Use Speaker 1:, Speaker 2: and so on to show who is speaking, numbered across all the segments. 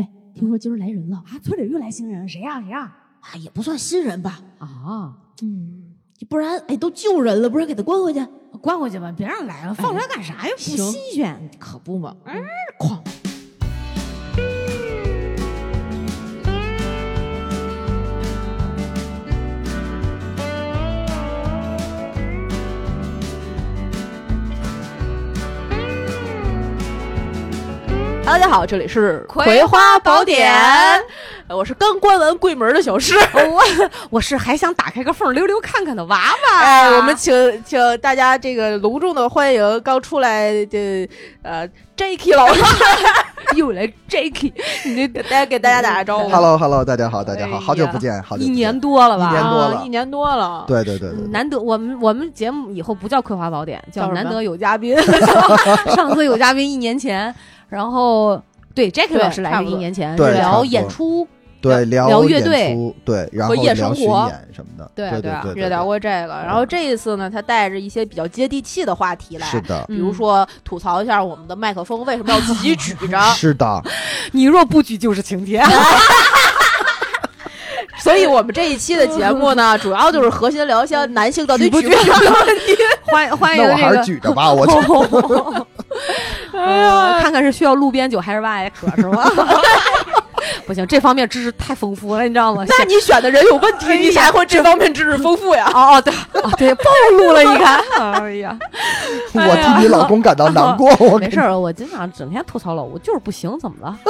Speaker 1: 哎听说今儿来人了，
Speaker 2: 啊，村里又来新人，谁呀、谁呀、
Speaker 1: 啊，也不算新人吧，
Speaker 2: 啊？
Speaker 3: 哦
Speaker 1: 嗯，不然哎都救人了，不然给他关回去，
Speaker 2: 关回去吧，别让来了，放出来干
Speaker 3: 哎
Speaker 2: 啥呀？不
Speaker 1: 行
Speaker 2: 新鲜。
Speaker 1: 可不嘛，
Speaker 2: 嗯
Speaker 1: 哐，
Speaker 4: 大家好，这里是《
Speaker 3: 葵
Speaker 4: 花宝
Speaker 3: 典
Speaker 4: 呃我是刚关完柜门的小诗。
Speaker 3: 哦我 我是还想打开个缝溜溜看看的娃娃。
Speaker 4: 哎，我们请请大家这个隆重的欢迎刚出来的呃 Jacky 老师，
Speaker 3: 又来 Jacky，你
Speaker 4: 给大家给大家打个 招呼。
Speaker 5: Hello Hello，大家好，大家好，
Speaker 3: 哎呀
Speaker 5: 好久不见，好
Speaker 3: 这
Speaker 5: 久
Speaker 3: 一
Speaker 5: 不见
Speaker 3: 年嗯多了吧？
Speaker 5: 一年多了
Speaker 4: 啊一年多了。
Speaker 5: 对对对对，
Speaker 3: 难得我们我们节目以后不叫《葵花宝典》，
Speaker 4: 叫
Speaker 3: 叫
Speaker 4: 什
Speaker 3: 《
Speaker 4: 么
Speaker 3: 难得有嘉 宾》。上次有嘉宾一年前，然后对 Jacky
Speaker 4: 对
Speaker 3: 老师来
Speaker 4: 差
Speaker 3: 是
Speaker 4: 不多
Speaker 3: 一年前
Speaker 5: 对差不
Speaker 3: 聊
Speaker 5: 多
Speaker 3: 演出，
Speaker 5: 对聊
Speaker 3: 聊乐
Speaker 5: 演
Speaker 3: 队
Speaker 5: 出，对，然
Speaker 4: 和
Speaker 5: 后
Speaker 4: 夜
Speaker 5: 聊
Speaker 4: 生
Speaker 5: 巡
Speaker 4: 活
Speaker 5: 演什么的，
Speaker 4: 对
Speaker 5: 对
Speaker 4: 对啊
Speaker 5: 对，
Speaker 4: 也聊过这个，然后这一次呢，他带着一些比较接地气的话题来，嗯
Speaker 5: 是的，
Speaker 4: 比如说吐槽一下我们的麦克风为什么要自己举 着，
Speaker 5: 是的，
Speaker 3: 你若不举就是晴天。
Speaker 4: 所以我们这一期的节目呢，主要就是核心聊一些男性到底
Speaker 3: 举不
Speaker 4: 举不举 的问题。
Speaker 3: 欢迎欢迎
Speaker 5: 那我还
Speaker 3: 这
Speaker 5: 是
Speaker 3: 哎个。
Speaker 5: 举 着吧，我就
Speaker 3: 呃看看是需要路边酒还是外壳是吧？ 不行，这方面知识太丰富了，你知道吗？
Speaker 4: 那你选的人有问题，你才会哎这方面知识丰富呀。
Speaker 3: 哦哦对哦对，暴露了，你看， 哎呀，
Speaker 5: 我替你老公感到难过，我
Speaker 3: 没事儿，我经常整天吐槽老吴，就是不行，怎么了？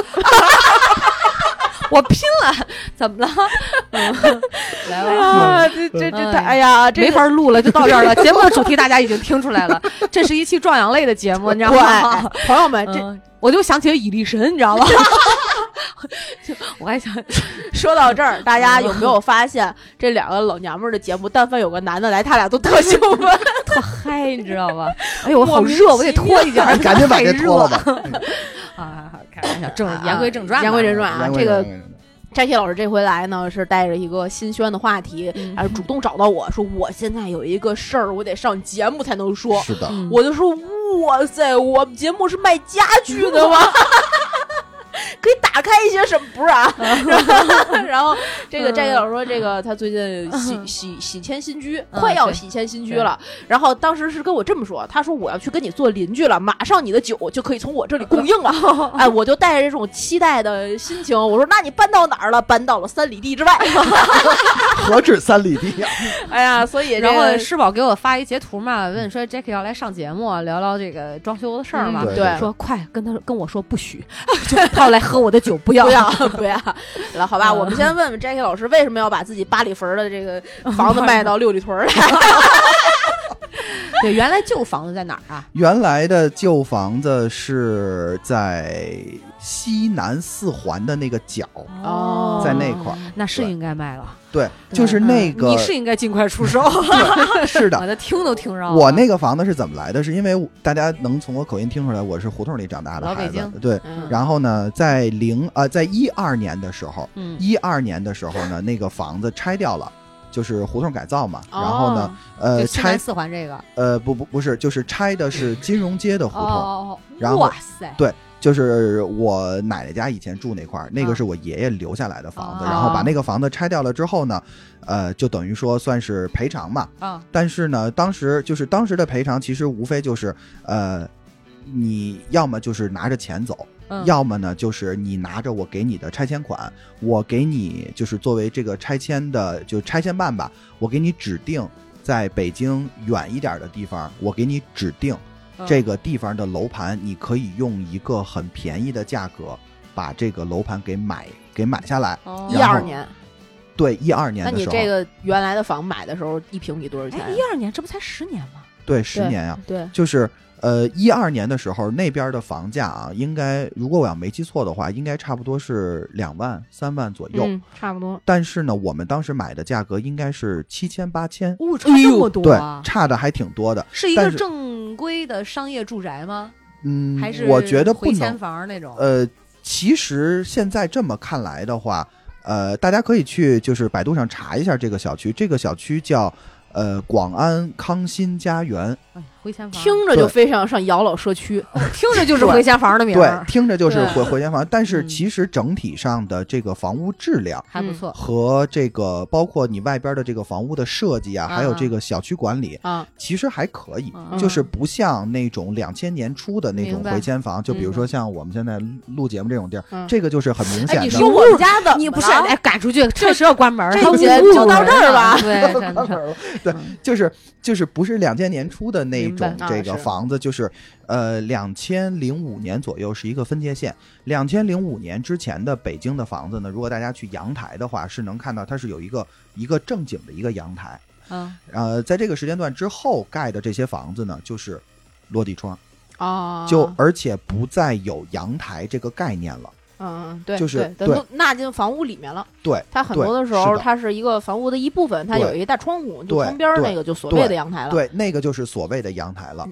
Speaker 3: 我拼了，怎么了？ 嗯来吧。嗯
Speaker 4: 啊，这这 这，哎呀，这
Speaker 3: 没
Speaker 4: 个
Speaker 3: 法录了，就到这儿 了。节目的主题大家已经听出来了，这是一期壮阳类的节目，你知道吗？
Speaker 4: 对，哎朋友们，这
Speaker 3: 嗯我就想起了蚁力神，你知道吗？ 我还想，
Speaker 4: 说到这儿，大家有没有
Speaker 3: 嗯
Speaker 4: 发现这两个老娘们儿的节目，但凡有个男的来，他俩都特兴奋。
Speaker 3: 特嗨，你知道吧？哎呦，我好
Speaker 4: 莫名
Speaker 3: 热，我得
Speaker 4: 其
Speaker 3: 脱一件儿，
Speaker 5: 哎 赶紧把这
Speaker 3: 太热
Speaker 5: 脱了吧。嗯
Speaker 3: 啊！好开玩笑，正
Speaker 4: 啊
Speaker 3: 言归正传吧，
Speaker 4: 言归正传啊
Speaker 5: 言，归
Speaker 4: 这个
Speaker 5: 正传
Speaker 4: Jackie 老师这回来呢，是带着一个新鲜的话题，
Speaker 3: 嗯
Speaker 4: 然后主动找到我说，我现在有一个事儿，我得上节目才能说。
Speaker 5: 是的，
Speaker 3: 嗯
Speaker 4: 我就说，哇塞，我们节目是卖家具的吗？ 可以打开一些什么？不是嗯啊， 然后这个 Jackie 老师说，这个他最近 喜喜喜迁新居，
Speaker 3: 嗯
Speaker 4: 快要
Speaker 3: 对
Speaker 4: 喜迁新居了。然后当时是跟我这么说，他说我要去跟你做邻居了，马上你的酒就可以从我这里供应 了。哎，我就带着这种期待的心情，我说那你搬到哪儿了？搬到了三里地之 外。
Speaker 5: 何止三里地啊，
Speaker 4: 哎呀，所以这
Speaker 3: 然后
Speaker 4: 个
Speaker 3: 世宝给我发一截图嘛，问说 Jacky 要来上节目啊，聊聊这个装修的事儿嘛
Speaker 4: 嗯，
Speaker 5: 对
Speaker 4: 对
Speaker 3: 啊说快跟他跟我说不许， 就他要来喝我的酒，不要
Speaker 4: 不。要 不要，来好吧，
Speaker 3: 嗯
Speaker 4: 我们先问问 Jackie 老师，为什么要把自己八里坟的这个
Speaker 3: 哦
Speaker 4: 房子卖到六里屯儿来？
Speaker 3: 对，原来旧房子在哪儿啊？
Speaker 5: 原来的旧房子是在西南四环的那个角，
Speaker 4: 哦
Speaker 5: 在那块儿，
Speaker 3: 那是应该卖了，
Speaker 5: 对，就是
Speaker 3: 嗯
Speaker 5: 那个
Speaker 3: 你，是应该尽快出手，
Speaker 5: 是的
Speaker 3: 我。的听都听绕了。
Speaker 5: 我那个房子是怎么来的？是因为我大家能从我口音听出来，我是胡同里长大的
Speaker 3: 老北
Speaker 5: 孩子
Speaker 3: 京。
Speaker 5: 对，
Speaker 4: 嗯
Speaker 5: 然后呢，在零呃，在一二年的时候，
Speaker 3: 嗯
Speaker 5: 一二年的时候呢，那个房子拆掉了，就是胡同改造嘛。
Speaker 4: 哦
Speaker 5: 然后呢，
Speaker 3: 哦就
Speaker 5: 呃，
Speaker 3: 西南
Speaker 5: 拆
Speaker 3: 四环这个，
Speaker 5: 呃不不不是，就是拆的是金融街的胡同，
Speaker 3: 哦，
Speaker 5: 然后
Speaker 3: 哇塞，
Speaker 5: 就是我奶奶家以前住那块儿，那
Speaker 3: 啊
Speaker 5: 个是我爷爷留下来的房子。
Speaker 3: 啊
Speaker 5: 然后把那个房子拆掉了之后呢，呃，就等于说算是赔偿嘛。
Speaker 3: 啊，
Speaker 5: 但是呢，当时就是当时的赔偿，其实无非就是呃。你要么就是拿着钱走，
Speaker 3: 嗯
Speaker 5: 要么呢，就是你拿着我给你的拆迁款，我给你就是作为这个拆迁的，就拆迁办吧，我给你指定在北京远一点的地方，我给你指定
Speaker 3: 嗯
Speaker 5: 这个地方的楼盘，你可以用一个很便宜的价格把这个楼盘给买给买下来。
Speaker 3: 哦
Speaker 4: 一二年，
Speaker 5: 对，一二
Speaker 4: 那
Speaker 5: 年的
Speaker 4: 你
Speaker 5: 时候，
Speaker 4: 这个原来的房买的时候一平米多少钱
Speaker 3: 哎，一？二年这不才十年吗？
Speaker 5: 对十
Speaker 4: 对
Speaker 5: 年啊呀、
Speaker 4: 对，
Speaker 5: 就是呃一二年的时候，那边的房价啊，应该如果我要没记错的话，应该差不多是两万三万左右。
Speaker 4: 嗯，差不多。
Speaker 5: 但是呢，我们当时买的价格应该
Speaker 3: 啊
Speaker 5: 是七千八千，
Speaker 3: 哦，差这么多
Speaker 5: 哎对
Speaker 3: 啊，！
Speaker 5: 差的还挺多的。
Speaker 3: 是一
Speaker 5: 但
Speaker 3: 个
Speaker 5: 是
Speaker 3: 正规的商业住宅吗？
Speaker 5: 嗯
Speaker 3: 还是，
Speaker 5: 我觉得不
Speaker 3: 回迁
Speaker 5: 能。
Speaker 3: 房那种？
Speaker 5: 呃，其实现在这么看来的话，呃，大家可以去就是百度上查一下这个小区，这个小区叫呃广安康欣家园，
Speaker 3: 哎回迁房，
Speaker 4: 听着就非常像养老社区，
Speaker 3: 听着就是回迁房的名
Speaker 5: 对
Speaker 3: 儿，，
Speaker 5: 听着就是
Speaker 4: 对
Speaker 5: 回回迁房，但是
Speaker 3: 嗯
Speaker 5: 其实整体上的这个房屋质量。
Speaker 3: 还不错。
Speaker 5: 和这个包括你外边的这个房屋的设计啊，
Speaker 3: 啊
Speaker 5: 还有这个小区管理，
Speaker 4: 啊，
Speaker 5: 其实还可以，
Speaker 3: 嗯
Speaker 5: 就是不像那种两千年初的那种
Speaker 3: 明白
Speaker 5: 回迁房，就比如
Speaker 3: 嗯
Speaker 5: 说像我们现在录节目这种地儿，
Speaker 4: 嗯
Speaker 5: 这个就是很明显的。
Speaker 3: 哎你
Speaker 4: 说
Speaker 3: 说
Speaker 4: 我们家
Speaker 5: 嗯
Speaker 4: 的，
Speaker 3: 你不是哎，赶出去确实要关门儿，
Speaker 4: 这
Speaker 3: 还
Speaker 4: 节
Speaker 3: 侮辱
Speaker 4: 就到这儿
Speaker 3: 人啊
Speaker 4: 吧
Speaker 3: 对，真的
Speaker 5: 对，就是就是不是两千年初的那
Speaker 3: 嗯明白
Speaker 5: 种
Speaker 4: 啊
Speaker 5: 这个
Speaker 4: 是
Speaker 5: 房子，就是呃两千零五年左右是一个分界线。两千零五年之前的北京的房子呢，如果大家去阳台的话，是能看到它是有一个一个正经的一个阳台。
Speaker 3: 嗯，
Speaker 5: 呃，在这个时间段之后盖的这些房子呢，就是落地窗，
Speaker 4: 啊，
Speaker 5: 就而且不再有阳台这个概念了。
Speaker 4: 嗯，对，
Speaker 5: 就是
Speaker 4: 对
Speaker 5: 对
Speaker 4: 都纳进房屋里面了。
Speaker 5: 对，
Speaker 4: 它很多
Speaker 5: 对
Speaker 4: 的时
Speaker 5: 是
Speaker 4: 候，
Speaker 5: 的
Speaker 4: 它是一个房屋的一部分，它
Speaker 5: 对
Speaker 4: 有一个大窗户，就
Speaker 5: 对
Speaker 4: 窗边儿
Speaker 5: 对
Speaker 4: 那个就所谓的
Speaker 5: 对
Speaker 4: 阳台了。
Speaker 5: 对，那个就是所谓的阳台了，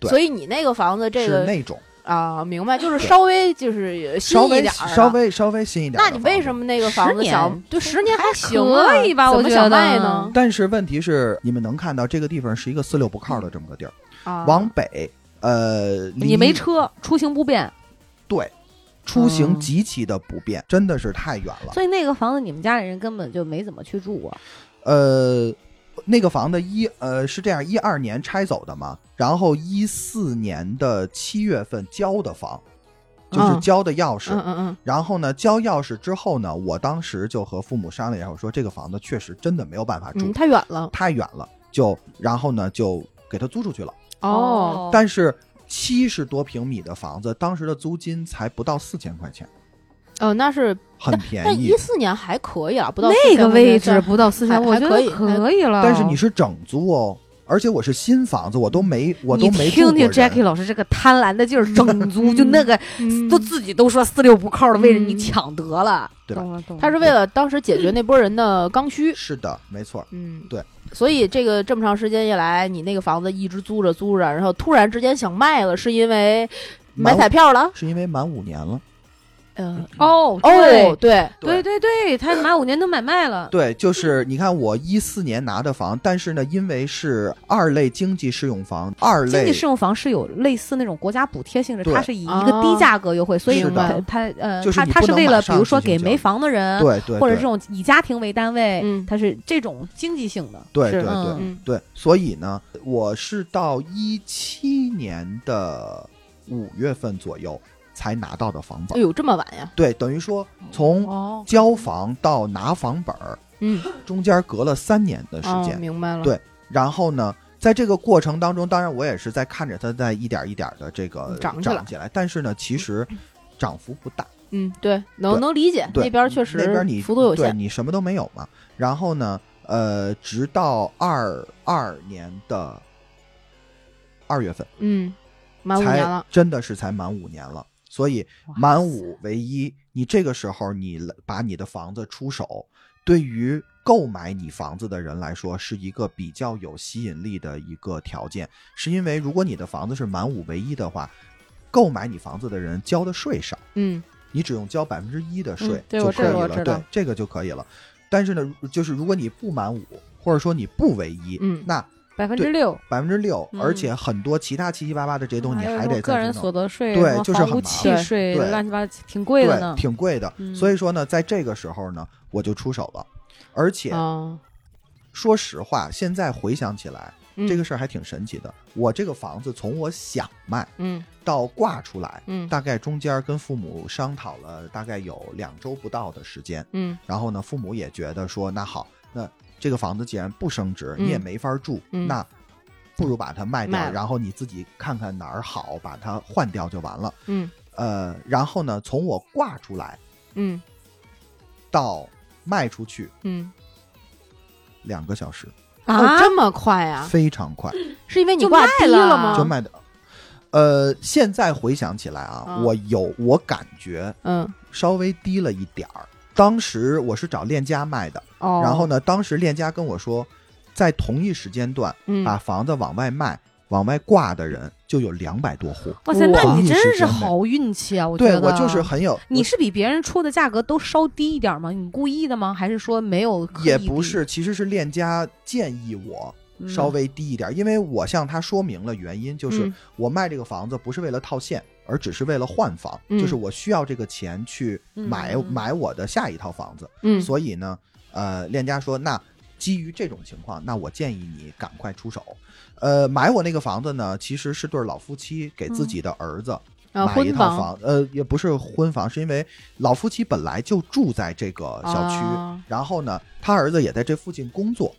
Speaker 5: 对
Speaker 4: 所以你那个房子这
Speaker 5: 是
Speaker 4: 个
Speaker 5: 那种
Speaker 4: 啊，明白，就是
Speaker 5: 对
Speaker 4: 稍微就是新
Speaker 5: 稍
Speaker 4: 一
Speaker 5: 微
Speaker 4: 点儿啊
Speaker 5: 稍。微稍微新一点。
Speaker 4: 那你为什？么那个房子
Speaker 3: 十
Speaker 4: 想
Speaker 3: 年
Speaker 4: 对十年还行啊
Speaker 3: 可以吧？
Speaker 4: 怎
Speaker 3: 我
Speaker 4: 么
Speaker 3: 觉
Speaker 4: 想
Speaker 3: 得
Speaker 4: 卖呢？
Speaker 5: 但是问题是，你们能看到这个地方是一个四六不靠的这么个地儿，
Speaker 4: 啊，
Speaker 5: 往北，呃，离
Speaker 3: 你没车，出行不便，
Speaker 5: 对，出行
Speaker 3: 嗯
Speaker 5: 极其的不便，真的是太远了。
Speaker 3: 所以那个房子你们家里人根本就没怎么去住过。啊
Speaker 5: 呃，那个房子一呃是这样，一二年拆走的嘛，然后一四年的七月份交的房，就是
Speaker 4: 嗯
Speaker 5: 交的钥匙。
Speaker 4: 嗯嗯嗯，
Speaker 5: 然后呢，交钥匙之后呢，我当时就和父母商量一下，我说这个房子确实真的没有办法住，
Speaker 4: 嗯，太远了
Speaker 5: 太远了，就然后呢就给它租出去了。
Speaker 4: 哦，
Speaker 5: 但是七十多平米的房子，当时的租金才不到四千块钱，
Speaker 4: 哦，那是，
Speaker 5: 很便
Speaker 4: 但
Speaker 5: 宜
Speaker 4: 一。四年还可以啊，不到
Speaker 3: 那个
Speaker 4: 4000
Speaker 3: 位
Speaker 4: 块
Speaker 3: 置
Speaker 4: 钱
Speaker 3: 不到四
Speaker 4: 还
Speaker 3: 千，我
Speaker 4: 还
Speaker 3: 觉得
Speaker 4: 可以
Speaker 3: 可以了。
Speaker 5: 但
Speaker 4: 啊
Speaker 5: 是你是整租哦，而且我是新房子，我都没我都
Speaker 3: 你
Speaker 5: 没住
Speaker 3: 听
Speaker 5: 过
Speaker 3: 听
Speaker 5: 人。
Speaker 3: Jackie 老师这个贪婪的劲儿， 整租就那个
Speaker 4: 嗯
Speaker 3: 都自己都说四六不靠的位置，
Speaker 4: 嗯
Speaker 3: 你抢得了，
Speaker 5: 对吧
Speaker 3: 懂了懂了。
Speaker 4: 他是为了当时解决那波人的刚需，
Speaker 5: 是的，没错。
Speaker 4: 嗯，
Speaker 5: 对。
Speaker 4: 所以这个这么长时间以来，你那个房子一直租着租着，然后突然之间想卖了，是因为买
Speaker 5: 满
Speaker 4: 彩票了？
Speaker 5: 是因为满五年了，
Speaker 4: 嗯，
Speaker 3: 哦
Speaker 4: 哦，对，
Speaker 3: 对
Speaker 5: 对
Speaker 3: 对对，他满五年都买卖了，
Speaker 5: 对，就是你看我一四年拿的房，但是呢，因为是二类经济适用房，二
Speaker 3: 经济
Speaker 5: 类
Speaker 3: 适用房是有类似那种国家补贴性质，
Speaker 5: 对
Speaker 3: 它是以一个低价格优惠，所以
Speaker 5: 是
Speaker 3: 它
Speaker 5: 的
Speaker 3: 它呃，
Speaker 5: 就是
Speaker 3: 它
Speaker 5: 你
Speaker 3: 它
Speaker 5: 不
Speaker 3: 是
Speaker 5: 能
Speaker 3: 为了
Speaker 5: 马
Speaker 3: 比
Speaker 5: 上
Speaker 3: 如说
Speaker 5: 进行
Speaker 3: 给没
Speaker 5: 交易
Speaker 3: 房的人，
Speaker 5: 对对
Speaker 3: 或者这
Speaker 5: 对
Speaker 3: 种以家庭为单位，
Speaker 4: 嗯
Speaker 3: 它是这种经济性的。
Speaker 5: 对
Speaker 4: 是
Speaker 5: 对对
Speaker 3: 嗯
Speaker 4: 嗯，
Speaker 5: 对，所以呢，我是到一七年的五月份左右才拿到的房
Speaker 4: 哎
Speaker 5: 本，
Speaker 4: 呦，这么晚呀？
Speaker 5: 对，等于说从
Speaker 3: 哦，
Speaker 5: 交房到拿房本儿
Speaker 4: 嗯，
Speaker 5: 中间隔了三年的时
Speaker 4: 哦，
Speaker 5: 间。
Speaker 4: 明白了。
Speaker 5: 对然后呢，在这个过程当中，当然我也是在看着它在一点一点的这个
Speaker 4: 嗯长起
Speaker 5: 起来，
Speaker 4: 来
Speaker 5: 但是呢，其实涨幅不大。
Speaker 4: 嗯，对，能
Speaker 5: 对
Speaker 4: 能理解，
Speaker 5: 对
Speaker 4: 那边确实
Speaker 5: 那边你
Speaker 4: 幅度有
Speaker 5: 对
Speaker 4: 限。
Speaker 5: 你什么都没有嘛。然后呢，呃，直到二二年的二月份，
Speaker 4: 嗯，满五
Speaker 5: 才
Speaker 4: 年了。
Speaker 5: 真的是才满五年了。所以满五为一，你这个时候你把你的房子出手，对于购买你房子的人来说是一个比较有吸引力的一个条件，是因为如果你的房子是满五为一的话，购买你房子的人交的税少。
Speaker 4: 嗯，
Speaker 5: 你只用交百分之一的税
Speaker 4: 嗯对
Speaker 5: 就
Speaker 4: 我
Speaker 5: 可以
Speaker 4: 这个
Speaker 5: 了，
Speaker 4: 我
Speaker 5: 对
Speaker 4: 知道
Speaker 5: 这个就可以了。但是呢，就是如果你不满五，或者说你不为一，
Speaker 4: 嗯
Speaker 5: 那
Speaker 3: 百分之六，
Speaker 5: 百分之六，
Speaker 3: 嗯
Speaker 5: 而且很多其他七七八八的这些东西
Speaker 4: 哎
Speaker 3: 有
Speaker 5: 你还
Speaker 3: 什么
Speaker 5: 得
Speaker 3: 个
Speaker 5: 再
Speaker 3: 人
Speaker 5: 去
Speaker 3: 所
Speaker 5: 弄，
Speaker 3: 得税、
Speaker 5: 对
Speaker 3: 什么
Speaker 5: 就是
Speaker 3: 房
Speaker 5: 很
Speaker 3: 屋
Speaker 5: 麻
Speaker 3: 契
Speaker 4: 烦
Speaker 3: 税
Speaker 5: 对
Speaker 3: 乱七八糟，挺贵的呢
Speaker 5: 对，。挺贵的。
Speaker 3: 嗯
Speaker 5: 所以说呢，在这个时候呢，我就出手了。而且
Speaker 4: 啊，
Speaker 5: 说实话，现在回想起来，
Speaker 4: 嗯
Speaker 5: 这个事儿还挺神奇的。我这个房子从我想卖
Speaker 4: 嗯
Speaker 5: 到挂出来，
Speaker 4: 嗯
Speaker 5: 大概中间跟父母商讨了大概有两周不到的时间。
Speaker 4: 嗯
Speaker 5: 然后呢，父母也觉得说，那好，那这个房子既然不升值，
Speaker 4: 嗯
Speaker 5: 你也没法住，
Speaker 4: 嗯
Speaker 5: 那不如把它卖掉，
Speaker 4: 卖了
Speaker 5: 然后你自己看看哪儿好，把它换掉就完了。
Speaker 4: 嗯
Speaker 5: 呃，然后呢，从我挂出来
Speaker 4: 嗯
Speaker 5: 到卖出去
Speaker 4: 嗯，
Speaker 5: 两个小时，
Speaker 4: 哦，
Speaker 3: 啊，啊
Speaker 4: 这么快呀？
Speaker 5: 非常快
Speaker 4: 是因为你
Speaker 3: 就
Speaker 4: 挂
Speaker 3: 卖
Speaker 4: 低
Speaker 3: 了
Speaker 4: 了吗？
Speaker 5: 就卖的。呃，现在回想起来啊，
Speaker 4: 啊
Speaker 5: 我有我感觉
Speaker 4: 嗯
Speaker 5: 稍微低了一点儿。当时我是找链家卖的，
Speaker 4: 哦，
Speaker 5: 然后呢，当时链家跟我说，在同一时间段
Speaker 4: 嗯
Speaker 5: 把房子往外卖，往外挂的人就有两百多户。
Speaker 3: 哇塞，
Speaker 1: 哇
Speaker 3: 那你
Speaker 5: 你是
Speaker 3: 真是
Speaker 5: 真的
Speaker 3: 好运气啊！我觉
Speaker 5: 对
Speaker 3: 得
Speaker 5: 我就是很有，
Speaker 3: 你是比别人出的价格都稍低一点吗？你故意的吗？还是说没有刻意低？
Speaker 5: 也不是，其实是链家建议我
Speaker 3: 嗯
Speaker 5: 稍微低一点，因为我向他说明了原因，就是
Speaker 3: 嗯
Speaker 5: 我卖这个房子不是为了套现，而只是为了换房，
Speaker 3: 嗯
Speaker 5: 就是我需要这个钱去买
Speaker 3: 嗯
Speaker 5: 买我的下一套房子。
Speaker 3: 嗯
Speaker 5: 所以呢，呃，链家说，那基于这种情况，那我建议你赶快出手。呃，买我那个房子呢，其实是对老夫妻给
Speaker 3: 嗯
Speaker 5: 自己的儿子
Speaker 3: 啊
Speaker 5: 买一
Speaker 3: 婚
Speaker 5: 套
Speaker 3: 房
Speaker 5: 房，呃，也不是婚房，是因为老夫妻本来就住在这个小区，
Speaker 3: 啊
Speaker 5: 然后呢，他儿子也在这附近工作，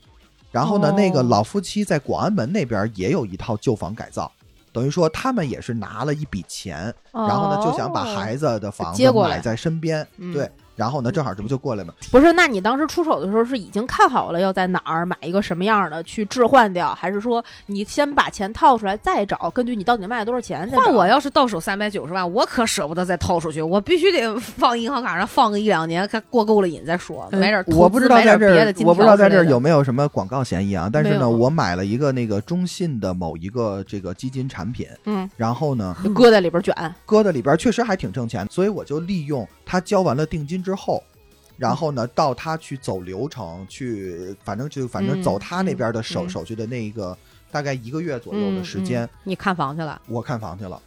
Speaker 5: 然后呢，
Speaker 3: 哦
Speaker 5: 那个老夫妻在广安门那边也有一套旧房改造。等于说，他们也是拿了一笔钱，
Speaker 1: 哦
Speaker 5: 然后呢，就想把孩子的房
Speaker 3: 哦接
Speaker 5: 子
Speaker 3: 过来
Speaker 5: 买在身边，
Speaker 3: 嗯
Speaker 5: 对，然后呢，正好这不就过来嘛，
Speaker 1: 不是，那你当时出手的时候是已经看好了要在哪儿买一个什么样的去置换掉，还是说你先把钱套出来再找，根据你到底卖了多少钱再找？
Speaker 3: 换我要是到手三百九十万，我可舍不得再掏出去，我必须得放银行卡上放个一两年，看过够了瘾再说，买点投资
Speaker 5: 我不知道
Speaker 3: 买
Speaker 5: 在
Speaker 3: 点
Speaker 5: 这
Speaker 3: 别
Speaker 5: 儿
Speaker 3: 的，金
Speaker 5: 我不知
Speaker 3: 条
Speaker 5: 道
Speaker 3: 之
Speaker 5: 在这儿
Speaker 3: 类的
Speaker 5: 有没有什么广告嫌疑啊？但是
Speaker 3: 没
Speaker 5: 呢，
Speaker 3: 有
Speaker 5: 我买了一个那个中信的某一个这个基金产品，
Speaker 3: 嗯，
Speaker 5: 然后呢，
Speaker 1: 搁在里边卷，
Speaker 5: 搁在里边儿确实还挺挣钱，所以我就利用他交完了定金之后，然后呢，到他去走流程，去反正就反正
Speaker 3: 嗯
Speaker 5: 走他那边的手、
Speaker 3: 嗯
Speaker 5: 手续的那一个大概一个月左右
Speaker 3: 嗯
Speaker 5: 的时间，
Speaker 3: 嗯你看房去了
Speaker 5: 我看房去了。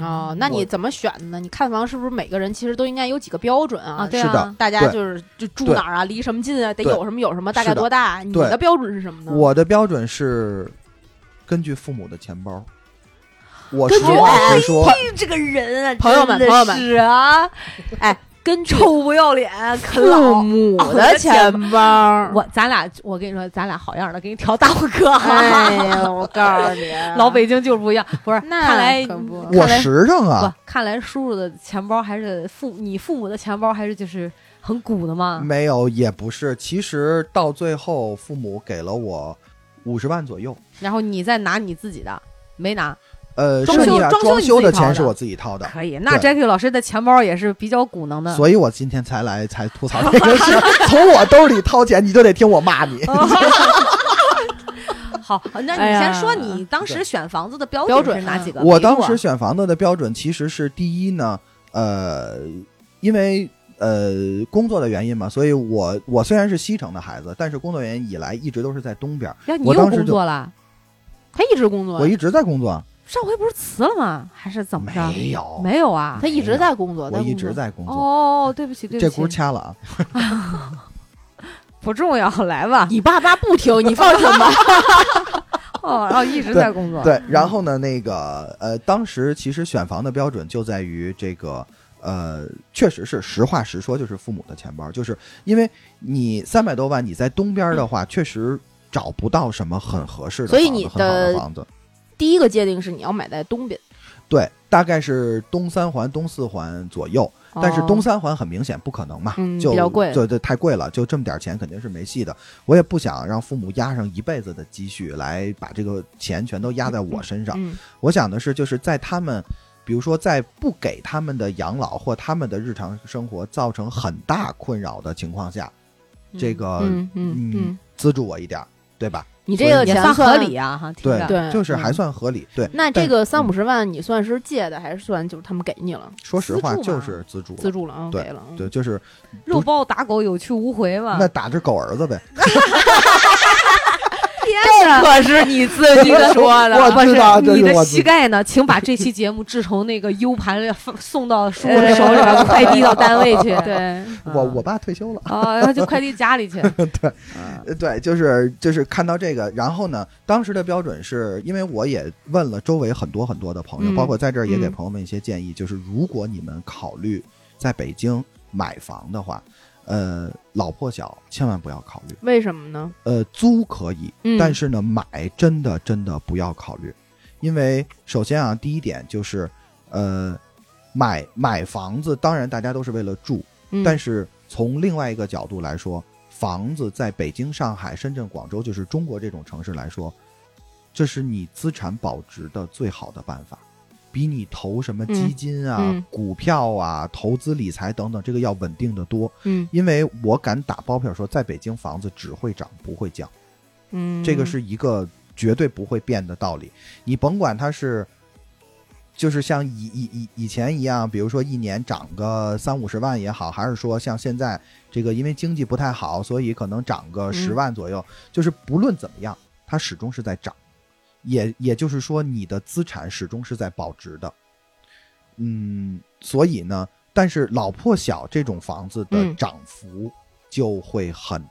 Speaker 1: 哦，那你怎么选的呢？你看房是不是每个人其实都应该有几个标准啊？
Speaker 3: 啊？对
Speaker 5: 是的
Speaker 3: 啊，
Speaker 1: 大家
Speaker 5: 对
Speaker 1: 就是就住
Speaker 5: 对
Speaker 1: 哪儿啊，离什么近啊，得
Speaker 5: 对
Speaker 1: 有什么有什么，大
Speaker 5: 是
Speaker 1: 概
Speaker 5: 的
Speaker 1: 多大？啊你
Speaker 5: 对
Speaker 1: 的标准是什么
Speaker 3: 嗯
Speaker 1: 呢？
Speaker 5: 我的标准是根据父母的钱包，我
Speaker 1: 根
Speaker 5: 实
Speaker 1: 据
Speaker 5: 话
Speaker 3: 哎
Speaker 5: 实说，
Speaker 3: 这个人啊，
Speaker 1: 朋友们
Speaker 3: 真的
Speaker 1: 朋友们
Speaker 3: 是 啊，
Speaker 1: 根据
Speaker 3: 臭不要脸，啃
Speaker 1: 父
Speaker 3: 老。
Speaker 1: 母
Speaker 3: 我
Speaker 1: 的
Speaker 3: 的钱
Speaker 1: 钱包，
Speaker 3: 我咱俩，我跟你说，咱俩好样的，给你调大拇哥。，
Speaker 1: 哎呀，我告诉 你
Speaker 3: 老北京就是不一样，不是？
Speaker 1: 那
Speaker 3: 看来
Speaker 1: 可不
Speaker 5: 我
Speaker 3: 看来
Speaker 5: 实诚啊
Speaker 3: 不，，看来叔叔的钱包还是父你父母的钱包还是就是很鼓的嘛。
Speaker 5: 没有，也不是。其实到最后，父母给了我五十万左右。
Speaker 3: 然后你再拿你自己的，没拿，
Speaker 5: 呃，
Speaker 3: 装修
Speaker 5: 剩下
Speaker 3: 装修
Speaker 5: 装修的
Speaker 3: 你自己掏
Speaker 5: 钱
Speaker 3: 的
Speaker 5: 是我自己掏的，
Speaker 3: 可以。那
Speaker 5: 对
Speaker 3: Jackie 老师的钱包也是比较鼓能的。
Speaker 5: 所以我今天才来才吐槽这个事儿。从我兜里掏钱，你就得听我骂你。
Speaker 3: 好， 那你
Speaker 1: 哎呀
Speaker 3: 先说你当时选房子的标
Speaker 1: 标
Speaker 3: 准
Speaker 1: 准
Speaker 3: 是哪几个？
Speaker 5: 我
Speaker 3: 比如
Speaker 5: 当时
Speaker 3: 啊
Speaker 5: 选房子的标准其实是第一呢，呃，因为呃工作的原因嘛，所以我我虽然是西城的孩子，但是工作原因以来一直都是在东边儿，
Speaker 3: 呀，你
Speaker 5: 我
Speaker 3: 又
Speaker 5: 当时
Speaker 3: 工
Speaker 5: 就
Speaker 3: 作了？
Speaker 1: 他一直工作
Speaker 5: 我
Speaker 1: 呀，
Speaker 5: 一直在工作。
Speaker 3: 上回不是辞了吗？还是怎么着？
Speaker 5: 没有
Speaker 3: 没有啊
Speaker 1: 他。一直在工作，
Speaker 5: 我一直
Speaker 1: 工作。
Speaker 5: 在工作，
Speaker 3: 哦，对不起，对
Speaker 5: 这
Speaker 3: 不起
Speaker 5: 轱，掐了啊。
Speaker 3: 不重要，来吧。
Speaker 1: 你爸妈不听，你放心 吧。
Speaker 3: 哦，然后一直
Speaker 5: 对
Speaker 3: 在工作。
Speaker 5: 对，
Speaker 1: 嗯
Speaker 5: 然后呢，那个呃，当时其实选房的标准就在于这个。呃，确实是实话实说，就是父母的钱包，就是因为你三百多万，你在东边的话，确实找不到什么很合适的
Speaker 1: 嗯所以
Speaker 5: 房子
Speaker 1: 你
Speaker 5: 很好的
Speaker 1: 的
Speaker 5: 房子，
Speaker 1: 第一个界定是你要买在东边，
Speaker 5: 对，大概是东三环、东四环左右，但是东三环很明显不可能嘛，
Speaker 1: 哦嗯
Speaker 5: 就
Speaker 1: 比较贵
Speaker 5: 就对，太贵了，就这么点钱肯定是没戏的。我也不想让父母压上一辈子的积蓄来把这个钱全都压在我身上。
Speaker 1: 嗯
Speaker 5: 我想的是，就是在他们，比如说在不给他们的养老或他们的日常生活造成很大困扰的情况下，这个
Speaker 1: 嗯嗯嗯，
Speaker 5: 资助我一点儿，对吧？
Speaker 1: 你这个
Speaker 3: 也
Speaker 1: 钱
Speaker 3: 算合理啊，哈，听
Speaker 5: 对
Speaker 3: 着。
Speaker 1: 对
Speaker 5: 就是还
Speaker 1: 嗯
Speaker 5: 算合理。对，嗯
Speaker 1: 那
Speaker 5: 但
Speaker 1: 这个三五十万，你算是借的，还是算就是他们给你了，
Speaker 5: 说实话
Speaker 3: 资助嘛
Speaker 5: 就是资助，
Speaker 1: 资助了啊，
Speaker 5: 对
Speaker 1: 给了啊。
Speaker 5: 对，就是
Speaker 3: 肉包打狗，有去无回嘛。
Speaker 5: 那打着狗儿子呗。
Speaker 3: 这可是你自己说啊
Speaker 5: 我
Speaker 3: 不
Speaker 5: 知
Speaker 3: 是
Speaker 5: 道这是
Speaker 3: 你
Speaker 5: 我
Speaker 3: 的
Speaker 5: 自
Speaker 3: 膝盖呢？请把这期节目制成那个 U 盘送到叔
Speaker 1: 呃
Speaker 3: 的手里边，快 递到单位去。
Speaker 1: 对，
Speaker 5: 我我爸退休了，
Speaker 3: 啊，然后就快递家 里去。
Speaker 5: 呃对，就是就是看到这个，然后呢，当时的标准是因为我也问了周围很多很多的朋友，
Speaker 1: 嗯
Speaker 5: 包括在这儿也给
Speaker 1: 嗯
Speaker 5: 朋友们一些建议，就是如果你们考虑在北京买房的话，呃，老破小千万不要考虑，
Speaker 1: 为什么呢？
Speaker 5: 呃，租可以，
Speaker 1: 嗯
Speaker 5: 但是呢，买真的真的不要考虑，因为首先啊，第一点就是，呃，买买房子，当然大家都是为了住，
Speaker 1: 嗯
Speaker 5: 但是从另外一个角度来说，房子在北京、上海、深圳、广州，就是中国这种城市来说，这是你资产保值的最好的办法，比你投什么基金啊、
Speaker 1: 嗯嗯
Speaker 5: 股票啊、投资理财等等，这个要稳定的多。
Speaker 1: 嗯
Speaker 5: 因为我敢打包票说，在北京房子只会涨不会降，
Speaker 1: 嗯，
Speaker 5: 这个是一个绝对不会变的道理。你甭管它是，就是像以以以以前一样，比如说一年涨个三五十万也好，还是说像现在这个因为经济不太好，所以可能涨个十万左右，就是不论怎么样，它始终是在涨。也也就是说，你的资产始终是在保值的。嗯，所以呢，但是老破小这种房子的
Speaker 3: 嗯
Speaker 5: 涨幅就会很、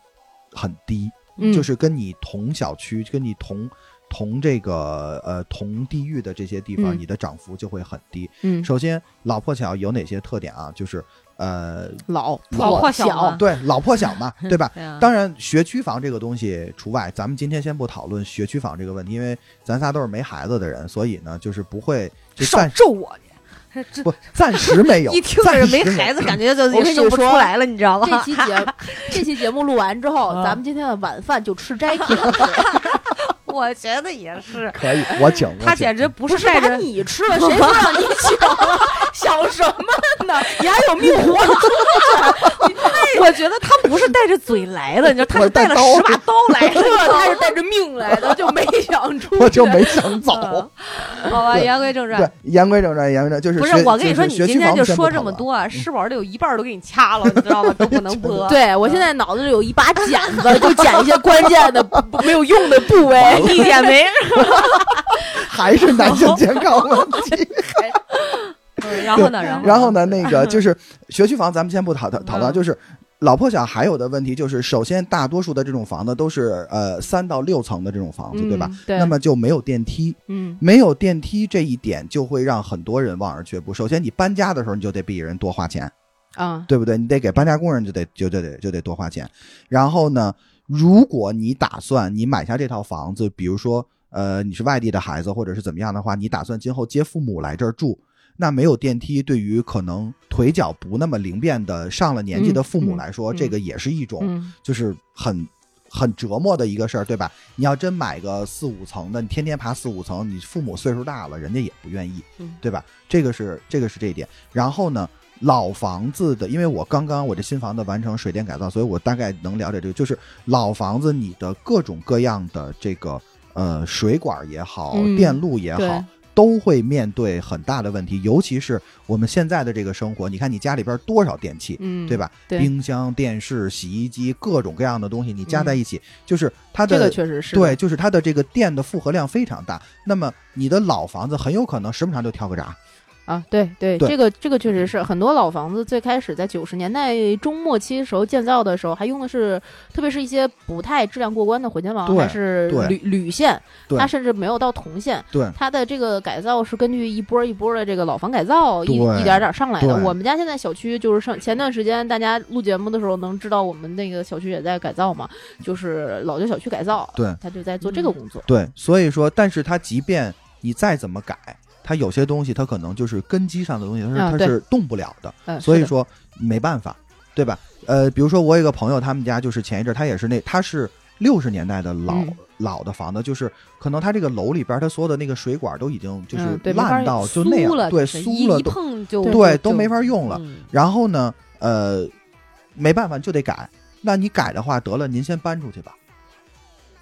Speaker 5: 很低，
Speaker 3: 嗯
Speaker 5: 就是跟你同小区、跟你同同这个呃同地域的这些地方，
Speaker 3: 嗯
Speaker 5: 你的涨幅就会很低。
Speaker 3: 嗯
Speaker 5: 首先，老破小有哪些特点啊？就是呃，
Speaker 3: 老
Speaker 5: 老
Speaker 3: 破小
Speaker 4: 小啊
Speaker 3: 嘛，
Speaker 5: 对，老破小 嘛，对吧？
Speaker 3: 对啊
Speaker 5: 当然，学区房这个东西除外，咱们今天先不讨论学区房这个问题，因为咱仨都是没孩子的人，所以呢，就是不会就
Speaker 3: 少
Speaker 5: 暂
Speaker 3: 咒我去，这
Speaker 5: 不暂时没 有，
Speaker 3: 一听就是没
Speaker 5: 暂时
Speaker 3: 孩子，感觉就
Speaker 4: 我跟你
Speaker 3: 生不出
Speaker 4: 说
Speaker 3: 来了，你知道
Speaker 4: 这
Speaker 3: 吗？
Speaker 4: 期节 这期节目录完之后，
Speaker 3: 啊
Speaker 4: 咱们今天的晚饭就吃斋品，是
Speaker 3: 我觉得也是，
Speaker 5: 可以，我请我
Speaker 3: 他
Speaker 5: 请
Speaker 3: 简直不是带
Speaker 4: 把
Speaker 3: 着
Speaker 4: 你吃了，谁说让你请了？想什么呢？ 你还有命活？
Speaker 3: 我觉得他不是带着嘴来的，你知道，他
Speaker 5: 我
Speaker 3: 是
Speaker 5: 是带
Speaker 3: 带了
Speaker 5: 刀
Speaker 3: 十把刀来的，
Speaker 4: 他是带着命来的，就没想出去。
Speaker 5: 我就没想 走。
Speaker 3: 好嗯吧，言归正
Speaker 5: 对
Speaker 3: 传。，
Speaker 5: 言归正传，言归正传就是
Speaker 3: 不是
Speaker 5: 学
Speaker 3: 我跟你说，
Speaker 5: 是
Speaker 3: 你
Speaker 5: 学区
Speaker 3: 今天
Speaker 5: 房
Speaker 3: 就
Speaker 5: 先不嗯
Speaker 3: 说
Speaker 5: 讨
Speaker 3: 这么
Speaker 5: 论
Speaker 3: 多，啊，是宝得有一半都给你掐了，你知道吗？都不 能播。
Speaker 4: 对我现在脑子里有一把剪子，就剪一些关键的不没有用的部位。
Speaker 3: 一点没。
Speaker 5: 还是男性健康问题。
Speaker 3: 嗯然后呢？然后
Speaker 5: 然后呢，那个就是学区房，咱们先不讨讨讨论，就是。老破小还有的问题就是，首先大多数的这种房子都是呃三到六层的这种房子，对吧？？
Speaker 4: 嗯对
Speaker 5: 那么就没有电梯，
Speaker 3: 嗯
Speaker 5: 没有电梯这一点就会让很多人望而却步。首先，你搬家的时候你就得比人多花钱，
Speaker 3: 啊，
Speaker 5: 对不对？你得给搬家工人就得就就得就得多花钱。然后呢，如果你打算你买下这套房子，比如说呃你是外地的孩子或者是怎么样的话，你打算今后接父母来这儿住，那没有电梯对于可能腿脚不那么灵便的上了年纪的父母来说，
Speaker 3: 嗯嗯
Speaker 5: 这个也是一种
Speaker 3: 嗯
Speaker 5: 就是很很折磨的一个事儿，对吧？你要真买个四五层的，你天天爬四五层，你父母岁数大了，人家也不愿意
Speaker 3: 嗯，
Speaker 5: 对吧？这个是这个是这一点。然后呢，老房子的，因为我刚刚我这新房子完成水电改造，所以我大概能了解这个，就是老房子你的各种各样的这个呃水管也好，
Speaker 3: 嗯
Speaker 5: 电路也好
Speaker 3: 对。
Speaker 5: 都会面对很大的问题，尤其是我们现在的这个生活，你看你家里边多少电器，
Speaker 3: 嗯，
Speaker 5: 对？吧？
Speaker 3: 对
Speaker 5: 冰箱、电视、洗衣机，各种各样的东西，你加在一起，就是它
Speaker 4: 嗯这
Speaker 5: 的
Speaker 4: 个确实是
Speaker 5: 对，就是它的这个电的负荷量非常大。那么你的老房子很有可能时不常就跳个闸，
Speaker 4: 啊，对对，
Speaker 5: 对
Speaker 4: 这个这个确实是很多老房子最开始在九十年代中末期时候建造的时候，还用的是特别是一些不太质量过关的混建房，
Speaker 5: 对
Speaker 4: 还是
Speaker 5: 对
Speaker 4: 铝铝线，
Speaker 5: 对
Speaker 4: 它甚至没有到铜线，
Speaker 5: 对
Speaker 4: 它的这个改造是根据一波一波的这个老房改造一
Speaker 5: 对
Speaker 4: 一点儿点儿上来的
Speaker 5: 对。
Speaker 4: 我们家现在小区就是上前段时间大家录节目的时候能知道我们那个小区也在改造嘛，就是老旧小区改造，
Speaker 5: 对
Speaker 4: 它就在做这个工作。
Speaker 5: 对，所以说，但是它即便你再怎么改，它有些东西它可能就是根基上的东西，它是、
Speaker 4: 啊
Speaker 5: 它
Speaker 4: 对
Speaker 5: 是动不了的。
Speaker 4: 嗯，
Speaker 5: 所
Speaker 4: 是
Speaker 5: 以
Speaker 4: 的
Speaker 5: 说没办法，对吧？呃，比如说我有一个朋友，他们家就是前一阵儿他也是那他是六十年代的老、
Speaker 3: 嗯
Speaker 5: 老的房子，就是可能他这个楼里边儿他所有的那个水管都已经就是
Speaker 3: 嗯
Speaker 4: 对没法
Speaker 5: 烂到、就那样，对，
Speaker 3: 一
Speaker 5: 酥了
Speaker 3: 一
Speaker 5: 都
Speaker 3: 碰就
Speaker 5: 对都没法用了。
Speaker 3: 嗯
Speaker 5: 然后呢，呃，没办法就得改。那你改的话，得了，您先搬出去吧，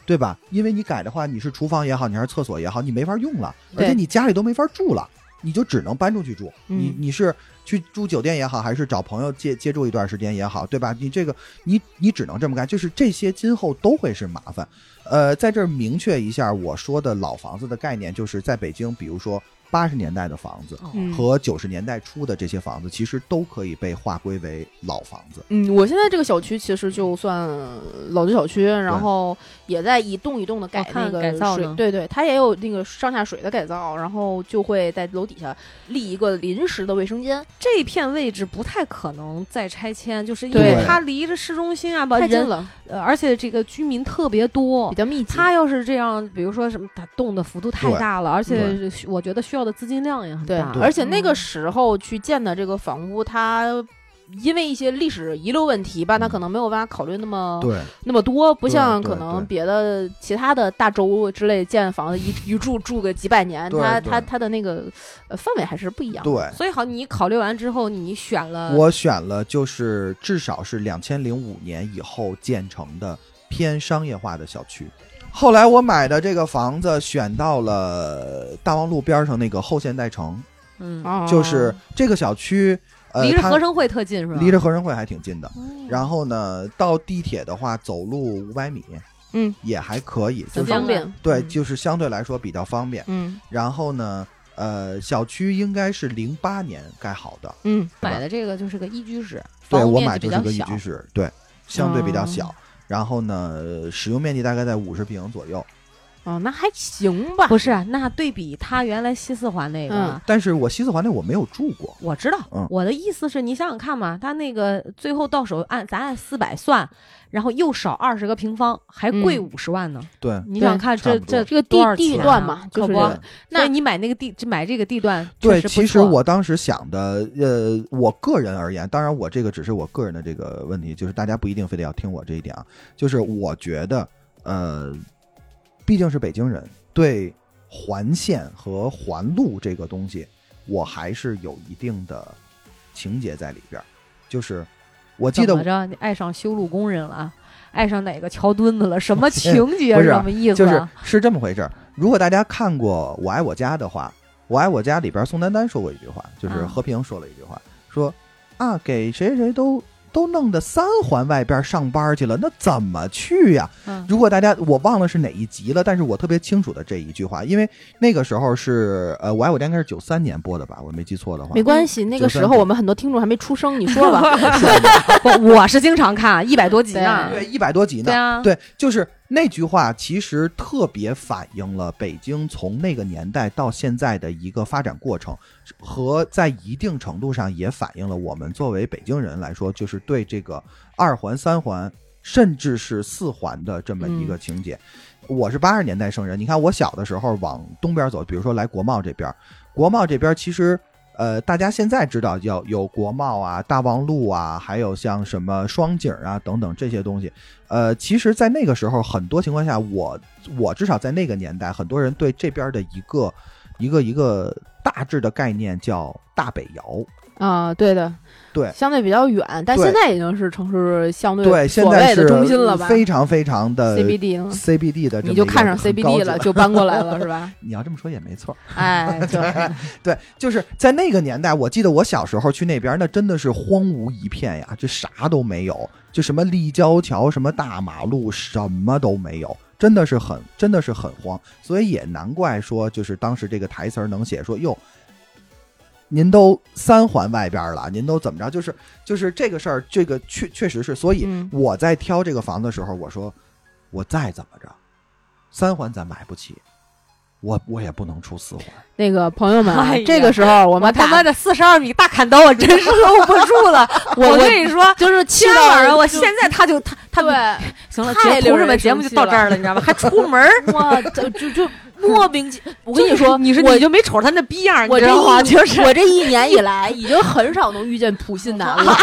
Speaker 5: 对吧？因为你改的话，你是厨房也好，你还是厕所也好，你没法用了，而
Speaker 4: 对
Speaker 5: 且你家里都没法住了，你就只能搬出去住。
Speaker 3: 嗯
Speaker 5: 你你是去住酒店也好，还是找朋友借借住一段时间也好，对吧？你这个你你只能这么干，就是这些今后都会是麻烦。呃，在这儿明确一下，我说的老房子的概念，就是在北京，比如说八十年代的房子，
Speaker 3: 嗯
Speaker 5: 和九十年代初的这些房子，其实都可以被划归为老房子。
Speaker 4: 嗯，我现在这个小区其实就算老旧小区，然后也在一栋一栋的改
Speaker 3: 我看
Speaker 4: 那个
Speaker 3: 改造
Speaker 4: 水
Speaker 3: 呢，
Speaker 4: 对对，它也有那个上下水的改造，然后就会在楼底下立一个临时的卫生间，
Speaker 3: 这片位置不太可能再拆迁，就是因
Speaker 5: 对
Speaker 3: 为它离着市中心啊，把
Speaker 4: 太近
Speaker 3: 人
Speaker 4: 了，
Speaker 3: 呃，而且这个居民特别多
Speaker 4: 比。较密集。
Speaker 3: 它要是这样，比如说什么，它动的幅度太
Speaker 5: 对
Speaker 3: 大了，而且是我觉得需要的资金量也很
Speaker 4: 对
Speaker 3: 大。，
Speaker 4: 而且那
Speaker 3: 嗯
Speaker 4: 个时候去建的这个房屋，它。因为一些历史遗留问题吧，它
Speaker 5: 嗯
Speaker 4: 可能没有办法考虑那
Speaker 3: 哦
Speaker 4: 么
Speaker 5: 对，
Speaker 4: 那么多，不
Speaker 5: 对
Speaker 4: 像
Speaker 5: 对
Speaker 4: 可能
Speaker 5: 对
Speaker 4: 别的其他的大洲之类建房子一一住住个几百年，
Speaker 5: 对
Speaker 4: 它
Speaker 5: 对
Speaker 4: 它它的那个呃范围还是不一样的。
Speaker 5: 对，
Speaker 3: 所以好，你考虑完之后，你选了
Speaker 5: 我选了就是至少是两千零五年以后建成的偏商业化的小区，后来我买的这个房子选到了大望路边上那个后现代城，
Speaker 3: 嗯，
Speaker 5: 就是这个小区，呃，
Speaker 3: 离着
Speaker 5: 它
Speaker 3: 合生汇特近是吧？嗯
Speaker 5: 离着合生汇还挺近的。
Speaker 3: 哎
Speaker 5: 然后呢，到地铁的话，走路五百米，
Speaker 4: 嗯，
Speaker 5: 也还可以，就
Speaker 1: 很
Speaker 5: 是
Speaker 1: 方便。
Speaker 5: 对，
Speaker 3: 嗯
Speaker 5: 就是相对来说比较方便。
Speaker 4: 嗯
Speaker 5: 然后呢，呃，小区应该是零八年盖好的，
Speaker 4: 嗯
Speaker 3: 买的这个就是个一居室，
Speaker 5: 对
Speaker 3: 房屋
Speaker 5: 我
Speaker 3: 面
Speaker 5: 买
Speaker 3: 积比
Speaker 5: 就是
Speaker 3: 较
Speaker 5: 个一
Speaker 3: 小，
Speaker 5: 居室，对，相对比较
Speaker 4: 哦
Speaker 5: 小。然后呢，使用面积大概在五十平左右。
Speaker 1: 哦，那还行吧。
Speaker 3: 不是？那对比他原来西四环那个，
Speaker 4: 嗯
Speaker 5: 但是我西四环那我没有住过，
Speaker 3: 我知道，
Speaker 5: 嗯
Speaker 3: 我的意思是你想想看嘛，他那个最后到手按咱按四百算，然后又少二十个平方，还贵
Speaker 4: 嗯
Speaker 3: 五十万呢。
Speaker 5: 对，
Speaker 3: 你想想看
Speaker 5: 差
Speaker 3: 这
Speaker 5: 不多
Speaker 3: 这
Speaker 1: 这个地
Speaker 3: 多少
Speaker 1: 地
Speaker 3: 钱啊
Speaker 1: 段嘛，就
Speaker 3: 可
Speaker 1: 是
Speaker 3: 不。
Speaker 5: 对
Speaker 1: 那
Speaker 3: 那你买那个地，就买这个地段，
Speaker 5: 对，
Speaker 3: 确不
Speaker 5: 其实
Speaker 3: 错
Speaker 5: 我当时想的，呃，我个人而言，当然我这个只是我个人的这个问题，就是大家不一定非得要听我这一点啊。就是我觉得，呃，毕竟是北京人，对环线和环路这个东西，我还是有一定的情节在里边儿。就是我记得
Speaker 3: 怎么着，你爱上修路工人了，啊爱上哪个桥墩子了，什 么情节
Speaker 5: 不是
Speaker 3: 什么意思
Speaker 5: 就
Speaker 3: 啊？
Speaker 5: 是是这么回事儿。如果大家看过《我爱我家》的话，《我爱我家》里边宋丹丹说过一句话，就是
Speaker 3: 啊
Speaker 5: 和平说了一句话，说啊，给谁谁都都弄得三环外边上班去了，那怎么去呀？
Speaker 3: 嗯
Speaker 5: 如果大家我忘了是哪一集了，但是我特别清楚的这一句话，因为那个时候是呃，《我爱我家》应该是九三年播的吧，我没记错的话
Speaker 4: 没。关系，那
Speaker 5: 就
Speaker 4: 个
Speaker 5: 算
Speaker 4: 时候
Speaker 5: 是
Speaker 4: 我们很多听众还没出生，你说吧，
Speaker 3: 不我是经常看，一百多集呢。
Speaker 5: 对，一百多集呢。
Speaker 3: 对啊
Speaker 5: 对，就是那句话，其实特别反映了北京从那个年代到现在的一个发展过程，和在一定程度上也反映了我们作为北京人来说，就是对这个二环、三环，甚至是四环的这么
Speaker 4: 嗯
Speaker 5: 一个情节。我是八十年代生人，你看我小的时候往东边走，比如说来国贸这边，国贸这边其实。呃，大家现在知道有有国贸啊、大望路啊，还有像什么双井啊等等这些东西，呃，其实，在那个时候，很多情况下，我我至少在那个年代，很多人对这边的一个一个一个大致的概念叫大北窑。
Speaker 4: 啊，对的，
Speaker 5: 对
Speaker 4: 相对比较远，但
Speaker 5: 对
Speaker 4: 现在已经是城市相
Speaker 5: 对，现
Speaker 4: 所
Speaker 5: 在
Speaker 4: 谓
Speaker 5: 是
Speaker 4: 的中心了吧
Speaker 5: 非常非常呃的
Speaker 4: ？CBD，嗯
Speaker 5: CBD 的这么一个很高级的，
Speaker 4: 你就看上 CBD 了，就搬过来 了是吧？
Speaker 5: 你要这么说也没错，
Speaker 4: 哎，就
Speaker 5: 对，就是在那个年代，我记得我小时候去那边，那真的是荒芜一片呀，这啥都没有，就什么立交桥、什么大马路，什么都没有，真的是很，真的是很荒，所以也难怪说，就是当时这个台词儿能写说哟。您都三环外边了，您都怎么着？就是就是这个事儿，这个确确实是，所以
Speaker 4: 嗯
Speaker 5: 我在挑这个房的时候，我说我再怎么着，三环咱买不起，我我也不能出四环。
Speaker 4: 那个朋友们啊
Speaker 3: 哎呀，
Speaker 4: 这个时候我们
Speaker 3: 他
Speaker 4: 打
Speaker 3: 妈的四十二米大砍刀，我真 是 hold 不住了。我
Speaker 4: 我
Speaker 3: 跟你说，
Speaker 4: 就是气
Speaker 3: 亲
Speaker 4: 到
Speaker 3: 爱的，我
Speaker 4: 就
Speaker 3: 现在他就他他
Speaker 4: 对，
Speaker 3: 行了，
Speaker 4: 太
Speaker 3: 节
Speaker 4: 令
Speaker 3: 同志们
Speaker 4: 人
Speaker 3: 节目就
Speaker 4: 生气
Speaker 3: 到这
Speaker 4: 了
Speaker 3: 儿了，你知道吧？还出门儿，
Speaker 1: 哇，就就就莫名 其，我跟你说，
Speaker 3: 你说
Speaker 1: 我
Speaker 3: 你就没瞅他那逼样儿，你
Speaker 1: 我
Speaker 3: 知
Speaker 1: 这
Speaker 3: 道吗？
Speaker 1: 一
Speaker 3: 就是
Speaker 1: 我这一年以来，已经很少能遇见普信男 了。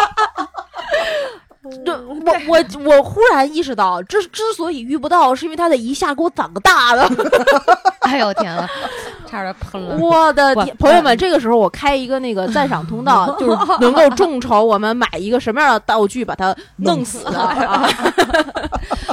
Speaker 1: 对，我我我忽然意识到，之之所以遇不到，是因为他得一下给我攒个大的。
Speaker 3: 哎呦天 啊，差点喷 了。
Speaker 1: 我的
Speaker 3: 嗯哇嗯
Speaker 1: 天，
Speaker 4: 朋
Speaker 1: 朋
Speaker 4: 友
Speaker 1: 友
Speaker 4: 们，
Speaker 1: 们，
Speaker 4: 这个时候我开一个那个赞赏通道，就是能够众筹我们买一个什么样的道具把它弄死 啊！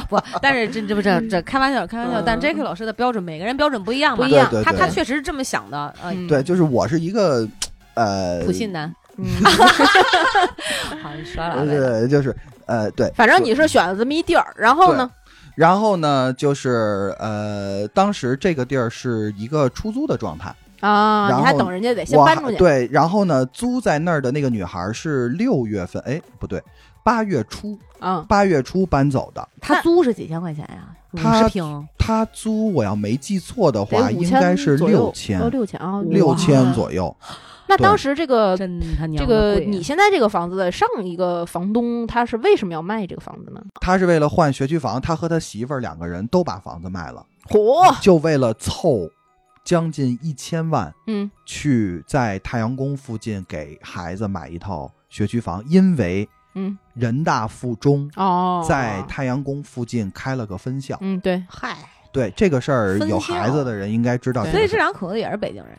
Speaker 3: 不，但是这这不这这开玩笑开玩笑，但
Speaker 4: 嗯
Speaker 3: J.K. 老师的标准每个人标准不一样嘛，
Speaker 4: 不一
Speaker 5: 对对
Speaker 3: 他
Speaker 5: 对
Speaker 3: 他确实是这么想的，呃，
Speaker 4: 嗯
Speaker 5: 对，就是我是一个呃，
Speaker 3: 普信男，
Speaker 4: 嗯
Speaker 3: 好，你说啥来着？
Speaker 5: 呃，就是呃，对。
Speaker 4: 反正你是选了这么一地儿，然后呢，
Speaker 5: 然后呢，就是呃，当时这个地儿是一个出租的状态，
Speaker 4: 啊，
Speaker 5: 然
Speaker 4: 你
Speaker 5: 后
Speaker 4: 还等人家得先
Speaker 5: 我
Speaker 4: 搬
Speaker 5: 还
Speaker 4: 出去，
Speaker 5: 对，然后呢，租在那儿的那个女孩是六月份，哎，不对，八月初，
Speaker 4: 嗯，
Speaker 5: 八月初搬走的。
Speaker 3: 他租是几千块钱呀？五
Speaker 5: 他
Speaker 3: 十平，
Speaker 5: 她租，我要没记错的话，
Speaker 4: 得五
Speaker 5: 应
Speaker 4: 千
Speaker 5: 该是
Speaker 4: 左
Speaker 5: 六
Speaker 4: 右
Speaker 5: 千
Speaker 4: 哦，，六千啊，
Speaker 5: 六
Speaker 4: 哇
Speaker 5: 千。左右。
Speaker 4: 那
Speaker 5: 对
Speaker 4: 当时这个
Speaker 3: 真他娘
Speaker 4: 这
Speaker 3: 的
Speaker 4: 个
Speaker 3: 贵
Speaker 4: 你现在这个房子的上一个房东他是为什么要卖这个房子呢？
Speaker 5: 她是为了换学区房，她和她媳妇儿两个人都把房子卖了，
Speaker 4: 嚯，
Speaker 5: 就为了凑将近一千万
Speaker 4: 嗯，
Speaker 5: 去在太阳宫附近给孩子买一套学区房，因为
Speaker 4: 嗯
Speaker 5: 人大附中
Speaker 4: 哦，
Speaker 5: 在太阳宫附近开了个分校。
Speaker 4: 嗯对，
Speaker 3: 嗨，
Speaker 5: 对这个事儿，
Speaker 3: 分校
Speaker 5: 有孩子的人应该知道。
Speaker 4: 对
Speaker 3: 所以这两口子也是北京人，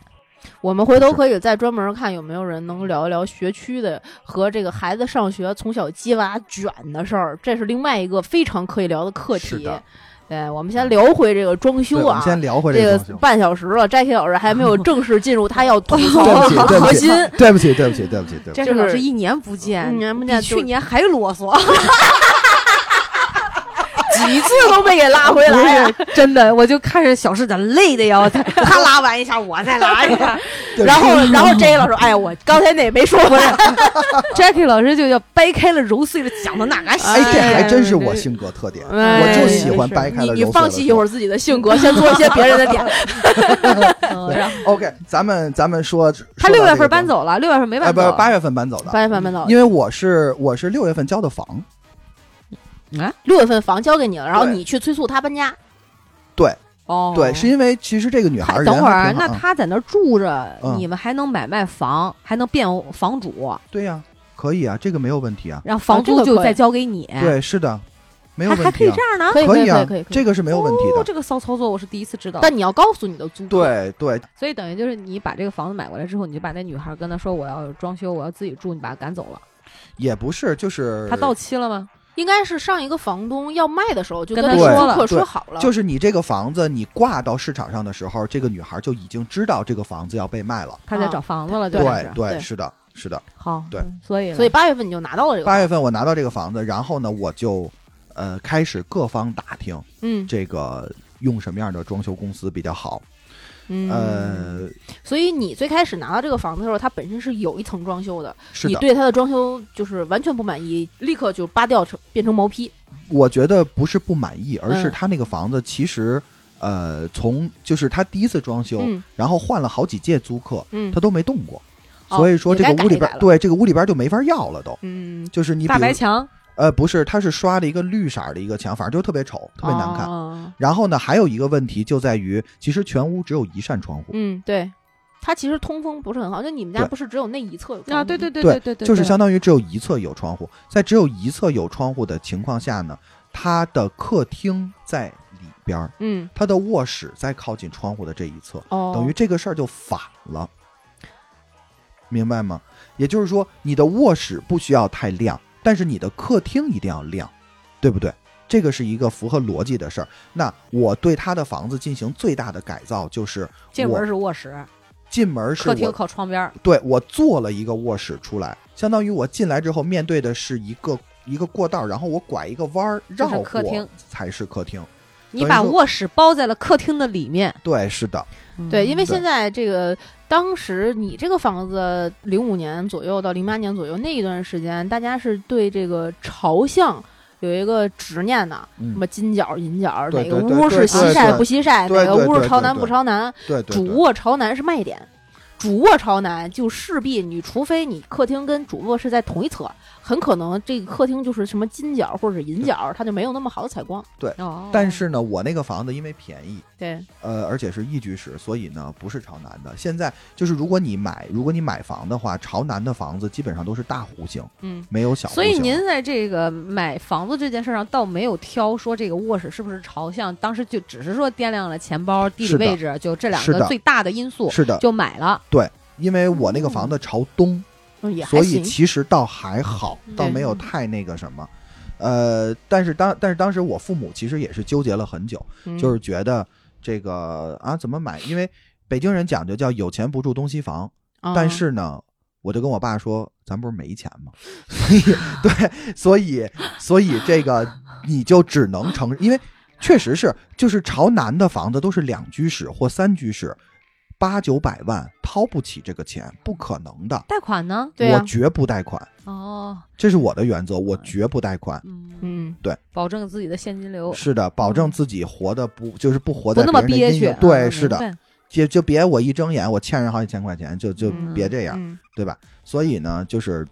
Speaker 4: 我们回头可以再专门看有没有人能聊一聊学区的和这个孩子上学从小鸡娃卷的事儿，这是另外一个非常可以聊的课
Speaker 5: 是
Speaker 4: 题
Speaker 5: 的。嗯
Speaker 4: 对，我们先聊回这个装
Speaker 5: 对
Speaker 4: 修
Speaker 5: 我
Speaker 4: 啊
Speaker 5: 们，先聊回
Speaker 4: 这
Speaker 5: 个
Speaker 4: 个
Speaker 5: 装修。
Speaker 4: 半小时了，Jackie 老师还没有正式进入他要吐槽 的
Speaker 5: 对不起，对不
Speaker 4: 核
Speaker 5: 起
Speaker 4: 心。，
Speaker 5: 对不起，对不起，对不起，对不起。
Speaker 3: 这
Speaker 4: 就是
Speaker 3: 老师一年不见，
Speaker 4: 一年不
Speaker 3: 比
Speaker 4: 见就
Speaker 3: 去年还啰 嗦。
Speaker 4: 几次都没给拉回
Speaker 3: 不
Speaker 4: 来啊。
Speaker 3: 是真的，我就看着小市长累的呀，他他拉完一下，我再拉一下。
Speaker 5: 对
Speaker 4: 然后， 然后 J 老师，哎呀，我刚才那也没说回来，
Speaker 3: Jackie 老师就要掰开了揉碎了讲的哪嘎
Speaker 5: 哎，这还真是我
Speaker 4: 哎
Speaker 5: 性格特点，
Speaker 4: 哎
Speaker 5: 我就喜欢掰开
Speaker 4: 你
Speaker 5: 了揉碎了
Speaker 4: 你放弃一
Speaker 5: 说
Speaker 4: 会儿自己的性格，先做一些别人 的点。
Speaker 5: 对 OK，咱们咱们说，
Speaker 3: 他
Speaker 5: 说到
Speaker 3: 六月
Speaker 5: 这个
Speaker 3: 份搬走了，六月份没
Speaker 5: 哎，
Speaker 3: 搬
Speaker 5: 不
Speaker 3: 走。
Speaker 5: 是八月份搬走的，
Speaker 4: 八月啊份搬走，
Speaker 5: 因为我是我是六月份交的房，
Speaker 4: 六月份房交给你了，然后
Speaker 5: 对
Speaker 4: 你去催促他搬家。
Speaker 3: 哦
Speaker 5: 对，是因为其实这个女孩
Speaker 3: 他
Speaker 5: 儿人
Speaker 3: 等会
Speaker 5: 还
Speaker 3: 儿，
Speaker 5: 挺好
Speaker 3: 那
Speaker 5: 啊
Speaker 3: 他在那儿住着，
Speaker 5: 嗯
Speaker 3: 你们还能买卖房，还能变房主，
Speaker 5: 对呀，可以啊，这个没有问题啊，
Speaker 3: 然后房
Speaker 4: 啊
Speaker 3: 租
Speaker 4: 这个
Speaker 3: 就
Speaker 4: 可以
Speaker 3: 再交给你。
Speaker 5: 对，是的，没有
Speaker 3: 还
Speaker 5: 问
Speaker 3: 哎还可
Speaker 5: 题
Speaker 3: 以
Speaker 5: 啊
Speaker 3: 这，样呢。
Speaker 4: 可以可以
Speaker 5: 以啊
Speaker 4: 可以，可以，
Speaker 5: 这个是没有问题
Speaker 3: 哦，
Speaker 5: 的，
Speaker 3: 这个骚操作我是第一次知道。
Speaker 4: 但你要告诉你的租客，
Speaker 5: 对对，
Speaker 3: 所以等于就是你把这个房子买过来之后，你就把那女孩跟他说我要装修，我要自己住，你把她赶走了。
Speaker 5: 也不是就是
Speaker 3: 她到期了吗？
Speaker 4: 应该是上一个房东要卖的时候就
Speaker 3: 跟
Speaker 4: 跟
Speaker 3: 他
Speaker 4: 租
Speaker 5: 说
Speaker 3: 了
Speaker 4: 客
Speaker 5: 对
Speaker 4: 说好了，
Speaker 5: 就是你这个房子，你挂到市场上的时候，这个女孩就已经知道这个房子要被卖了。
Speaker 3: 她在
Speaker 4: 啊
Speaker 3: 找房子了，
Speaker 5: 对
Speaker 3: 吧？是
Speaker 4: 对
Speaker 5: 是的，是的。
Speaker 3: 好，
Speaker 5: 对
Speaker 3: 嗯，所以
Speaker 4: 所以八月份你就拿到了这个
Speaker 5: 八
Speaker 4: 房。
Speaker 5: 月份我拿到这个房子，然后呢，我就呃开始各方打听
Speaker 4: 嗯
Speaker 5: 这个用什么样的装修公司比较好。
Speaker 4: 嗯，
Speaker 5: 呃，
Speaker 4: 所以你最开始拿到这个房子的时候，它本身是有一层装修的，
Speaker 5: 是
Speaker 4: 你
Speaker 5: 的，
Speaker 4: 对它的装修就是完全不满意，立刻就扒掉成变成毛坯。
Speaker 5: 我觉得不是不满意，而是
Speaker 4: 嗯
Speaker 5: 他那个房子其实呃从就是他第一次装修，
Speaker 4: 嗯
Speaker 5: 然后换了好几届租客，
Speaker 4: 嗯
Speaker 5: 他都没动过，
Speaker 4: 哦
Speaker 5: 所以说
Speaker 4: 也
Speaker 5: 这
Speaker 4: 该
Speaker 5: 个屋
Speaker 4: 改
Speaker 5: 里
Speaker 4: 一改
Speaker 5: 边
Speaker 4: 了
Speaker 5: 对这个屋里边就没法要了都。
Speaker 4: 嗯，
Speaker 5: 就是你比
Speaker 3: 大
Speaker 5: 如
Speaker 3: 白墙
Speaker 5: 呃，不是，它是刷了一个绿色儿的一个墙，反正就特别丑，特别难看。
Speaker 3: 哦
Speaker 5: 然后呢，还有一个问题就在于，其实全屋只有一扇窗户，
Speaker 4: 嗯，对，它其实通风不是很好，就你们家
Speaker 5: 对
Speaker 4: 不是只有那一侧有
Speaker 3: 啊，
Speaker 4: 窗户
Speaker 3: 对对对
Speaker 5: 对
Speaker 3: 对对，
Speaker 5: 就是
Speaker 3: 对
Speaker 5: 相当于只有一侧有窗户。在只有一侧有窗户的情况下呢，它的客厅在里边儿，
Speaker 4: 嗯
Speaker 5: 它的卧室在靠近窗户的这一侧，
Speaker 4: 哦，
Speaker 5: 等于这个事儿就反了，明白吗？也就是说，你的卧室不需要太亮，但是你的客厅一定要亮，对不对？这个是一个符合逻辑的事儿。那我对他的房子进行最大的改造，就是
Speaker 3: 进
Speaker 5: 我
Speaker 3: 门是卧室，
Speaker 5: 进门是
Speaker 3: 客厅
Speaker 5: 我
Speaker 3: 靠窗边儿，
Speaker 5: 对我做了一个卧室出来，相当于我进来之后面对的是一个一个过道，然后我拐一个弯儿绕
Speaker 3: 是客
Speaker 5: 过
Speaker 3: 厅
Speaker 5: 才是客厅。
Speaker 3: 你把
Speaker 5: 说
Speaker 3: 卧室包在了客厅的里面。
Speaker 5: 对，是的，
Speaker 3: 嗯
Speaker 4: 对，因为
Speaker 5: 嗯对
Speaker 4: 现在这个当时你这个房子零五年左右到零八年左右那一段时间，大家是对这个朝向。有一个执念的，
Speaker 5: 嗯
Speaker 4: 什么金角银角，
Speaker 5: 对
Speaker 4: 哪个
Speaker 5: 对对
Speaker 4: 屋
Speaker 5: 对
Speaker 4: 是西
Speaker 5: 对
Speaker 4: 晒
Speaker 5: 对
Speaker 4: 不西晒，
Speaker 5: 对
Speaker 4: 哪个
Speaker 5: 对
Speaker 4: 屋
Speaker 5: 对
Speaker 4: 是朝
Speaker 5: 对
Speaker 4: 南
Speaker 5: 对
Speaker 4: 不朝南，
Speaker 5: 对对
Speaker 4: 主
Speaker 5: 对，
Speaker 4: 卧朝南是卖点，主卧朝南就势必你除非你客厅跟主卧是在同一侧，很可能这个客厅就是什么金角或者是银角，它就没有那么好的采光。
Speaker 3: 哦，
Speaker 5: 但是呢，我那个房子因为便宜，
Speaker 4: 对，
Speaker 5: 呃，而且是一居室，所以呢不是朝南的。现在就是如果你买，如果你买房的话，朝南的房子基本上都是大户型，
Speaker 4: 嗯，
Speaker 5: 没有小户型。
Speaker 3: 所以您在这个买房子这件事上倒没有挑说这个卧室是不是朝向，当时就只是说掂量了钱包、地理
Speaker 5: 是的
Speaker 3: 位置，就这两
Speaker 5: 是
Speaker 3: 个
Speaker 5: 的
Speaker 3: 最大的因素
Speaker 5: 是的，
Speaker 3: 就买了。
Speaker 5: 因为我那个房子朝东，
Speaker 4: 嗯也还
Speaker 5: 所以
Speaker 4: 行。
Speaker 5: 其实倒还好，
Speaker 3: 嗯
Speaker 5: 倒
Speaker 4: 对
Speaker 5: 没有太那个什么。呃，但是当但是当时我父母其实也是纠结了很久，
Speaker 4: 嗯
Speaker 5: 就是觉得这个啊怎么买，因为北京人讲究叫有钱不住东西房，但
Speaker 3: 嗯
Speaker 4: 啊
Speaker 5: 是呢，我就跟我爸说，咱不是没钱吗？ 所以对，所以所以这个你就只能承，因为确实是就是朝南的房子都是两居室或三居室，八九百万掏不起这个钱，不可能的。
Speaker 3: 贷款呢？
Speaker 4: 对啊
Speaker 5: 我绝不贷款，
Speaker 3: 哦，
Speaker 5: 这是我的原则，我绝不贷款。
Speaker 3: 嗯，
Speaker 4: 嗯，
Speaker 3: 保证自己的现金流
Speaker 5: 是的，保证自己活的不就是不
Speaker 3: 嗯
Speaker 5: 活
Speaker 3: 不
Speaker 5: 在
Speaker 3: 那么
Speaker 5: 别
Speaker 3: 憋
Speaker 5: 人的阴
Speaker 3: 屈
Speaker 5: 影。。
Speaker 3: 嗯
Speaker 5: 对，是，的，
Speaker 3: 明白
Speaker 5: 就就别我一睁眼我欠人好几千块钱，就就
Speaker 4: 嗯
Speaker 5: 别这样。
Speaker 4: 嗯
Speaker 5: 对吧？所以呢，就是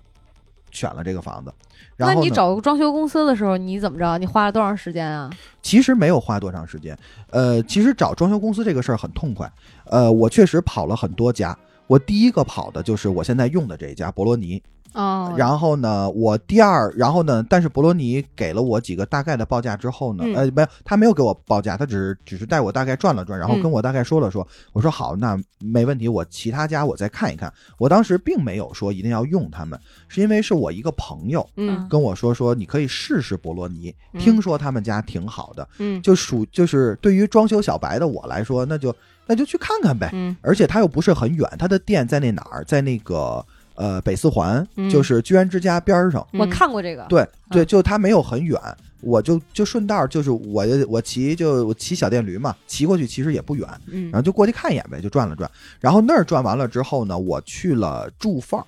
Speaker 5: 选了这个房子。然
Speaker 3: 那
Speaker 5: 后
Speaker 3: 你
Speaker 5: 呢，
Speaker 3: 找装修公司的时候，你怎么着？你花了多长时间啊？
Speaker 5: 其实没有花多长时间。呃，其实找装修公司这个事儿很痛快。呃，我确实跑了很多家。我第一个跑的就是我现在用的这一家博罗尼，
Speaker 4: 哦，
Speaker 5: 然后呢，我第二，然后呢，但是博罗尼给了我几个大概的报价之后呢，
Speaker 4: 嗯
Speaker 5: 呃，没有，他没有给我报价，他只是只是带我大概转了转，然后
Speaker 4: 嗯
Speaker 5: 跟我大概说了说，我说好，那没问题，我其他家我再看一看。我当时并没有说一定要用他们，是因为是我一个朋友
Speaker 4: 嗯
Speaker 5: 跟我说说你可以试试博罗尼，
Speaker 4: 嗯
Speaker 5: 听说他们家挺好的，
Speaker 4: 嗯
Speaker 5: 就属就是对于装修小白的我来说，那就那就去看看呗。
Speaker 4: 嗯
Speaker 5: 而且它又不是很远，它的店在那哪儿？在那个呃北四环，
Speaker 4: 嗯啊
Speaker 5: 就是居然之家边儿上。
Speaker 3: 我看过这个，
Speaker 5: 对对，就它没有很远，我就就顺道就是我我骑就我骑小电驴嘛，骑过去其实也不远，
Speaker 4: 嗯
Speaker 5: 然后就过去看一眼呗，就转了转。然后那儿转完了之后呢，我去了住范儿，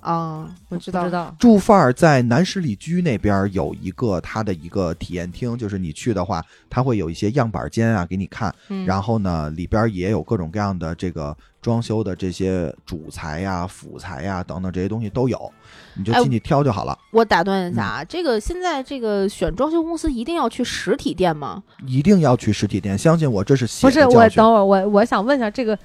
Speaker 4: 啊，我知
Speaker 3: 不
Speaker 4: 道
Speaker 3: 知，道
Speaker 5: 住范儿在南十里居那边有一个它的一个体验厅，就是你去的话，它会有一些样板间啊给你看。
Speaker 4: 嗯
Speaker 5: 然后呢，里边也有各种各样的这个装修的这些主材呀、辅材呀等等这些东西都有，你就
Speaker 4: 哎
Speaker 5: 进去挑就好了。
Speaker 4: 我打断
Speaker 5: 嗯
Speaker 4: 一下啊，这个现在这个选装修公司一定要去实体店吗？
Speaker 5: 一定要去实体店，相信我，这是
Speaker 3: 不
Speaker 5: 血的
Speaker 3: 是
Speaker 5: 教
Speaker 3: 我
Speaker 5: 训
Speaker 3: 等会儿我我想问一下这个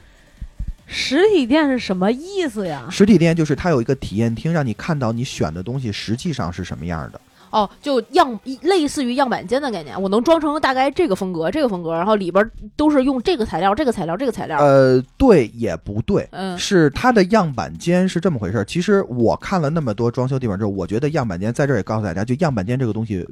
Speaker 3: 实体店是什么意思呀？
Speaker 5: 实体店就是它有一个体验厅，让你看到你选的东西实际上是什么样的。
Speaker 4: 哦，就样一类似于样板间的概念，我能装成大概这个风格、这个风格，然后里边都是用这个材料、这个材料、这个材料。
Speaker 5: 呃，对也不对，
Speaker 4: 嗯
Speaker 5: 是它的样板间是这么回事儿。其实我看了那么多装修地方之后，我觉得样板间在这儿也告诉大家，就样板间这个东西，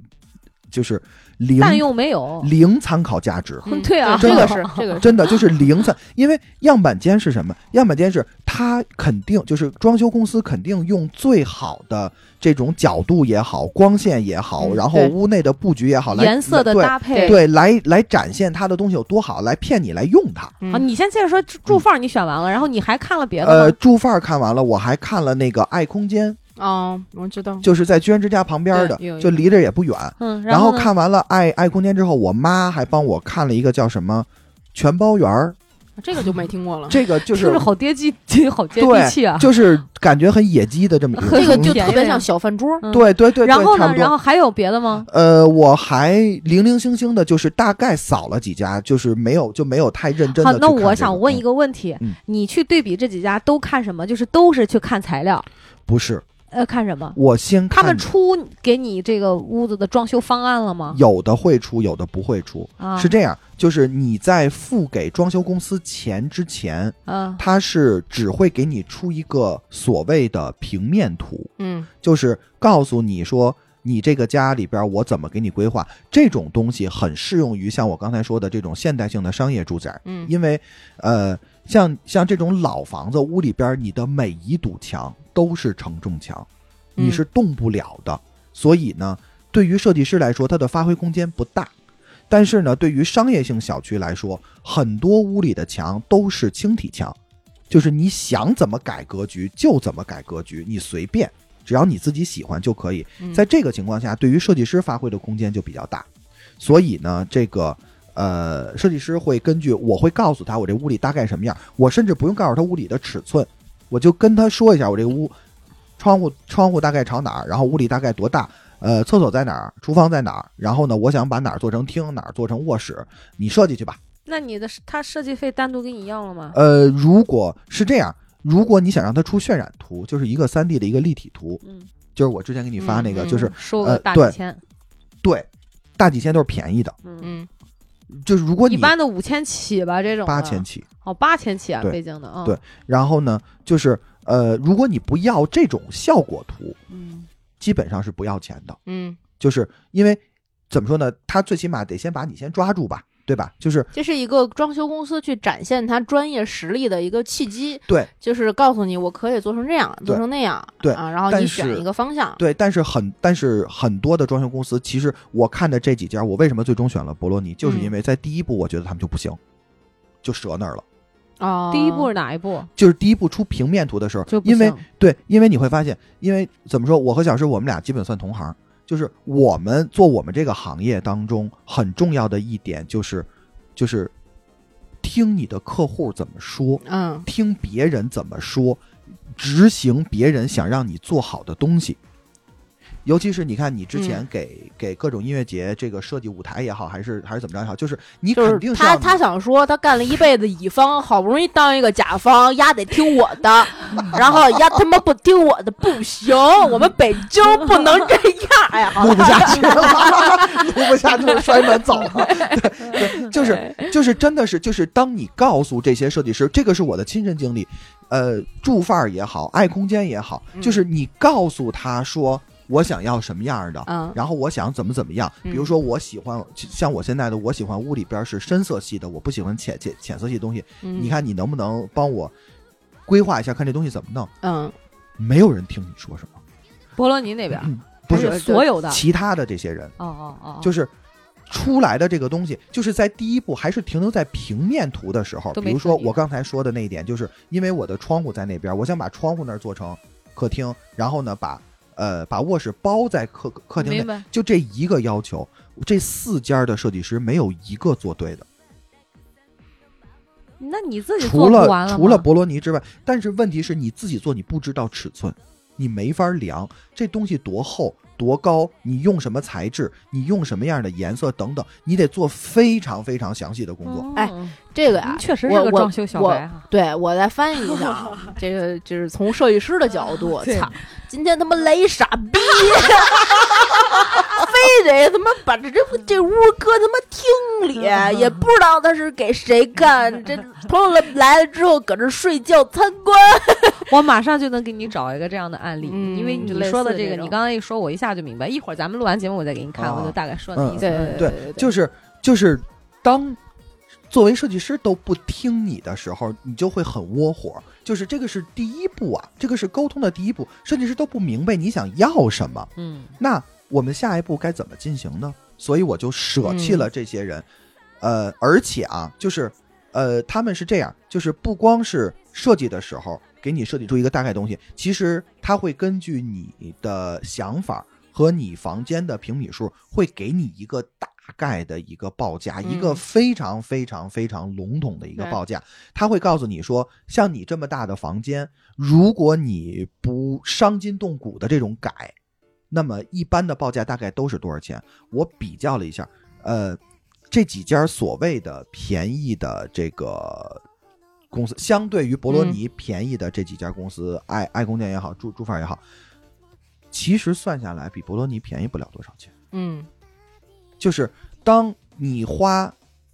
Speaker 5: 就是零
Speaker 3: 但又没有，
Speaker 5: 零参考价值。
Speaker 4: 嗯
Speaker 3: 对啊
Speaker 4: 这
Speaker 5: 真
Speaker 4: 个
Speaker 5: 的
Speaker 4: 是这个是，
Speaker 5: 真的就是零散，因为样板间是什么？样板间是它肯定就是装修公司肯定用最好的这种角度也好，光线也好，
Speaker 4: 嗯
Speaker 5: 然后
Speaker 4: 对
Speaker 5: 屋内的布局也好，来
Speaker 3: 颜色的
Speaker 5: 对
Speaker 3: 搭配。
Speaker 5: 对来来展现它的东西有多好，来骗你来用它。
Speaker 3: 啊，你先接着说住住范儿，你选完了，然后你还看了别的吗？
Speaker 5: 嗯呃，住范儿看完了，我还看了那个爱空间，
Speaker 4: 哦，我知道。
Speaker 5: 就是在居然之家旁边的
Speaker 4: 对有，有
Speaker 5: 就离着也不远。
Speaker 3: 嗯，
Speaker 5: 然
Speaker 3: 后
Speaker 5: 后
Speaker 3: 呢，
Speaker 5: 看完了爱爱空间之后，我妈还帮我看了一个叫什么全包园儿，
Speaker 4: 这个就没听过了。
Speaker 5: 这个就是
Speaker 3: 听着好接地气， 好接地
Speaker 5: 对
Speaker 3: 气啊！
Speaker 5: 就是感觉很野鸡的这么一个
Speaker 4: 这个
Speaker 5: 东
Speaker 4: 就
Speaker 5: 西
Speaker 4: 特别像小饭桌，
Speaker 3: 嗯，
Speaker 5: 对对对，
Speaker 3: 然后
Speaker 5: 对差
Speaker 3: 呢
Speaker 5: 不，多
Speaker 3: 然后还有别的吗？
Speaker 5: 呃，我还零零星星的，就是大概扫了几家，就是没有就没有太认真的、
Speaker 3: 好，那我想问一
Speaker 5: 个，
Speaker 3: 个问题
Speaker 5: 嗯，
Speaker 3: 你去对比这几家都看什么？就是都是去看材料，
Speaker 5: 嗯不是，
Speaker 3: 呃，看什么？
Speaker 5: 我先看
Speaker 3: 他们出给你这个屋子的装修方案了吗？
Speaker 5: 有的会出，有的不会出，
Speaker 3: 啊，
Speaker 5: 是这样，就是你在付给装修公司钱之前，
Speaker 3: 嗯
Speaker 5: 他是只会给你出一个所谓的平面图，
Speaker 4: 嗯，
Speaker 5: 就是告诉你说你这个家里边我怎么给你规划，这种东西很适用于像我刚才说的这种现代性的商业住宅，
Speaker 4: 嗯
Speaker 5: 因为呃，像像这种老房子屋里边，你的每一堵墙都是承重墙，
Speaker 4: 嗯
Speaker 5: 你是动不了的，所以呢，对于设计师来说，它的发挥空间不大。但是呢，对于商业性小区来说，很多屋里的墙都是轻体墙，就是你想怎么改格局就怎么改格局，你随便，只要你自己喜欢就可以。
Speaker 4: 嗯
Speaker 5: 在这个情况下，对于设计师发挥的空间就比较大，所以呢，这个。呃，设计师会根据我会告诉他我这屋里大概什么样，我甚至不用告诉他屋里的尺寸，我就跟他说一下我这个屋窗户窗户大概朝哪儿，然后屋里大概多大，呃，厕所在哪儿，厨房在哪儿，然后呢，我想把哪儿做成厅，哪儿做成卧室，你设计去吧。
Speaker 3: 那你的他设计费单独给你要了吗？
Speaker 5: 呃，如果是这样，如果你想让它出渲染图，就是一个三 D 的一个立体图，
Speaker 3: 嗯，
Speaker 5: 就是我之前给你发那个，
Speaker 4: 嗯
Speaker 5: 就是
Speaker 3: 收个
Speaker 5: 呃
Speaker 3: 大
Speaker 5: 对
Speaker 3: 几千，
Speaker 5: 对，大几千都是便宜的，
Speaker 3: 嗯，
Speaker 4: 嗯
Speaker 5: 就是如果
Speaker 3: 一
Speaker 5: 你
Speaker 3: 般的五千起吧，这种的
Speaker 5: 八千起，
Speaker 3: 哦，八千起啊，
Speaker 5: 对
Speaker 3: 北京的啊，
Speaker 5: 对然后呢，就是呃，如果你不要这种效果图，
Speaker 4: 嗯
Speaker 5: 基本上是不要钱的。
Speaker 4: 嗯，
Speaker 5: 就是因为怎么说呢，他最起码得先把你先抓住吧，对吧？就是
Speaker 4: 这是一个装修公司去展现他专业实力的一个契机，
Speaker 5: 对
Speaker 4: 就是告诉你我可以做成这样，
Speaker 5: 对
Speaker 4: 做成那样，
Speaker 5: 对
Speaker 4: 啊，然后
Speaker 5: 但
Speaker 4: 你
Speaker 5: 是
Speaker 4: 选一个方向，
Speaker 5: 对，但是很但是很多的装修公司，其实我看的这几家，我为什么最终选了博罗尼，就是
Speaker 3: 嗯
Speaker 5: 因为在第一步我觉得他们就不行，就折那儿了。
Speaker 4: 哦，
Speaker 3: 第一步是哪一步？
Speaker 5: 就是第一步出平面图的时候
Speaker 3: 就，不
Speaker 5: 因为
Speaker 3: 行
Speaker 5: 对，因为你会发现，因为怎么说，我和小石我们俩基本算同行，就是我们做我们这个行业当中很重要的一点就是，就是听你的客户怎么说，
Speaker 4: 嗯
Speaker 5: 听别人怎么说，执行别人想让你做好的东西。尤其是你看，你之前
Speaker 3: 嗯
Speaker 5: 给、给各种音乐节这个设计舞台也好，还是还是怎么着也好，就是你
Speaker 4: 就
Speaker 5: 肯定
Speaker 4: 是
Speaker 5: 是要
Speaker 4: 他，他想说他干了一辈子乙方，好不容易当一个甲方，丫得听我 的，然后丫他妈不听我的不行，我们北京不能这样 哎呀！好
Speaker 5: 录不下去 了，录不下去了，摔门走了。对对，就是就是真的是就是当你告诉这些设计师，这个是我的亲身经历，呃，住范儿也好，爱空间也好，就是
Speaker 4: 嗯
Speaker 5: 你告诉他说我想要什么样的。
Speaker 4: 嗯
Speaker 5: 然后我想怎么怎么样，比
Speaker 3: 嗯
Speaker 5: 如说我喜欢，像我现在的，我喜欢屋里边是深色系的，我不喜欢浅浅浅色系的东西。
Speaker 4: 嗯
Speaker 5: 你看你能不能帮我规划一下，看这东西怎么弄？
Speaker 4: 嗯，
Speaker 5: 没有人听你说什么，
Speaker 3: 波罗尼那边
Speaker 5: 嗯不
Speaker 3: 还
Speaker 5: 是
Speaker 4: 对
Speaker 3: 所有的，
Speaker 5: 其他的这些人，
Speaker 3: 哦哦哦，
Speaker 5: 就是是出来的这个东西，就是在第一步还是停留在平面图的时候。
Speaker 3: 都
Speaker 5: 比
Speaker 3: 没
Speaker 5: 如说
Speaker 3: 彻底
Speaker 5: 我刚才说的那一点，就是因为我的窗户在那边，我想把窗户那儿做成客厅，然后呢把呃把卧室包在客客厅
Speaker 3: 明
Speaker 5: 内，
Speaker 3: 白，
Speaker 5: 就这一个要求，这四家的设计师没有一个做对的，
Speaker 3: 那你自己做
Speaker 5: 除
Speaker 3: 不完
Speaker 5: 了
Speaker 3: 吗
Speaker 5: 除了博罗尼之外，但是问题是你自己做你不知道尺寸，你没法量这东西多厚。多高？你用什么材质？你用什么样的颜色？等等，你得做非常非常详细的工作。
Speaker 3: 哦
Speaker 4: 哎，这个呀、
Speaker 5: 啊嗯
Speaker 3: 您确实
Speaker 4: 我
Speaker 3: 是个
Speaker 4: 我
Speaker 3: 装修小
Speaker 4: 我
Speaker 3: 白哈，
Speaker 4: 对，我再翻译一下 啊，这个就是从设计师的角度，
Speaker 3: 对
Speaker 4: 操，今天他妈来一傻逼， 非得他妈把这这这屋搁他妈厅里，也不知道他是给谁干。这 朋友来了之后，搁这睡觉参观，
Speaker 3: 我马上就能给你找一个这样的案例，
Speaker 4: 嗯
Speaker 3: 因为你
Speaker 4: 就类似
Speaker 3: 说的
Speaker 4: 这
Speaker 3: 这个，
Speaker 4: 种
Speaker 3: 你刚才一说，我一下就明白。一会儿咱们录完节目，我再给你看，
Speaker 5: 啊
Speaker 3: 我就大概说你意思。
Speaker 4: 嗯对对对
Speaker 5: 就是就是当作为设计师都不听你的时候，你就会很窝火。就是这个是第一步啊，这个是沟通的第一步。设计师都不明白你想要什么，
Speaker 3: 嗯，
Speaker 5: 那我们下一步该怎么进行呢？所以我就舍弃了这些人，呃，而且啊，就是呃，他们是这样，就是不光是设计的时候给你设计出一个大概东西，其实他会根据你的想法和你房间的平米数，会给你一个大概的一个报价，
Speaker 3: 嗯
Speaker 5: 一个非常非常非常笼统的一个报价。他会告诉你说，像你这么大的房间，如果你不伤筋动骨的这种改，那么一般的报价大概都是多少钱？我比较了一下，呃，这几家所谓的便宜的这个公司，相对于博罗尼便宜的这几家公司，爱爱空间也好，住住房也好，其实算下来比博罗尼便宜不了多少钱。
Speaker 4: 嗯
Speaker 5: 就是当你花，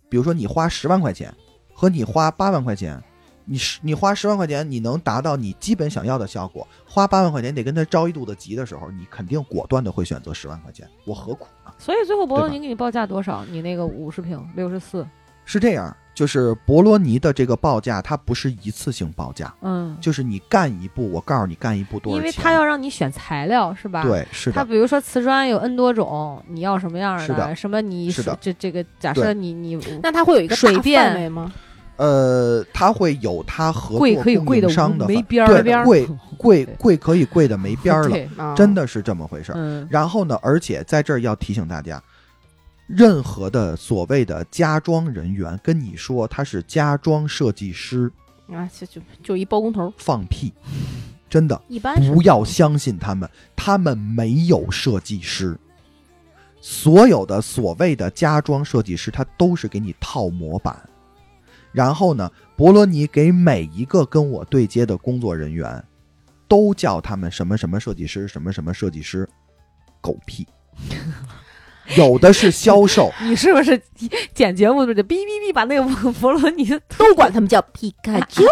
Speaker 5: 比如说你花十万块钱和你花八万块钱，你十你花十万块钱，你能达到你基本想要的效果，花八万块钱你得跟他着一肚子急的时候，你肯定果断的会选择十万块钱，我何苦呢？
Speaker 3: 所以最后博罗
Speaker 5: 对吧
Speaker 3: 尼给你报价多少？你那个五十平六十四，
Speaker 5: 是这样，就是博罗尼的这个报价，它不是一次性报价，
Speaker 3: 嗯，
Speaker 5: 就是你干一步，我告诉你干一步多少
Speaker 3: 因
Speaker 5: 钱，
Speaker 3: 为他要让你选材料是吧？。
Speaker 5: 对是
Speaker 3: 他
Speaker 5: 的，
Speaker 3: 比如说瓷砖有 N 多种，你要什么样
Speaker 5: 是的
Speaker 3: 什么你
Speaker 5: 是的
Speaker 3: 这这个假设
Speaker 5: 对
Speaker 3: 你你
Speaker 4: 那它会有一个
Speaker 3: 水
Speaker 4: 大
Speaker 3: 电
Speaker 4: 范围吗？
Speaker 5: 呃，他会有他合
Speaker 3: 贵
Speaker 5: 作
Speaker 3: 可以
Speaker 5: 供
Speaker 3: 贵
Speaker 5: 应
Speaker 3: 的
Speaker 5: 商的
Speaker 3: 没
Speaker 5: 范
Speaker 3: 边儿
Speaker 5: 对
Speaker 3: 没边儿
Speaker 5: 贵贵
Speaker 3: 对
Speaker 5: 贵可以贵的没边儿了，
Speaker 3: 对
Speaker 4: 啊
Speaker 5: 真，的是这么回事儿。
Speaker 3: 嗯
Speaker 5: 然后呢，而且在这儿要提醒大家，任何的所谓的家装人员跟你说他是家装设计师，
Speaker 4: 啊，就就就一包工头，
Speaker 5: 放屁，真的
Speaker 4: 一般是
Speaker 5: 不要相信他们，他们没有设计师。所有的所谓的家装设计师，他都是给你套模板。然后呢，博罗尼给每一个跟我对接的工作人员，都叫他们什么什么设计师，什么什么设计师，狗 屁。有的是销售，
Speaker 3: 你是不是剪节目的时候就哔哔哔把那个博罗尼
Speaker 4: 都管他们叫
Speaker 3: 啊
Speaker 4: 皮卡丘，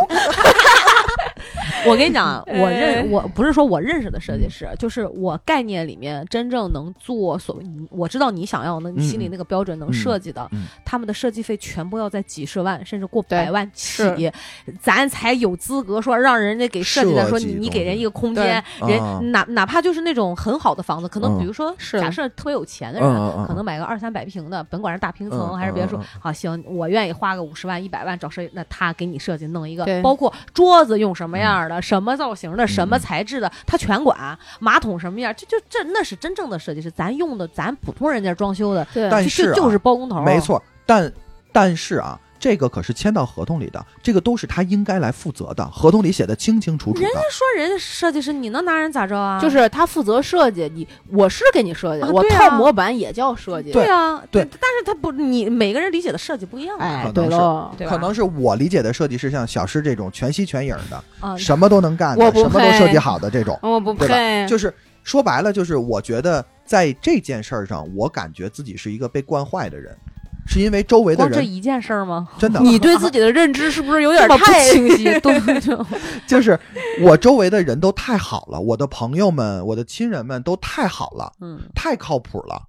Speaker 3: 我跟你讲，啊我
Speaker 4: 哎
Speaker 3: 认我不是说我认识的设计师，啊就是我概念里面真正能做所谓你我知道你想要的，你心里那个标准能设计的，
Speaker 5: 嗯嗯嗯
Speaker 3: 他们的设计费全部要在几十万甚至过百万起
Speaker 4: 是，
Speaker 3: 咱才有资格说让人家给设计的说
Speaker 5: 设计
Speaker 3: 你你
Speaker 5: 东西
Speaker 3: 给人一个空间，
Speaker 5: 对
Speaker 3: 人、
Speaker 5: 啊
Speaker 3: 哪哪怕就是那种很好的房子，可能
Speaker 5: 嗯
Speaker 3: 比如说
Speaker 4: 是
Speaker 3: 假设特别有钱的
Speaker 5: 嗯
Speaker 3: 人。
Speaker 5: 嗯嗯，
Speaker 3: 可能买个二三百平的，甭管是大平
Speaker 5: 嗯
Speaker 3: 层还是别墅
Speaker 5: 嗯嗯，
Speaker 3: 好行，我愿意花个五十万、一百万找设计，那他给你设计弄一个
Speaker 4: 对，
Speaker 3: 包括桌子用什么样的、什么造型的、什么材质的，他全管。马桶什么样，这就这那是真正的设计师，咱用的咱普通人家装修的，
Speaker 4: 对
Speaker 5: 但
Speaker 3: 就是
Speaker 5: 啊
Speaker 3: 哦就是包工头，
Speaker 5: 没，错，但但是啊，这个可是签到合同里的，这个都是他应该来负责的，合同里写的清清楚楚的。
Speaker 3: 说人家设计师，你能拿人咋着啊？
Speaker 4: 就是他负责设计，你我是给你设计，
Speaker 3: 啊
Speaker 4: 我
Speaker 3: 对啊
Speaker 4: 套模板也叫设计，
Speaker 5: 对
Speaker 3: 啊，
Speaker 5: 对
Speaker 3: 但是他不，你每个人理解的设计不一样啊，
Speaker 4: 哎
Speaker 5: 可，
Speaker 4: 对
Speaker 5: 能是
Speaker 4: 喽，
Speaker 3: 对吧？
Speaker 5: 可能是我理解的设计是像小诗这种全息全影的，
Speaker 3: 啊，
Speaker 5: 什么都能干的，
Speaker 4: 我不
Speaker 5: 什么都
Speaker 4: 配嗯
Speaker 5: 设计好的 这种。
Speaker 3: 哦
Speaker 4: 我不
Speaker 5: 对吧
Speaker 3: 啊
Speaker 5: 就是说白了，就是我觉得在这件事儿上，我感觉自己是一个被惯坏的人，是因为周围的
Speaker 3: 光这
Speaker 5: 人
Speaker 3: 一件事儿吗？
Speaker 5: 真的
Speaker 4: 你对自己的认知是不是有点
Speaker 3: 这么不
Speaker 4: 太
Speaker 3: 清晰，都就
Speaker 5: 就是我周围的人都太好了，我的朋友们、我的亲人们都太好了，
Speaker 3: 嗯，
Speaker 5: 太靠谱了，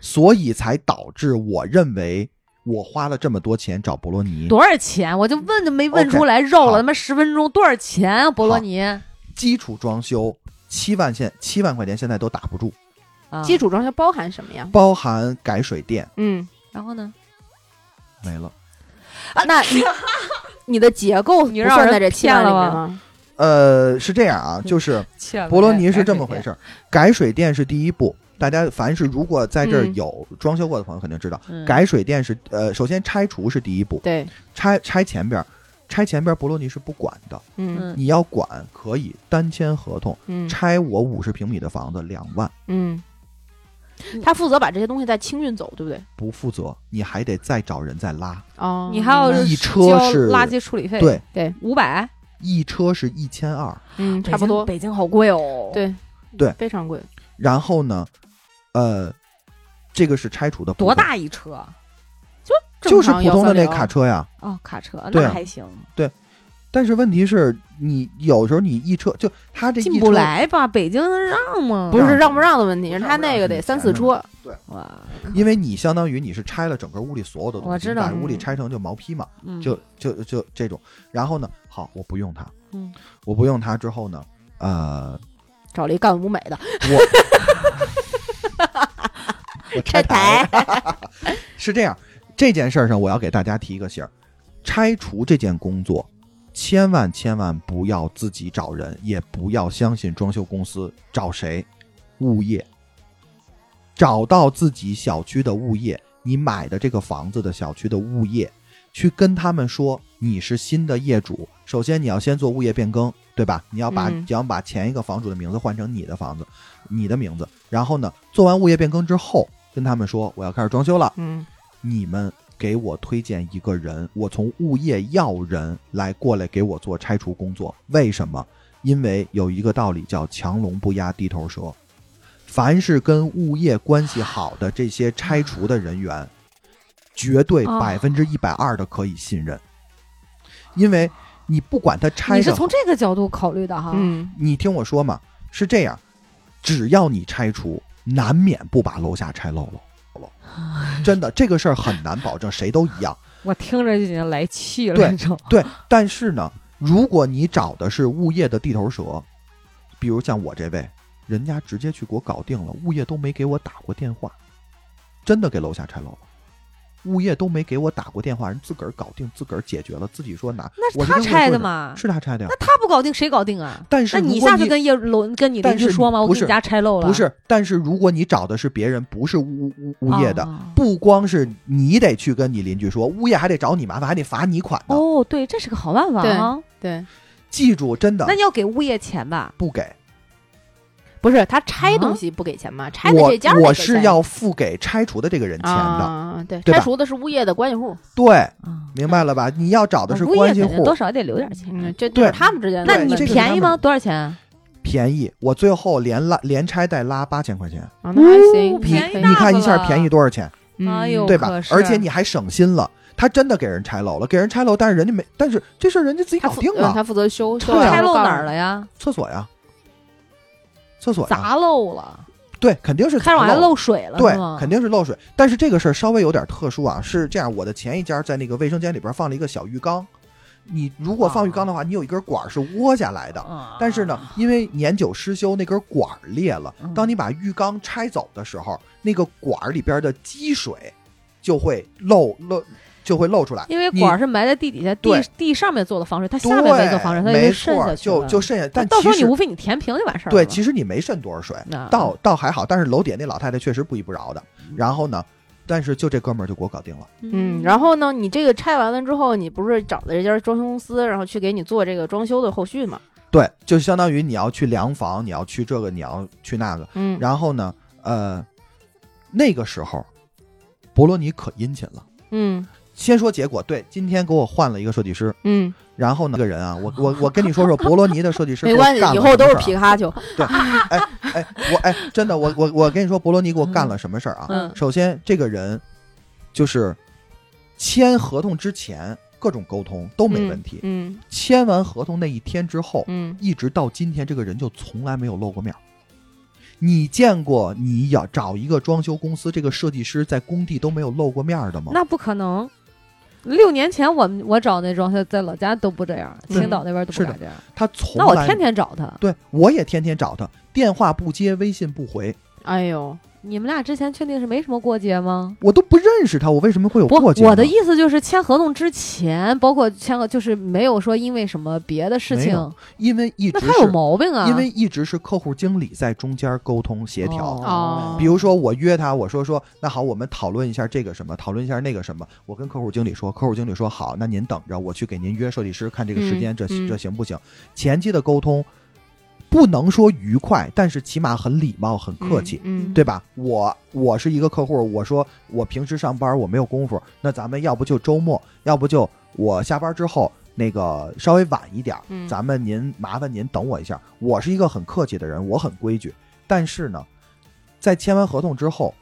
Speaker 5: 所以才导致我认为我花了这么多钱找博洛尼，
Speaker 3: 多少钱？我就问都没问
Speaker 5: 嗯 OK，
Speaker 3: 出来，绕
Speaker 5: 好
Speaker 3: 了他妈十分钟，多少钱啊？博洛尼，
Speaker 5: 基础装修七万现七万块钱现在都打不住，
Speaker 3: 啊
Speaker 4: 基，础装修包含什么呀？
Speaker 5: 包含改水电
Speaker 4: 嗯，
Speaker 3: 然后呢？
Speaker 5: 没了。
Speaker 4: 那你你的结构
Speaker 3: 啊你
Speaker 4: 不
Speaker 3: 让
Speaker 4: 算
Speaker 3: 人
Speaker 4: 在这七
Speaker 3: 骗
Speaker 4: 万里
Speaker 3: 了
Speaker 4: 面
Speaker 3: 吗
Speaker 4: 吗？
Speaker 5: 呃，是这样
Speaker 4: 嗯
Speaker 5: 啊，就是博洛尼是这么回事儿，改水电是第一步。大家凡是如果在这儿
Speaker 4: 嗯
Speaker 5: 有装修过的朋友，肯定知道，
Speaker 3: 嗯
Speaker 5: 改水电是呃，首先拆除是第一步，
Speaker 4: 对，
Speaker 5: 拆拆前边儿，拆前边儿博洛尼是不管的，
Speaker 4: 嗯
Speaker 3: 嗯
Speaker 5: 你要管可以单签合同，
Speaker 4: 嗯
Speaker 5: 拆我五十平米的房子两万
Speaker 4: 嗯，
Speaker 3: 嗯
Speaker 4: 他负责把这些东西再清运走，对不对？
Speaker 5: 不负责，你还得再找人再拉，
Speaker 4: 哦，
Speaker 3: 你还有
Speaker 4: 明白
Speaker 5: 一
Speaker 3: 交
Speaker 5: 车是
Speaker 3: 垃圾处理费，
Speaker 5: 对，
Speaker 3: 五百，
Speaker 5: 一车是一千二，
Speaker 4: 嗯，
Speaker 2: 北
Speaker 4: 差不
Speaker 2: 京
Speaker 4: 多，
Speaker 2: 北京好贵哦。
Speaker 4: 对
Speaker 5: 对
Speaker 4: 非常贵，
Speaker 5: 然后呢，呃，这个是拆除的部
Speaker 3: 多？
Speaker 5: 分
Speaker 3: 大一车
Speaker 5: 就是
Speaker 4: 正常
Speaker 5: 普通的那
Speaker 4: 130
Speaker 5: 卡车呀，
Speaker 3: 哦，卡车
Speaker 5: 对啊
Speaker 3: 那还行，
Speaker 5: 但是问题是你有时候你一车就他这一车
Speaker 3: 进不，来吧？北京能让吗？
Speaker 4: 不
Speaker 5: 让
Speaker 4: 是
Speaker 5: 着
Speaker 4: 让不让的问题，是他那个得
Speaker 5: 你
Speaker 4: 三
Speaker 5: 钱
Speaker 4: 四
Speaker 5: 呢
Speaker 4: 车，
Speaker 3: 哇，
Speaker 5: 因为你相当于你是拆了整个屋里所有的东西，
Speaker 3: 我知道
Speaker 5: 你把屋里
Speaker 4: 嗯
Speaker 5: 拆成就毛坯嘛，
Speaker 3: 嗯
Speaker 5: 就就就这种。然后呢，好，我不用它，
Speaker 3: 嗯，
Speaker 5: 我不用它之后呢，呃，
Speaker 4: 找了一干舞美的，
Speaker 5: 我 我拆台 是这样，这件事儿上我要给大家提一个醒儿，拆除这件工作。千万千万不要自己找人，也不要相信装修公司，找谁？物业，找到自己小区的物业，你买的这个房子的小区的物业，去跟他们说你是新的业主。首先你要先做物业变更，对吧？你要把、
Speaker 4: 嗯
Speaker 5: 你要把前一个房主的名字换成你的房子，你的名字。然后呢，做完物业变更之后，跟他们说我要开始装修了，
Speaker 4: 嗯
Speaker 5: 你们给我推荐一个人，我从物业要人来过来给我做拆除工作。为什么？因为有一个道理叫强龙不压地头蛇，凡是跟物业关系好的这些拆除的人员，绝对
Speaker 3: 哦
Speaker 5: 百分之一百二的可以信任，因为你不管他拆
Speaker 3: 你
Speaker 5: 的
Speaker 3: 是从这个角度考虑的
Speaker 5: 啊
Speaker 3: 哈？
Speaker 4: 嗯，
Speaker 5: 你听我说嘛，是这样，只要你拆除，难免不把楼下拆漏了。真的，这个事儿很难保证，谁都一样。
Speaker 3: 我听着就已经来气了，
Speaker 5: 对
Speaker 3: 你知道吗？
Speaker 5: 对，但是呢，如果你找的是物业的地头蛇，比如像我这位，人家直接去给我搞定了，物业都没给我打过电话，真的给楼下拆楼了。物业都没给我打过电话，人自个儿搞定，自个儿解决了，自己说拿。
Speaker 3: 那
Speaker 5: 我
Speaker 3: 是他
Speaker 5: 跟你
Speaker 3: 拆
Speaker 5: 说
Speaker 3: 的？嘛？
Speaker 5: 是他拆的呀。
Speaker 3: 那他不搞定谁搞定啊？
Speaker 5: 但是
Speaker 3: 那你
Speaker 5: 如果
Speaker 3: 下去跟业主楼跟你邻
Speaker 5: 但是
Speaker 3: 居说吗？我
Speaker 5: 不
Speaker 3: 给
Speaker 5: 是
Speaker 3: 你家拆漏了，
Speaker 5: 不是，但是如果你找的是别人，不是物物物业的，
Speaker 3: 哦
Speaker 5: 不光是你得去跟你邻居说，物业还得找你麻烦，还得罚你款呢。
Speaker 3: 哦，对，这是个好办法啊。
Speaker 4: 对，
Speaker 5: 记住，真的
Speaker 3: 那你要给物业钱吧？
Speaker 5: 不给，
Speaker 4: 不是他拆
Speaker 3: 啊
Speaker 4: 东西不给钱吗？拆的
Speaker 5: 我
Speaker 4: 这家
Speaker 5: 我是要付给拆除的这个人钱的，
Speaker 4: 啊，对，
Speaker 5: 对吧
Speaker 4: 拆除的是物业的关系户，
Speaker 5: 对，
Speaker 3: 啊，
Speaker 5: 明白了吧？你要找的是
Speaker 3: 哦物业
Speaker 5: 关系
Speaker 3: 肯定
Speaker 5: 户
Speaker 3: 多，少也得留点钱。
Speaker 4: 嗯，这就是
Speaker 5: 对
Speaker 4: 他们之间的
Speaker 3: 那
Speaker 4: 问
Speaker 3: 你
Speaker 4: 题
Speaker 5: 这个是
Speaker 3: 便宜
Speaker 5: 他
Speaker 3: 吗？
Speaker 5: 们
Speaker 3: 多少钱？
Speaker 5: 便宜。我最后连拉连拆带拉八千块钱，
Speaker 4: 啊，那还行，
Speaker 3: 便宜
Speaker 4: 可以
Speaker 5: 你看一下
Speaker 3: 大了
Speaker 5: 便宜多少钱，
Speaker 4: 嗯
Speaker 3: 哎呦
Speaker 5: 对吧
Speaker 3: 可？是
Speaker 5: 而且你还省心了。他真的给人拆楼了，给人拆楼，但是人家没，但是这事儿人家自己
Speaker 4: 他
Speaker 5: 搞
Speaker 4: 负
Speaker 5: 定
Speaker 4: 嗯
Speaker 5: 了，
Speaker 4: 他负责修，修
Speaker 5: 对啊
Speaker 4: 完
Speaker 3: 拆
Speaker 4: 我
Speaker 3: 漏
Speaker 4: 告诉
Speaker 3: 哪儿
Speaker 4: 你
Speaker 3: 了？呀？
Speaker 5: 厕所呀，厕所呀，
Speaker 3: 砸漏了，
Speaker 5: 对，肯定是
Speaker 3: 开始往下
Speaker 5: 砸了
Speaker 3: 漏水了，
Speaker 5: 啊对
Speaker 3: 是吗，
Speaker 5: 肯定是漏水。但是这个事儿稍微有点特殊啊，是这样，我的前一家在那个卫生间里边放了一个小浴缸，你如果放浴缸的话，你有一根管儿是窝下来的。
Speaker 3: 啊
Speaker 5: 但是呢，，因为年久失修，那根管儿裂了
Speaker 3: 嗯。
Speaker 5: 当你把浴缸拆走的时候，那个管儿里边的积水就会漏漏，就会漏出来。
Speaker 3: 因为
Speaker 5: 你
Speaker 3: 管儿是埋在地底下，地
Speaker 5: 对
Speaker 3: 地上面做的防水，它
Speaker 5: 对，
Speaker 3: 下面没做防水，它也
Speaker 5: 没
Speaker 3: 就渗
Speaker 5: 错
Speaker 3: 下
Speaker 5: 儿，
Speaker 3: 去
Speaker 5: 就
Speaker 3: 了。
Speaker 5: 就渗下。但
Speaker 3: 到时候
Speaker 5: 其
Speaker 3: 你
Speaker 5: 实
Speaker 3: 无非你填平就完事儿了嘛。嗯
Speaker 5: 对，其实你没渗多少水
Speaker 3: 那，嗯
Speaker 5: 倒倒还好。但是楼底下那老太太确实不依不饶的。然后呢，但是就这哥们儿就给我搞定了。
Speaker 4: 嗯，然后呢，你这个拆完了之后，你不是找的这家装修公司，然后去给你做这个装修的后续嘛？
Speaker 5: 对，就相当于你要去量房，你要去这个，你要去那个。
Speaker 4: 嗯，
Speaker 5: 然后呢，呃，那个时候，博罗尼可殷勤了。
Speaker 4: 嗯
Speaker 5: 先说结果，对，今天给我换了一个设计师，
Speaker 4: 嗯，
Speaker 5: 然后那个人啊，我我我跟你说说，博罗尼的设计师
Speaker 4: 没关系
Speaker 5: 给我，干
Speaker 4: 以
Speaker 5: 了
Speaker 4: 后都
Speaker 5: 什
Speaker 4: 是
Speaker 5: 么事
Speaker 4: 皮卡丘。
Speaker 5: 儿。哎，我哎，真的，我我我跟你说，博罗尼给我干了什么事儿啊？
Speaker 4: 嗯
Speaker 5: 首先，这个人就是签合同之前各种沟通都没问题，
Speaker 4: 嗯
Speaker 5: 签完合同那一天之后，
Speaker 4: 嗯
Speaker 5: 一直到今天，这个人就从来没有露过面儿。你见过你要找一个装修公司，这个设计师在工地都没有露过面儿的吗？
Speaker 3: 那不可能。六年前我们我找那装修在老家都不这样，
Speaker 4: 嗯
Speaker 3: 青岛那边都
Speaker 5: 是
Speaker 3: 不
Speaker 5: 的
Speaker 3: 敢这样。
Speaker 5: 他从
Speaker 3: 那我
Speaker 5: 来
Speaker 3: 天天找他。
Speaker 5: 对我也天天找他，电话不接，微信不回，
Speaker 4: 哎呦，
Speaker 3: 你们俩之前确定是没什么过节吗？
Speaker 5: 我都不认识他，我为什么会有
Speaker 3: 不
Speaker 5: 过，节呢？
Speaker 3: 我的意思就是签合同之前，包括签合，就是没有说因为什么别的事
Speaker 5: 没有
Speaker 3: 情，
Speaker 5: 因为一直
Speaker 3: 那
Speaker 5: 是
Speaker 3: 他有毛病啊！
Speaker 5: 因为一直是客户经理在中间沟通协调。
Speaker 4: 哦
Speaker 5: 比如说，我约他，我说说，那好，我们讨论一下这个什么，讨论一下那个什么。我跟客户经理说，客户经理说好，那您等着，我去给您约设计师，看这个时间，
Speaker 4: 嗯
Speaker 5: 这
Speaker 4: 嗯
Speaker 5: 这行不行？前期的沟通不能说愉快，但是起码很礼貌，很客气。
Speaker 4: 嗯，
Speaker 5: 对吧？我我是一个客户，我说我平时上班我没有功夫，那咱们要不就周末，要不就我下班之后那个稍微晚一点儿，
Speaker 4: 嗯
Speaker 5: 咱们您麻烦您等我一下。我是一个很客气的人，我很规矩，但是呢，在签完合同之后，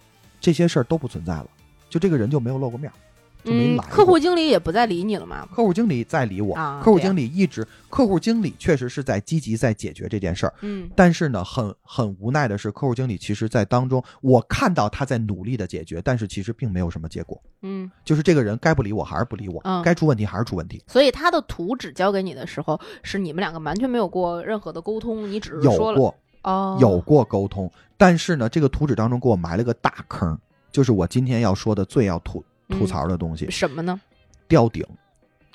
Speaker 5: 这些事儿都不存在了，就这个人就没有露过面儿，就没
Speaker 4: 嗯，
Speaker 5: 来过、
Speaker 4: 客户经理也不再理你了嘛？
Speaker 5: 客户经理在理我，
Speaker 4: 啊
Speaker 5: 客户
Speaker 4: 对呀
Speaker 5: 经理一直，客户经理确实是在积极在解决这件事儿，
Speaker 4: 嗯
Speaker 5: 但是呢，很很无奈的是，客户经理其实在当中，我看到他在努力的解决，但是其实并没有什么结果，
Speaker 4: 嗯，
Speaker 5: 就是这个人该不理我还是不理我，
Speaker 4: 嗯
Speaker 5: 该出问题还是出问题。
Speaker 4: 所以他的图纸交给你的时候，是你们两个完全没有过任何的沟通，你只是
Speaker 5: 有
Speaker 4: 说了
Speaker 5: 过
Speaker 4: 哦，
Speaker 5: 有过沟通，但是呢，这个图纸当中给我埋了个大坑，就是我今天要说的最要吐
Speaker 4: 嗯
Speaker 5: 吐槽的东西，
Speaker 4: 什么呢？
Speaker 5: 吊顶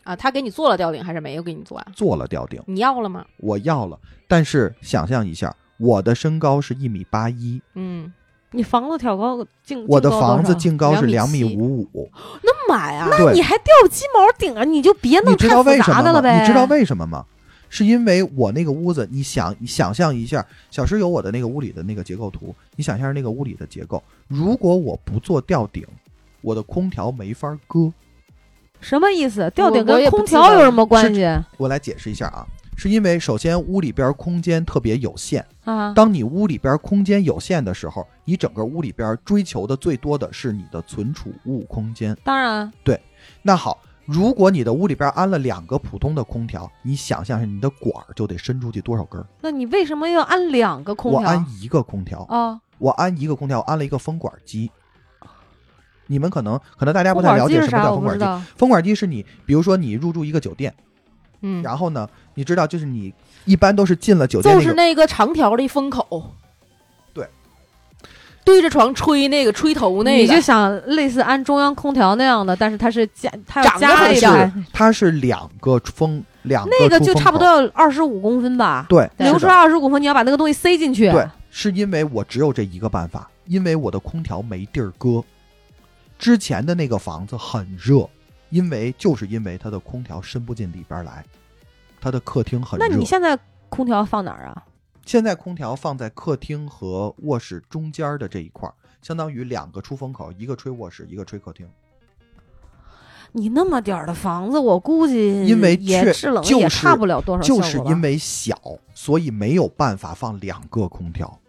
Speaker 4: 啊，他给你做了吊顶还是没有给你做啊？
Speaker 5: 做了吊顶，
Speaker 4: 你要了吗？
Speaker 5: 我要了，但是想象一下，我的身高是一米八一，
Speaker 4: 嗯，
Speaker 3: 你房子挑高，嗯净
Speaker 5: 我的房子净高是
Speaker 4: 两
Speaker 5: 两
Speaker 4: 米
Speaker 5: 米
Speaker 4: 七
Speaker 5: 五五，
Speaker 4: 那买啊，
Speaker 5: 对。
Speaker 3: 你还掉鸡毛顶啊！你就别弄
Speaker 5: 你知
Speaker 3: 哎太
Speaker 5: 道
Speaker 3: 复
Speaker 5: 为什
Speaker 3: 杂的了
Speaker 5: 么吗？
Speaker 3: 呗。
Speaker 5: 你知道为什么吗？是因为我那个屋子，你想你想象一下，小石有我的那个屋里的那个结构图，你想象那个屋里的结构，如果我不做吊顶，我的空调没法搁。
Speaker 3: 什么意思？吊顶
Speaker 4: 我也
Speaker 3: 跟
Speaker 4: 不
Speaker 3: 空
Speaker 4: 知道
Speaker 3: 调有什么关系
Speaker 5: 我来解释一下啊，是因为首先屋里边空间特别有限，
Speaker 3: 啊？
Speaker 5: 当你屋里边空间有限的时候，你整个屋里边追求的最多的是你的存储物空间。
Speaker 3: 当然，
Speaker 5: 那好，如果你的屋里边安了两个普通的空调，你想象一下，你的管儿就得伸出去多少根儿？
Speaker 3: 那你为什么要安两个空
Speaker 5: 我
Speaker 3: 调
Speaker 5: 安一个空调，
Speaker 3: 啊？
Speaker 5: 我安一个空调，我安了一个风管机。你们可能可能大家不
Speaker 3: 风
Speaker 5: 太
Speaker 3: 管
Speaker 5: 了
Speaker 3: 机
Speaker 5: 解
Speaker 3: 是
Speaker 5: 什
Speaker 3: 啥？
Speaker 5: 么叫
Speaker 3: 我
Speaker 5: 风
Speaker 3: 不
Speaker 5: 管
Speaker 3: 知
Speaker 5: 机。
Speaker 3: 道。
Speaker 5: 风管机是你，比如说你入住一个酒店，
Speaker 4: 嗯，
Speaker 5: 然后呢，你知道就是你一般都是进了酒店
Speaker 4: 就
Speaker 5: 那
Speaker 4: 是
Speaker 5: 个，
Speaker 4: 那个长条的风口，
Speaker 5: 对，
Speaker 4: 对着床吹那个吹头那
Speaker 3: 你
Speaker 4: 个
Speaker 3: 就，想类似安中央空调那样的，但是它是加，它要
Speaker 4: 长得
Speaker 3: 加
Speaker 4: 很
Speaker 3: 一
Speaker 4: 像
Speaker 3: 个，
Speaker 5: 它是两个风两个
Speaker 3: 那个
Speaker 5: 出
Speaker 3: 就
Speaker 5: 啊风
Speaker 3: 差不
Speaker 5: 口
Speaker 3: 多要二十五公分吧，
Speaker 5: 对
Speaker 4: 对
Speaker 5: 是
Speaker 3: 留
Speaker 5: 的
Speaker 3: 出二十五公分，你要把那个东西塞进去。
Speaker 5: 对，是因为我只有这一个办法，因为我的空调没地儿搁。之前的那个房子很热，因为就是因为它的空调伸不进里边来，它的客厅很热。
Speaker 3: 那你现在空调放哪儿啊？
Speaker 5: 现在空调放在客厅和卧室中间的这一块儿，相当于两个出风口，一个吹卧室，一个吹客厅。
Speaker 3: 你那么点儿的房子，我估计
Speaker 5: 因为
Speaker 3: 也
Speaker 5: 确
Speaker 3: 制冷
Speaker 5: 就是
Speaker 3: 也差不了多少效
Speaker 5: 就
Speaker 3: 果吧，
Speaker 5: 是因为小，所以没有办法放两个空调。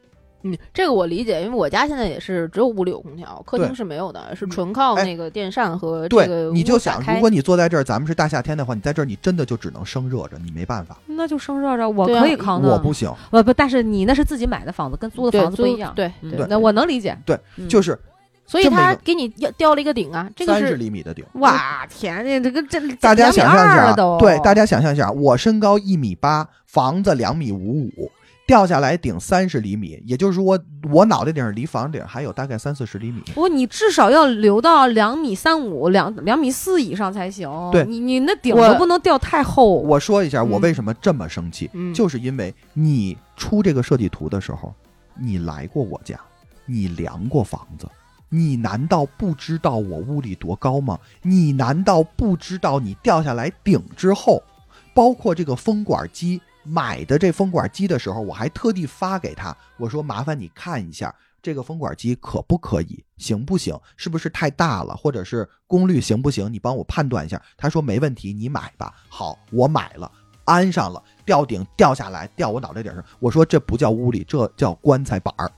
Speaker 4: 嗯，这个我理解，因为我家现在也是只有屋里有空调，客厅
Speaker 5: 对
Speaker 4: 是没有的，是
Speaker 5: 你
Speaker 4: 纯靠
Speaker 5: 哎
Speaker 4: 那个电扇和呃这
Speaker 5: 对
Speaker 4: 个，
Speaker 5: 你
Speaker 4: 屋打
Speaker 5: 就想，
Speaker 4: 开
Speaker 5: 如果你坐在这儿，咱们是大夏天的话，你在这儿你真的就只能生热着，你没办法。
Speaker 3: 那就生热热，我
Speaker 4: 对啊
Speaker 3: 可以扛的。呃
Speaker 5: 我不行，
Speaker 3: 不不，但是你那是自己买的房子，跟租的
Speaker 4: 对
Speaker 3: 房子不
Speaker 4: 租
Speaker 3: 一样。
Speaker 4: 对
Speaker 3: 嗯
Speaker 4: 对
Speaker 3: 那我能理解。
Speaker 5: 对
Speaker 3: 嗯，
Speaker 5: 就是
Speaker 4: 所以
Speaker 5: 这么一
Speaker 4: 他
Speaker 5: 个
Speaker 4: 给你要掉了一个顶啊，这个
Speaker 5: 三十
Speaker 4: 是
Speaker 5: 厘米的顶。
Speaker 3: 哇天呐，这个这
Speaker 5: 大家想象一下
Speaker 3: 2.2
Speaker 5: 啊
Speaker 3: 都，
Speaker 5: 对，大家想象一下，我身高一米八，房子两米五五，掉下来顶三十厘米，也就是说，我脑袋顶儿离房顶还有大概三四十厘米。
Speaker 3: 不，你至少要留到两米三五、两两米四以上才行。
Speaker 5: 对
Speaker 3: 你你那顶
Speaker 4: 我
Speaker 3: 都不能掉太厚。
Speaker 5: 我说一下，我
Speaker 4: 嗯
Speaker 5: 为什么这么生气，
Speaker 4: 嗯
Speaker 5: 就是因为你出这个设计图的时候，你来过我家，你量过房子，你难道不知道我屋里多高吗？你难道不知道你掉下来顶之后，包括这个风管机买的这风管机的时候，我还特地发给他，我说麻烦你看一下这个风管机可不可以，行不行，是不是太大了，或者是功率行不行？你帮我判断一下。他说没问题，你买吧。好，我买了，安上了，吊顶掉下来，掉我脑袋顶上。我说这不叫屋里，这叫棺材板儿。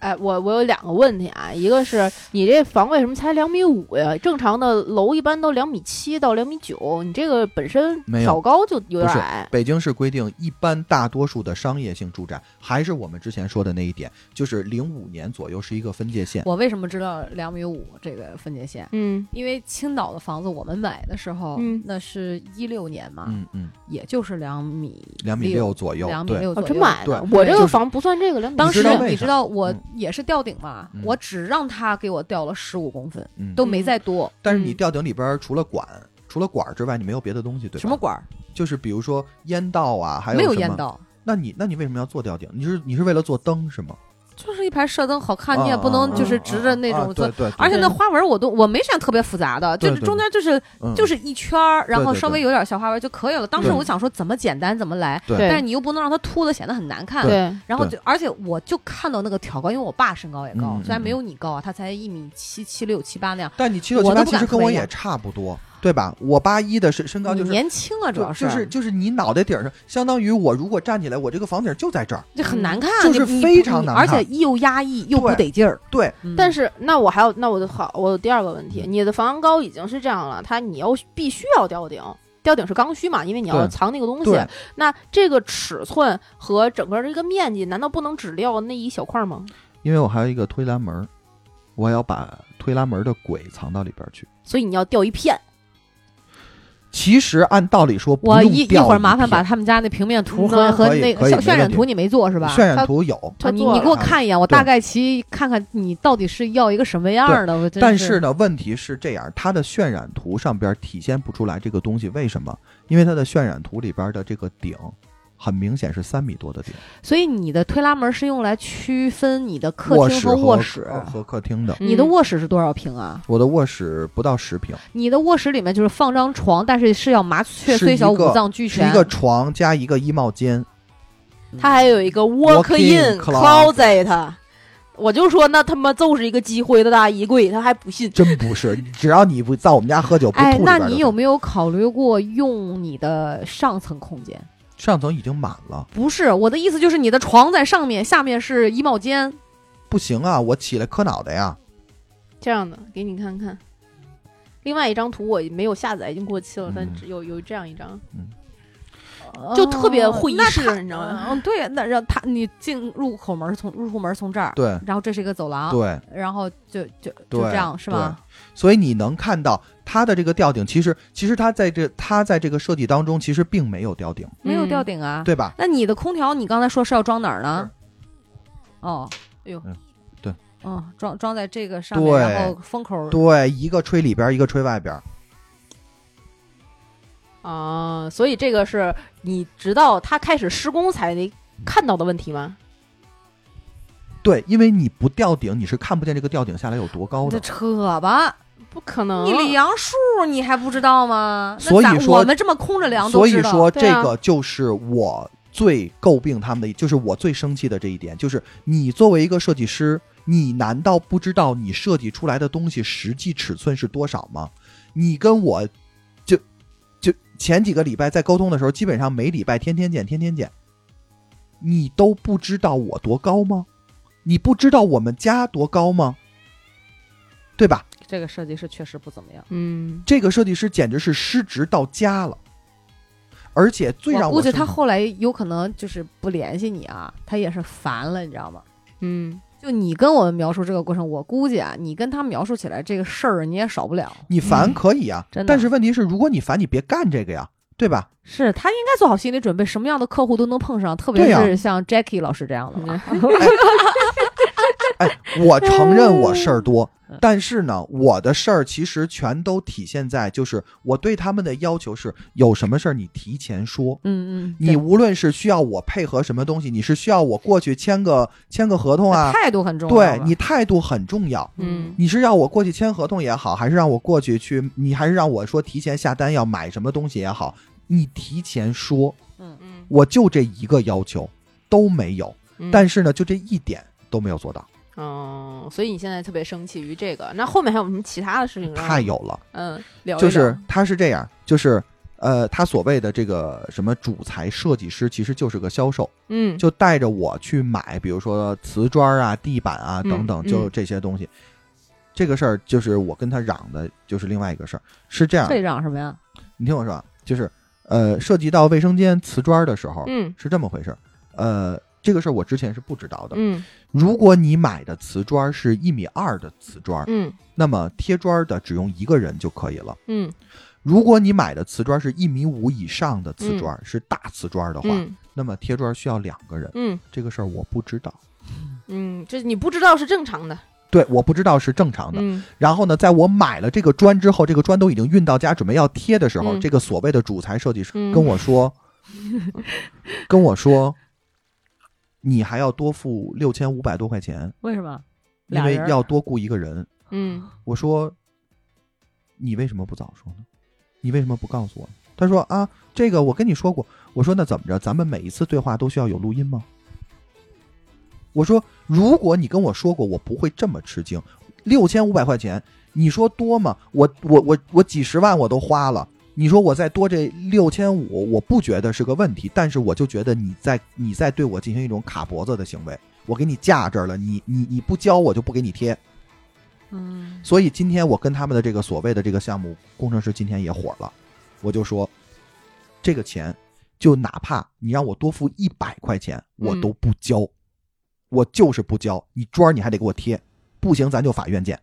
Speaker 4: 哎，我我有两个问题啊，一个是你这房为什么才两米五呀？正常的楼一般都两米七到两米九，你这个本身
Speaker 5: 没有
Speaker 4: 挑高就有
Speaker 5: 不
Speaker 4: 点
Speaker 5: 是
Speaker 4: 矮。
Speaker 5: 北京市规定，一般大多数的商业性住宅，还是我们之前说的那一点，就是零五年左右是一个分界线。
Speaker 3: 我为什么知道两米五这个分界线？
Speaker 4: 嗯
Speaker 3: 因为青岛的房子我们买的时候，
Speaker 4: 嗯
Speaker 3: 那是一六年嘛，
Speaker 5: 嗯嗯，
Speaker 3: 也就是两米
Speaker 5: 两米
Speaker 3: 六
Speaker 5: 六左右，
Speaker 3: 两米
Speaker 5: 对，
Speaker 3: 六
Speaker 4: 哦，
Speaker 3: 左右。
Speaker 4: 真买
Speaker 5: 对
Speaker 4: 的，我这个
Speaker 5: 就是
Speaker 4: 房不算这个两米七。
Speaker 3: 当时你
Speaker 5: 你知道为啥
Speaker 3: 知道我
Speaker 5: 嗯
Speaker 3: 也是吊顶嘛，
Speaker 5: 嗯
Speaker 3: 我只让他给我吊了十五公分，
Speaker 5: 嗯
Speaker 3: 都没再多。
Speaker 5: 但是你吊顶里边儿除了管，除了管儿之外，你没有别的东西，对吧？
Speaker 3: 什么？管儿？
Speaker 5: 就是比如说烟道啊，还
Speaker 3: 没有
Speaker 5: 什么
Speaker 3: 烟。道，
Speaker 5: 那你那你为什么要做吊顶？你是你是为了做灯是吗？
Speaker 3: 就是一排射灯好看，你也
Speaker 5: 啊
Speaker 3: 不
Speaker 5: 啊
Speaker 3: 能
Speaker 5: 啊
Speaker 3: 就是
Speaker 5: 啊
Speaker 3: 直着那
Speaker 5: 啊
Speaker 3: 种
Speaker 5: 对
Speaker 3: 做。
Speaker 5: 对，对
Speaker 3: 而且那花纹我都我没想特别复杂的，
Speaker 5: 对
Speaker 3: 就是
Speaker 5: 对
Speaker 3: 中间就是
Speaker 5: 嗯
Speaker 3: 就是一圈儿，然
Speaker 5: 对
Speaker 3: 后
Speaker 5: 对
Speaker 3: 稍微
Speaker 5: 对
Speaker 3: 有点小花纹就可以了。当时
Speaker 5: 对
Speaker 3: 我想说怎么简单怎么来，
Speaker 5: 对
Speaker 3: 但是你又不能让它凸的显得很难看。
Speaker 4: 对，
Speaker 3: 然后就，而且我就看到那个挑高，因为我爸身高也高，
Speaker 5: 嗯嗯
Speaker 3: 虽然没
Speaker 5: 嗯
Speaker 3: 有你高啊，他才一米七七六七八那样。
Speaker 5: 但你七六
Speaker 3: 我
Speaker 5: 七
Speaker 3: 都
Speaker 5: 八
Speaker 3: 不
Speaker 5: 其
Speaker 3: 敢
Speaker 5: 实跟我
Speaker 3: 推呀
Speaker 5: 也差不多，对吧？我八一的身身高
Speaker 3: 你
Speaker 5: 就是
Speaker 3: 年轻啊，主要
Speaker 5: 就就是就是你脑袋顶上，相当于我如果站起来，我这个房顶就在这儿。
Speaker 3: 这很难看，
Speaker 5: 嗯就是
Speaker 3: 你
Speaker 5: 非常难
Speaker 3: 而
Speaker 5: 看
Speaker 3: 且又压抑又不
Speaker 5: 对嗯
Speaker 3: 得劲儿。
Speaker 5: 对，
Speaker 4: 但
Speaker 3: 是
Speaker 4: 是那我还有那我的好，我有第二个问题，你的房高已经是这样了，它你要必须要吊顶，吊顶是刚需嘛，因为你要
Speaker 5: 对
Speaker 4: 藏那个东西
Speaker 5: 对。
Speaker 4: 那这个尺寸和整个这个面积，难道不能只撂那一小块吗？
Speaker 5: 因为我还有一个推拉门儿，我要把推拉门儿的轨藏到里边儿去。
Speaker 4: 所以你要吊一片，
Speaker 5: 其实按道理说不用
Speaker 3: 我
Speaker 5: 吊
Speaker 3: 一
Speaker 5: 一
Speaker 3: 一会儿麻烦
Speaker 5: 片
Speaker 3: 把他们家那平面图和
Speaker 4: 嗯
Speaker 3: 和
Speaker 5: 可以
Speaker 3: 那个
Speaker 5: 可以
Speaker 3: 小
Speaker 5: 没
Speaker 3: 渲
Speaker 5: 问
Speaker 3: 染
Speaker 5: 题
Speaker 3: 图你没做是吧？
Speaker 5: 渲染
Speaker 4: 它
Speaker 5: 图有，
Speaker 4: 它
Speaker 3: 啊你
Speaker 4: 做
Speaker 3: 你给
Speaker 4: 了
Speaker 3: 我看一眼，我大
Speaker 5: 对
Speaker 3: 概其看看你到底是要一个什么样儿的。我真
Speaker 5: 但
Speaker 3: 是
Speaker 5: 是呢，问题是这样，它的渲染图上边体现不出来这个东西，为什么？因为它的渲染图里边的这个顶，很明显是三米多的顶，
Speaker 3: 所以你的推拉门是用来区分你的客
Speaker 5: 卧
Speaker 3: 厅
Speaker 5: 室
Speaker 3: 和
Speaker 5: 和哦
Speaker 3: 卧室。
Speaker 5: 和和客厅的。
Speaker 4: 嗯
Speaker 3: 你的卧室是多少平啊？
Speaker 5: 我的卧室不到十平，
Speaker 3: 你的卧室里面就是放张床，但是是要麻雀
Speaker 5: 是
Speaker 3: 虽
Speaker 5: 一
Speaker 3: 小，
Speaker 5: 个
Speaker 3: 五脏俱
Speaker 5: 是
Speaker 3: 全
Speaker 5: 一。个床加一个衣帽间，
Speaker 4: 它还有一个 walk-in
Speaker 5: Walk-in 嗯 closet
Speaker 4: closet。我就说，那他妈就是一个积灰的大衣柜，他还不信。
Speaker 5: 真不是。只要你不在我们家喝酒，不吐
Speaker 3: 哎
Speaker 5: 里，边
Speaker 3: 那
Speaker 5: 就
Speaker 3: 你
Speaker 5: 行
Speaker 3: 有没有考虑过用你的上层空间？
Speaker 5: 上层已经满了，
Speaker 3: 不是我的意思，就是你的床在上面，下面是衣帽间。
Speaker 5: 不行啊，我起来磕脑袋啊呀。
Speaker 4: 这样的，给你看看。另外一张图我没有下载，已经过期了，但
Speaker 5: 嗯
Speaker 4: 只有有这样一张，就特别会议室，你知道吗？
Speaker 3: 嗯，对，那让他你进入口门儿从入户门儿从这儿，
Speaker 5: 对
Speaker 3: 然后这是一个走廊，
Speaker 5: 对，
Speaker 3: 然后就就啊就
Speaker 5: 对
Speaker 3: 这样是吗？
Speaker 5: 所以你能看到它的这个吊顶，其实其实它在这它在这个设计当中其实并没有吊顶，
Speaker 3: 没有
Speaker 4: 嗯
Speaker 3: 吊顶啊。
Speaker 5: 对吧？
Speaker 3: 那你的空调，你刚才说是要装哪儿呢？哦，哎呦
Speaker 5: 嗯，对，
Speaker 3: 哦，装装在这个上面，
Speaker 5: 对
Speaker 3: 然后风口儿
Speaker 5: 对，一个吹里边，一个吹外边。
Speaker 4: 啊，所以这个是你直到他开始施工才看到的问题吗？
Speaker 5: 对，因为你不吊顶，你是看不见这个吊顶下来有多高
Speaker 3: 你这
Speaker 5: 的。
Speaker 3: 扯吧！
Speaker 4: 不可能，啊
Speaker 3: 你里阳树你还不知道吗？那
Speaker 5: 所以
Speaker 3: 咱
Speaker 5: 说
Speaker 3: 我们这么空着梁都
Speaker 5: 所以
Speaker 3: 知道。
Speaker 5: 说，
Speaker 4: 对
Speaker 5: 这
Speaker 4: 啊
Speaker 5: 个就是我最诟病他们的，就是我最生气的这一点，就是你作为一个设计师，你难道不知道你设计出来的东西实际尺寸是多少吗？你跟我就就前几个礼拜在沟通的时候，基本上每礼拜天天见，天天见，你都不知道我多高吗？你不知道我们家多高吗？对吧？
Speaker 3: 这个设计师确实不怎么样。
Speaker 4: 嗯，
Speaker 5: 这个设计师简直是失职到家了，而且最让
Speaker 3: 估计
Speaker 5: 生气
Speaker 3: 他后来有可能就是不联系你啊，他也是烦了，你知道吗？
Speaker 4: 嗯，
Speaker 3: 就你跟我们描述这个过程，我估计啊，你跟他描述起来这个事儿，你也少不了。
Speaker 5: 你烦可以啊，
Speaker 3: 嗯真的
Speaker 5: 但是问题是，如果你烦，你别干这个呀，对吧？
Speaker 3: 是他应该做好心理准备，什么样的客户都能碰上，特别
Speaker 5: 对呀
Speaker 3: 是像 Jackie 老师这样的吧。
Speaker 5: 哎，我承认我事儿多
Speaker 3: 嗯，
Speaker 5: 但是呢，我的事儿其实全都体现在，就是我对他们的要求是，有什么事儿你提前说。
Speaker 3: 嗯嗯，
Speaker 5: 你无论是需要我配合什么东西，你是需要我过去签个签个合同啊，
Speaker 3: 态度很重要嗯吧。
Speaker 5: 对你态度很重要。
Speaker 4: 嗯，
Speaker 5: 你是让我过去签合同也好，还是让我过去去，你还是让我说提前下单要买什么东西也好，你提前说，
Speaker 3: 嗯
Speaker 4: 嗯，
Speaker 5: 我就这一个要求都没有，但是呢，就这一点都没有做到，
Speaker 4: 嗯，所以你现在特别生气于这个，那后面还有什么其他的事情让我？
Speaker 5: 太有了。
Speaker 4: 嗯，聊一聊
Speaker 5: 就是他是这样，就是呃，他所谓的这个什么主裁设计师，其实就是个销售，
Speaker 4: 嗯，
Speaker 5: 就带着我去买，比如说瓷砖啊、地板啊
Speaker 4: 嗯
Speaker 5: 等等，
Speaker 4: 嗯
Speaker 5: 就这些东西。这个事儿就是我跟他嚷的，就是另外一个事儿，是这样
Speaker 3: 这。嚷什么呀？
Speaker 5: 你听我说，啊，就是呃，涉及到卫生间瓷砖的时候，
Speaker 4: 嗯
Speaker 5: 是这么回事儿。呃，这个事儿我之前是不知道的。
Speaker 4: 嗯
Speaker 5: 如果你买的瓷砖是一米二的瓷砖，
Speaker 4: 嗯
Speaker 5: 那么贴砖的只用一个人就可以了。
Speaker 4: 嗯
Speaker 5: 如果你买的瓷砖是一米五以上的瓷砖，是大瓷砖的话，
Speaker 4: 嗯
Speaker 5: 那么贴砖需要两个人。
Speaker 4: 嗯
Speaker 5: 这个事儿我不知道，
Speaker 4: 嗯，这你不知道是正常的。
Speaker 5: 对，我不知道是正常的。
Speaker 4: 嗯
Speaker 5: 然后呢，在我买了这个砖之后，这个砖都已经运到家，准备要贴的时候，
Speaker 4: 嗯
Speaker 5: 这个所谓的主裁设计师
Speaker 4: 嗯
Speaker 5: 跟 我说，跟我说，你还要多付六千五百多块钱，
Speaker 3: 为什么？
Speaker 5: 因
Speaker 3: 俩
Speaker 5: 为
Speaker 3: 人
Speaker 5: 要多雇一个人。
Speaker 4: 嗯
Speaker 5: 我说，你为什么不早说呢？你为什么不告诉我？他说啊，这个我跟你说过。我说那怎么着？咱们每一次对话都需要有录音吗？我说，如果你跟我说过，我不会这么吃惊。六千五百块钱，你说多吗？我我我我几十万我都花了，你说我再多这六千五，我不觉得是个问题，但是我就觉得你在你在对我进行一种卡脖子的行为。我给你架这儿了，你你你不交我就不给你贴。
Speaker 3: 嗯
Speaker 5: 所以今天我跟他们的这个所谓的这个项目工程师今天也火了，我就说，这个钱就哪怕你让我多付一百块钱，我都不交，
Speaker 1: 嗯
Speaker 5: 我就是不交。你砖儿你还得给我贴，不行咱就法 院见。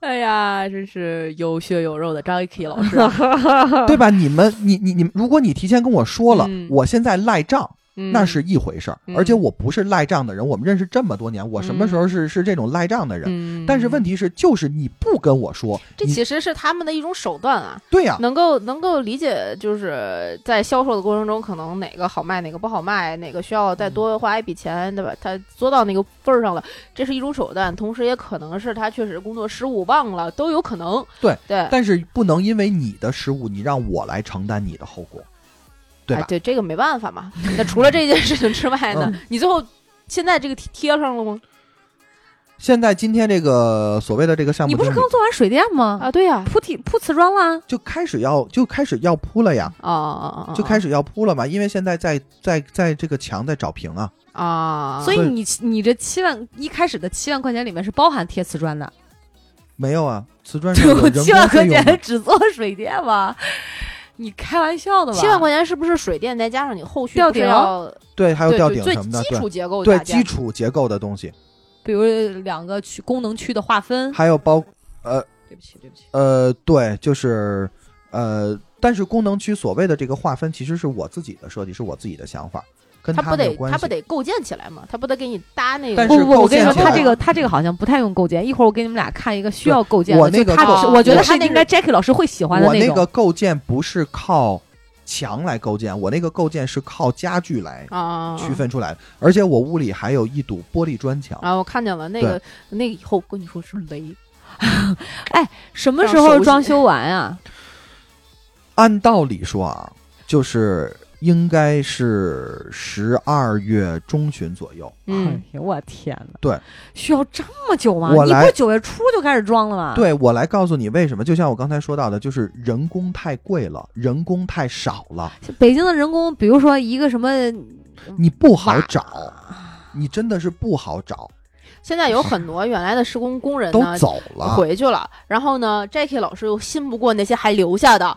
Speaker 1: 哎呀，真是有血有肉的张一 K 老 师啊，
Speaker 5: 对吧？你们，你你你，如果你提前跟我说了，
Speaker 1: 嗯
Speaker 5: 我现在赖账，
Speaker 1: 嗯
Speaker 5: 那是一回事儿。
Speaker 1: 嗯
Speaker 5: 而且我不是赖账的人，我们认识这么多年，我什么时候是、是这种赖账的人？
Speaker 1: 嗯
Speaker 5: 但是问题是，就是你不跟我说，
Speaker 4: 这
Speaker 5: 你
Speaker 4: 其实是他们的一种手段啊，
Speaker 5: 对呀、
Speaker 4: 能够能够理解，就是在销售的过程中，可能哪个好卖，哪个不好卖，哪个需要
Speaker 5: 嗯
Speaker 4: 再多花一笔钱，对吧？他做到那个份儿上了，这是一种手段，同时也可能是他确实工作失误忘了，都有可能。
Speaker 5: 对
Speaker 4: 对，
Speaker 5: 但是不能因为你的失误，你让我来承担你的后果，对
Speaker 4: 哎
Speaker 5: 吧？嗯
Speaker 4: 对，这个没办法嘛。那除了这件事情之外呢，你最后现在这个贴贴上了吗？
Speaker 5: 现在今天这个所谓的这个项目
Speaker 3: 你
Speaker 5: 经
Speaker 3: 不
Speaker 5: 理，
Speaker 3: 是刚做完水电吗？
Speaker 5: 嗯
Speaker 4: 啊，对呀、
Speaker 3: 铺地铺瓷砖啦。
Speaker 5: 就开始要就开始要铺了呀，
Speaker 4: 啊啊啊！
Speaker 5: 就开
Speaker 4: 始
Speaker 5: 始要铺了嘛？因为现在在在在这个墙在找平啊，
Speaker 4: 啊，
Speaker 3: 所以
Speaker 5: 所以
Speaker 3: 你你这七万一开始的七万块钱里面是包含贴瓷砖的，
Speaker 5: 没有啊，瓷砖上 有
Speaker 3: 就
Speaker 5: 人工
Speaker 3: 七万块
Speaker 5: 费用啊
Speaker 3: 钱只做水电吗？你开玩笑的吧？
Speaker 4: 七万块钱是不是水电再加上你后续
Speaker 3: 吊
Speaker 4: 不是
Speaker 3: 顶
Speaker 4: 要
Speaker 5: 对，还有
Speaker 4: 对
Speaker 5: 吊
Speaker 4: 对
Speaker 5: 顶
Speaker 4: 最
Speaker 5: 什么的，
Speaker 4: 基础结构
Speaker 5: 对对
Speaker 4: 搭建
Speaker 5: 基础结构的东西，
Speaker 3: 比如两个区功能区的划分。
Speaker 5: 还有包
Speaker 3: 对不起，对不起。
Speaker 5: 呃对，就是呃，但是功能区所谓的这个划分，其实是我自己的设计，是我自己的想法，跟
Speaker 4: 他不
Speaker 5: 们有
Speaker 4: 得
Speaker 5: 关
Speaker 4: 他
Speaker 5: 系
Speaker 4: 不。得构建起来嘛，他不得给你搭那个。
Speaker 5: 但
Speaker 3: 不
Speaker 5: 是
Speaker 3: 不不，
Speaker 5: 构
Speaker 3: 我跟你
Speaker 5: 建
Speaker 3: 说，
Speaker 5: 起来
Speaker 3: 他这
Speaker 5: 了
Speaker 3: 个他这个好像不太用构建。一会儿我给你们俩看一个需要构建的，
Speaker 5: 我那
Speaker 3: 就
Speaker 5: 个
Speaker 3: 他
Speaker 4: 构
Speaker 3: 只是我觉
Speaker 4: 我
Speaker 3: 得是
Speaker 4: 那个
Speaker 3: 应该 Jackie 老师会喜欢的
Speaker 5: 我那
Speaker 3: 种。
Speaker 5: 个构建不是靠墙来构建，我那个构建是靠家具来
Speaker 4: 啊，
Speaker 5: 区分出来的。而且我屋里还有一堵玻璃砖墙，
Speaker 4: 啊，我看见了那个那个以后，我跟你说是 雷。
Speaker 3: 哎什么时候装修完啊？
Speaker 5: 按道理说啊，就是应该是十二月中旬左右。
Speaker 4: 嗯，
Speaker 3: 哎呦我天哪！
Speaker 5: 对，
Speaker 3: 需要这么久吗？
Speaker 5: 我
Speaker 3: 你不
Speaker 5: 来
Speaker 3: 是九月初就开始装了吗？，
Speaker 5: 对我来告诉你为什么，就像我刚才说到的，就是人工太贵了，人工太少了，
Speaker 3: 北京的人工，比如说一个 什么，嗯
Speaker 5: 你不好找，你真的是不好找，
Speaker 4: 现在有很多原来的施工工人
Speaker 5: 哎都
Speaker 4: 呢。
Speaker 5: 走了。
Speaker 4: 回去了，然后呢，Jackie 老师又信不过那些还留下的，
Speaker 5: 啊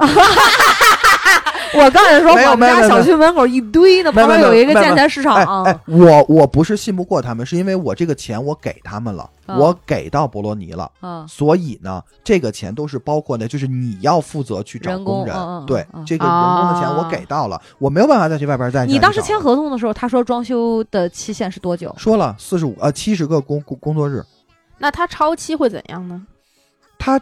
Speaker 3: 我刚才说
Speaker 5: 没有
Speaker 3: 我们
Speaker 5: 没
Speaker 3: 家
Speaker 5: 有没有
Speaker 3: 小区门口一堆呢，
Speaker 5: 没有
Speaker 3: 旁边有一个
Speaker 5: 没有
Speaker 3: 建材市场。
Speaker 5: 哎哎，我我不是信不过他们，是因为我这个钱我给他们了，
Speaker 3: 嗯
Speaker 5: 我给到博罗尼了，
Speaker 3: 嗯，
Speaker 5: 所以呢，这个钱都是包括的，就是你要负责去找
Speaker 3: 人工
Speaker 5: 工人，
Speaker 3: 嗯嗯嗯
Speaker 5: 对、
Speaker 3: 嗯
Speaker 5: 这个人工的钱我给到了，我没有办法再去外边再。
Speaker 3: 你当时
Speaker 5: 再去
Speaker 3: 签
Speaker 5: 找
Speaker 3: 合同的时候，他说装修的期限是多久？
Speaker 5: 说了四十五呃七十个工工工作日，
Speaker 4: 那他超期会怎样呢？
Speaker 5: 他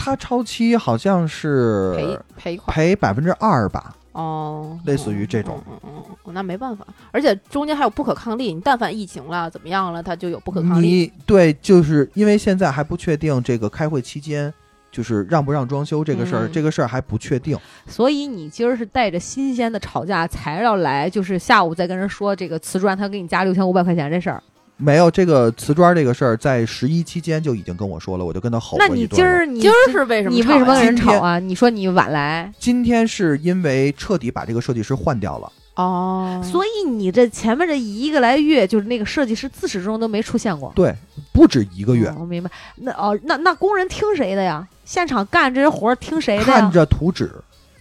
Speaker 5: 他超期好像
Speaker 4: 赔
Speaker 5: 是
Speaker 4: 赔款
Speaker 5: 赔百分之二吧，
Speaker 4: 哦，
Speaker 5: 类似于这种
Speaker 4: 嗯嗯嗯嗯，那没办法，而且中间还有不可抗力，你但凡疫情了怎么样了，它就有不可抗力。
Speaker 5: 你对，就是因为现在还不确定这个开会期间就是让不让装修这个事儿，
Speaker 4: 嗯
Speaker 5: 这个事儿还不确定。
Speaker 3: 所以你今儿是带着新鲜的吵架材料来，就是下午再跟人说这个瓷砖他给你加六千五百块钱这事儿。
Speaker 5: 没有这个瓷砖这个事儿，在十一期间就已经跟我说了，我就跟他吼
Speaker 3: 那
Speaker 5: 过
Speaker 3: 你
Speaker 5: 一
Speaker 3: 今
Speaker 5: 顿了。
Speaker 3: 儿你
Speaker 4: 今儿是为什么？
Speaker 3: 你为什么跟人
Speaker 5: 今天
Speaker 3: 吵啊？你说你晚来，
Speaker 5: 今天是因为彻底把这个设计师换掉了，
Speaker 4: 哦，
Speaker 3: 所以你这前面这一个来月，就是那个设计师自始至终都没出现过。
Speaker 5: 对，不止一个月
Speaker 3: 哦，我明白。那哦，那那工人听谁的呀？现场干这些活儿听谁的
Speaker 5: 看
Speaker 3: 呀？
Speaker 5: 着图纸，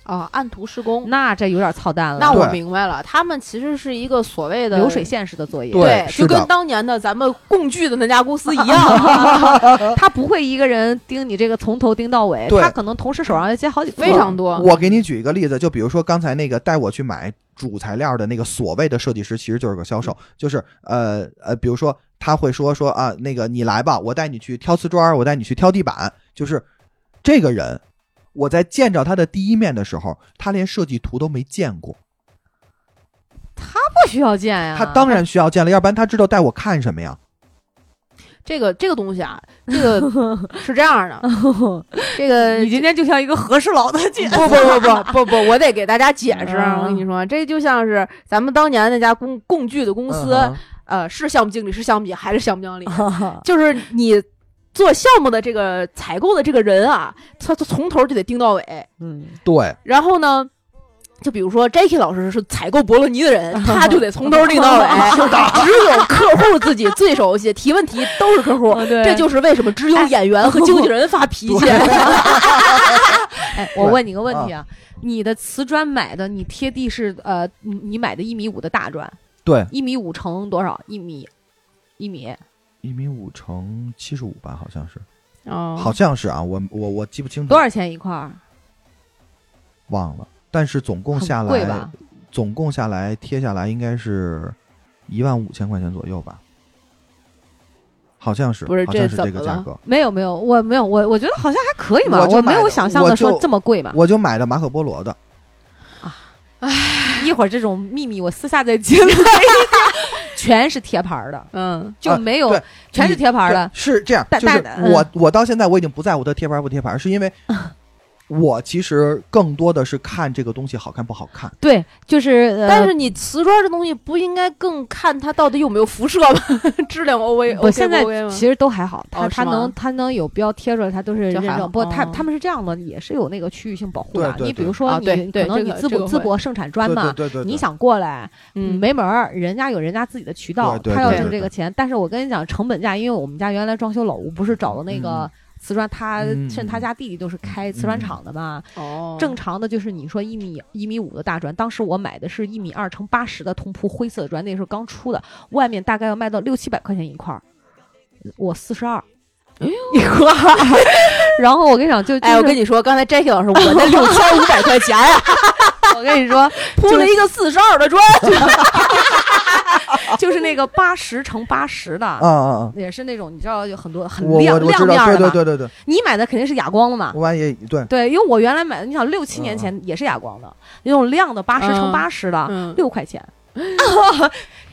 Speaker 4: 啊，按图施工。
Speaker 3: 那这有点操蛋了。
Speaker 4: 那我
Speaker 5: 嗯对
Speaker 4: 明白了，他们其实是一个所谓的
Speaker 3: 流水，线式的作业，
Speaker 5: 对是
Speaker 4: 就
Speaker 5: 的
Speaker 4: 跟当年的咱们共聚的那家公司一 样，
Speaker 3: 他不会一个人盯你这个从头盯到尾，
Speaker 5: 对
Speaker 3: 他可能同时手上要接好几份
Speaker 4: 非常多。
Speaker 5: 我给你举一个例子，就比如说刚才那个带我去买主材料的那个所谓的设计师，其实就是个销售，就是呃呃，比如说他会说说啊，那个你来吧，我带你去挑瓷砖，我带你去挑地板，就是这个人，我在见着他的第一面的时候，他连设计图都没见过，
Speaker 3: 不需要见呀。
Speaker 5: 他 当然需要见了，要不然他知道带我看什么呀？
Speaker 4: 这个这个东西啊，这个 是这样的，这个
Speaker 3: 你今天就像一个和事佬的姐，
Speaker 4: 不不不不不不，我得给大家解释。啊
Speaker 3: 嗯
Speaker 4: 我跟你说，这就像是咱们当年那家共共聚的公司，呃，是项目经理，是项目经理，还是项目经理，就是你做项目的这个采购的这个人啊，他他从头就得盯到尾。
Speaker 3: 嗯，
Speaker 5: 对，
Speaker 4: 然后呢？就比如说 j a c k i e 老师是采购博洛尼的人，他就得从头盯到尾，只有客户自己最熟悉，提问题都是客 户，
Speaker 3: 哦对
Speaker 4: 这就是为什么只有演员和经纪人发脾气。
Speaker 3: 哎，我问你个问题啊，你的瓷砖买的，你贴地是呃，你你买的一米五的大砖，
Speaker 5: 对，
Speaker 3: 一米五乘多少？一米，一米，
Speaker 5: 一米五乘七十五吧，好像是，
Speaker 4: 哦
Speaker 5: 好像是啊，我我我记不清楚
Speaker 3: 多少钱一块儿？
Speaker 5: 忘了，但是总共下
Speaker 3: 很贵
Speaker 5: 来
Speaker 3: 吧？
Speaker 5: 总共下来贴下来应该是一万五千块钱左右吧，好像是，
Speaker 4: 不是
Speaker 5: 好像
Speaker 4: 这
Speaker 5: 是
Speaker 4: 怎
Speaker 5: 这个
Speaker 4: 么
Speaker 5: 价
Speaker 4: 了
Speaker 5: 格。
Speaker 3: 没有没有，我没有我我觉得好像还可以嘛，
Speaker 5: 我就
Speaker 3: 我没
Speaker 5: 买
Speaker 3: 有
Speaker 5: 的
Speaker 3: 想象
Speaker 5: 我
Speaker 3: 的说
Speaker 5: 就
Speaker 3: 这么贵嘛。
Speaker 5: 我就买的马可波罗的，
Speaker 3: 一会儿这种秘密我私下再揭 露。 全是贴牌儿的，
Speaker 4: 嗯，
Speaker 3: 就没有
Speaker 5: 啊对，
Speaker 3: 全是贴牌儿的
Speaker 5: 对。是这样，
Speaker 3: 带
Speaker 5: 就是
Speaker 3: 带的嗯
Speaker 5: 我我到现在我已经不在乎它贴牌不贴牌，是因为我其实更多的是看这个东西好看不好看。
Speaker 3: 对，就是，呃
Speaker 4: 但是你瓷砖这东西不应该更看它到底有没有辐射吗？ 质量 O V，
Speaker 3: 我现在其实都还好，它
Speaker 4: 哦
Speaker 3: 它
Speaker 4: 是吗
Speaker 3: 能它能有标贴出来，它都是
Speaker 4: 就
Speaker 3: 认
Speaker 4: 还好
Speaker 3: 证。不过它
Speaker 4: 哦
Speaker 3: 他们是这样的，也是有那个区域性保护的
Speaker 5: 对。对
Speaker 3: 你比
Speaker 5: 对
Speaker 3: 如
Speaker 4: 啊
Speaker 3: 说
Speaker 4: 对
Speaker 3: 你可
Speaker 4: 对这
Speaker 3: 能你
Speaker 4: 个
Speaker 3: 淄
Speaker 4: 这
Speaker 3: 博
Speaker 4: 个
Speaker 3: 淄
Speaker 4: 会
Speaker 3: 博盛产砖
Speaker 5: 对对
Speaker 3: 嘛，
Speaker 5: 对对，
Speaker 3: 你想过来
Speaker 4: 嗯
Speaker 3: 没门儿，人家有人家自己的渠道，
Speaker 5: 对对
Speaker 3: 他要
Speaker 4: 对
Speaker 3: 挣
Speaker 5: 对
Speaker 3: 这个钱。但是我跟你讲，成本价，因为我们家原来装修老屋，不是找的那个
Speaker 5: 嗯
Speaker 3: 瓷砖，他
Speaker 5: 嗯
Speaker 3: 甚至他家弟弟都是开瓷砖厂的嘛。
Speaker 4: 哦
Speaker 3: 正常的就是你说一米一米五的大砖，当时我买的是一米二乘八十的通铺灰色的砖，那时候刚出的，外面大概要卖到六七百块钱一块儿，我四十二。 一块儿，然哎后我跟你讲，就、就是、
Speaker 4: 哎，我跟你说，刚才 Jackie 老师，我那六千五百块钱 呀，
Speaker 3: 我跟你 说，
Speaker 4: 铺了一个四十二的砖，
Speaker 3: 就是那个八十乘八十的，
Speaker 5: 啊啊啊！
Speaker 3: 也是那种你知道有很多很
Speaker 5: 我我
Speaker 3: 亮
Speaker 5: 我
Speaker 3: 亮
Speaker 5: 知
Speaker 3: 面
Speaker 5: 道，
Speaker 3: 儿
Speaker 5: 对
Speaker 3: 的啊
Speaker 5: 对
Speaker 3: 嘛。
Speaker 5: 对对对，
Speaker 3: 你买的肯定是哑光的嘛？
Speaker 5: 我完也对，
Speaker 3: 对，因为我原来买的，你想六七年前也是哑光的，那种亮的八十乘
Speaker 4: 嗯
Speaker 3: 八十的，
Speaker 4: 嗯，
Speaker 3: 六块钱，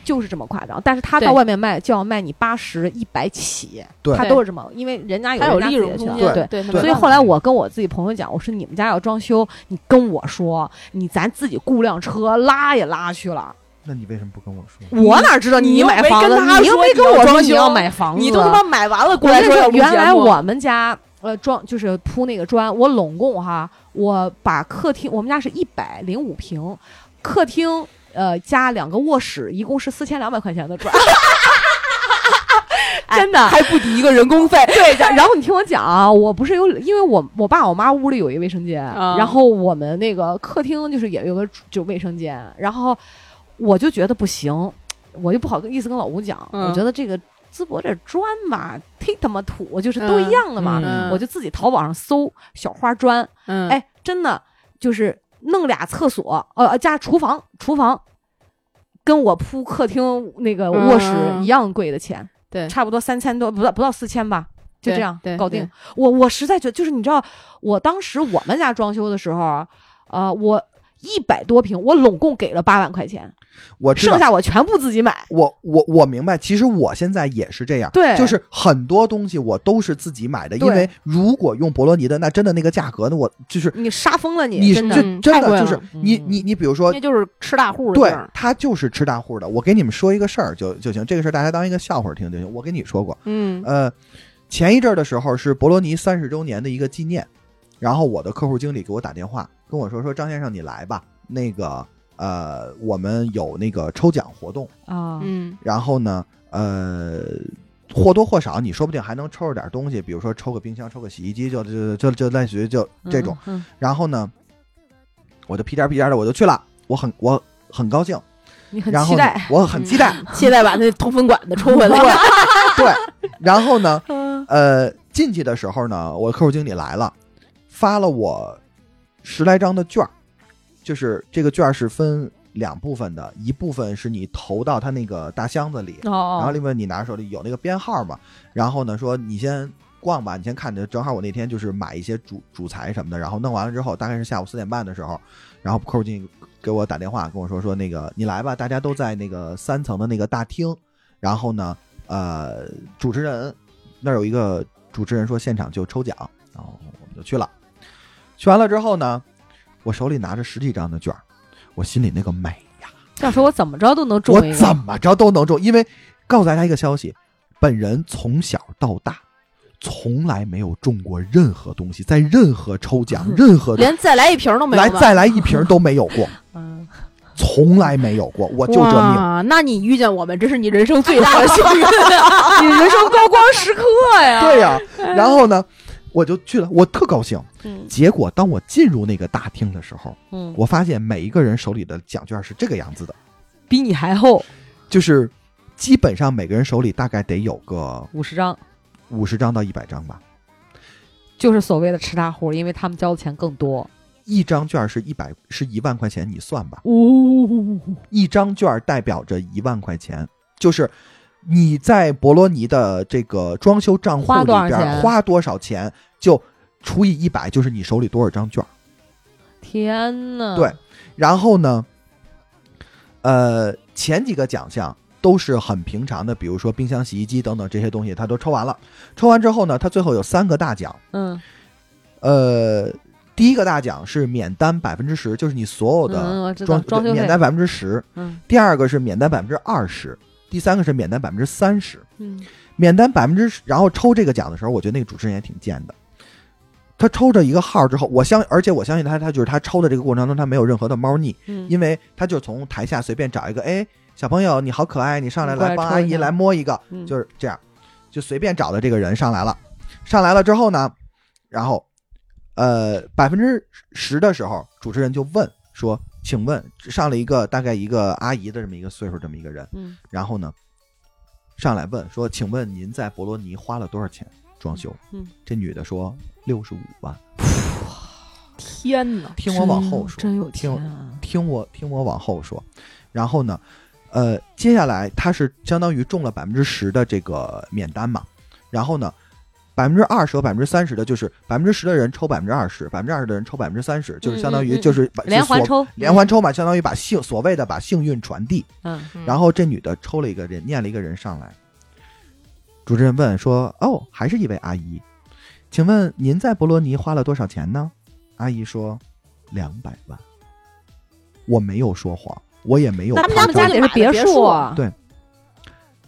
Speaker 3: 就是这么夸张。但是他到
Speaker 4: 对
Speaker 3: 外面卖就要卖你八十一百起，
Speaker 5: 对
Speaker 3: 他都是这么，因为人家
Speaker 4: 还有
Speaker 3: 人家
Speaker 4: 利润
Speaker 3: 自己的
Speaker 4: 空
Speaker 3: 渠
Speaker 4: 间
Speaker 3: 道，对。
Speaker 4: 对对，
Speaker 5: 对
Speaker 3: 所以后来我跟我自己朋友讲，我说你们家要装修，你跟我说，你咱自己雇辆车拉也拉去了，
Speaker 5: 那你为什么不跟我说？
Speaker 3: 我哪知道
Speaker 4: 你又
Speaker 3: 买
Speaker 4: 没
Speaker 3: 房
Speaker 4: 跟
Speaker 3: 子，
Speaker 4: 他
Speaker 3: 你又
Speaker 4: 说
Speaker 3: 没
Speaker 4: 你
Speaker 3: 跟
Speaker 4: 要
Speaker 3: 我说
Speaker 4: 装
Speaker 3: 你要
Speaker 4: 修
Speaker 3: 买房子，
Speaker 4: 你都他妈买完了过
Speaker 3: 我
Speaker 4: 来
Speaker 3: 跟你
Speaker 4: 说要
Speaker 3: 说，
Speaker 4: 录节目
Speaker 3: 原来我们家呃装就是铺那个砖，我拢共哈，我把客厅，我们家是一百零五平，客厅呃加两个卧室，一共是四千两百块钱的砖。 真的，
Speaker 4: 还不抵一个人工费，
Speaker 3: 对。然然后你听我讲啊，我不是有，因为我我爸我妈屋里有一卫生间，
Speaker 4: 啊
Speaker 3: 然后我们那个客厅就是也有个就卫生间，然后我就觉得不行，我就不好意思跟老吴讲，
Speaker 4: 嗯
Speaker 3: 我觉得这个淄博这砖嘛，忒他妈土，就是都
Speaker 4: 嗯
Speaker 3: 一样的嘛，
Speaker 5: 嗯
Speaker 3: 我就自己淘宝上搜小花砖，
Speaker 4: 嗯，
Speaker 3: 哎，真的就是弄俩厕所，呃，加厨房，厨房跟我铺客厅那个卧室
Speaker 4: 嗯
Speaker 3: 一样贵的钱。
Speaker 4: 对
Speaker 3: 差不多三千多，不到不到四千吧，就
Speaker 4: 对
Speaker 3: 这样
Speaker 4: 对
Speaker 3: 搞定。我我实在觉得，就是你知道，我当时我们家装修的时候啊，呃，我一百多平，我拢共给了八万块钱，
Speaker 5: 我知道
Speaker 3: 剩，下我全部自己买。
Speaker 5: 我我我明白，其实我现在也是这样，
Speaker 3: 对
Speaker 5: 就是很多东西我都是自己买的，因
Speaker 3: 对
Speaker 5: 为如果用博洛尼的，那真的那个价格，那我就是
Speaker 3: 你杀疯了你，
Speaker 5: 你
Speaker 3: 真
Speaker 5: 这
Speaker 3: 的。
Speaker 4: 嗯
Speaker 5: 真
Speaker 4: 太贵
Speaker 5: 的
Speaker 4: 了
Speaker 5: 就是你你你，比如说
Speaker 4: 那就是吃大户的地
Speaker 5: 对
Speaker 4: 儿，
Speaker 5: 他就是吃大户的。我给你们说一个事儿就就行，这个事儿大家当一个笑话听就行。我跟你说过，
Speaker 4: 嗯
Speaker 5: 呃，前一阵儿的时候是博罗尼三十周年的一个纪念，然后我的客户经理给我打电话跟我说说张先生你来吧，那个呃我们有那个抽奖活动，
Speaker 3: 啊，
Speaker 4: 嗯
Speaker 5: 然后呢呃。或多或少，你说不定还能抽着点东西，比如说抽个冰箱、抽个洗衣机，就就就就类似于就这种。
Speaker 3: 嗯，嗯
Speaker 5: 然后呢，我就屁颠儿屁颠儿的我就去了，我很我很高兴，
Speaker 3: 你很
Speaker 5: 然
Speaker 3: 期
Speaker 5: 后呢
Speaker 3: 待。
Speaker 5: 我很期待，
Speaker 4: 现在把那通风管子抽回来，
Speaker 5: 对，然后呢，呃，进去的时候呢，我客户经理来了，发了我十来张的券儿，就是这个券儿是分两部分的，一部分是你投到他那个大箱子里，然后
Speaker 3: 哦，
Speaker 5: 另外你拿手里有那个编号嘛，然后呢说你先逛吧，你先看着，正好我那天就是买一些主主材什么的，然后弄完了之后，大概是下午四点半的时候，然后客户经理给我打电话跟我说说那个你来吧，大家都在那个三层的那个大厅，然后呢，呃，主持人那儿有一个主持人说现场就抽奖，然后我们就去了，去完了之后呢，我手里拿着十几张的券儿，我心里那个美呀。
Speaker 3: 要说我怎么着都能中
Speaker 5: 我
Speaker 3: 一个，
Speaker 5: 怎么着都能中，因为告诉大家一个消息，本人从小到大从来没有中过任何东西，在任何 抽奖、任何
Speaker 4: 连再来一瓶都没有
Speaker 5: 来
Speaker 4: 吧
Speaker 5: 再来一瓶都没有 过，
Speaker 3: 嗯，
Speaker 5: 从来没有过，我就这命。
Speaker 4: 哇那你遇见我们，这是你人生最大的幸 运。
Speaker 3: 你啊人生高光时刻呀！
Speaker 5: 对呀、然后呢，我就去了，我特高兴。
Speaker 3: 嗯
Speaker 5: 结果当我进入那个大厅的时候，
Speaker 3: 嗯，
Speaker 5: 我发现每一个人手里的奖券是这个样子的，
Speaker 3: 比你还厚
Speaker 5: 就是基本上每个人手里大概得有个
Speaker 3: 五十张，
Speaker 5: 五十张到一百张吧，
Speaker 3: 就是所谓的吃大户，因为他们交的钱更多。
Speaker 5: 一张券是一百是一万块钱，你算吧。
Speaker 3: 呜、
Speaker 5: 一张券代表着一万块钱，就是你在博洛尼的这个装修账户
Speaker 3: 花
Speaker 5: 里
Speaker 3: 多少
Speaker 5: 边
Speaker 3: 钱
Speaker 5: 花多少钱，就除以一百，就是你手里多少张券。
Speaker 3: 天呐！
Speaker 5: 对，然后呢，呃，前几个奖项都是很平常的，比如说冰箱、洗衣机等等这些东西，他都抽完了。抽完之后呢，他最后有三个大奖，
Speaker 3: 嗯，
Speaker 5: 呃，第一个大奖是免单百分之十，就是你所有
Speaker 3: 嗯
Speaker 5: 的
Speaker 3: 我知道
Speaker 5: 装、
Speaker 3: 装修费
Speaker 5: 免单百分之十。
Speaker 3: 嗯
Speaker 5: 第二个是免单百分之二十，第三个是免单百分之三十。
Speaker 3: 嗯
Speaker 5: 免单百分之，然后抽这个奖的时候，我觉得那个主持人也挺贱的。他抽着一个号之后，我相，而且我相信他，他就是他抽的这个过程当中，他没有任何的猫腻，
Speaker 3: 嗯，
Speaker 5: 因为他就从台下随便找一个，哎，小朋友你好可爱，你上来
Speaker 3: 你过来
Speaker 5: 来帮
Speaker 3: 抽
Speaker 5: 阿
Speaker 3: 一
Speaker 5: 姨
Speaker 3: 下
Speaker 5: 来摸一个，
Speaker 3: 嗯
Speaker 5: 就是这样，就随便找的这个人上来了，上来了之后呢，然后，呃，百分之十的时候，主持人就问说，请问上了一个大概一个阿姨的这么一个岁数这么一个人，
Speaker 3: 嗯
Speaker 5: 然后呢，上来问说：“请问您在博罗尼花了多少钱装修？”
Speaker 3: 嗯，
Speaker 5: 这女的说：“六十五万。
Speaker 4: 天哪”！
Speaker 5: 听我往后说，
Speaker 3: 真有
Speaker 5: 听
Speaker 3: 钱
Speaker 5: 我
Speaker 3: 啊！
Speaker 5: 听我听我往后说。然后呢，呃，接下来她是相当于中了百分之十的这个免单嘛。然后呢，百分之二十和百分之三十的，就是百分之十的人抽百分之二十，百分之二十的人抽百分之三十，就是相当
Speaker 3: 嗯
Speaker 5: 于
Speaker 3: 嗯
Speaker 5: 就是把
Speaker 3: 连环
Speaker 5: 所
Speaker 3: 抽，
Speaker 5: 呃连环抽嘛，相当于把幸所谓的把幸运传递。
Speaker 3: 嗯，
Speaker 5: 然后这女的抽了一个人，念了一个人上来。主持人问说：“哦，还是一位阿姨，请问您在博罗尼花了多少钱呢？”阿姨说：“两百万。”我没有说谎，我也没有
Speaker 3: 那他
Speaker 5: 夸
Speaker 3: 们家
Speaker 5: 张。
Speaker 3: 得是别墅啊，
Speaker 5: 对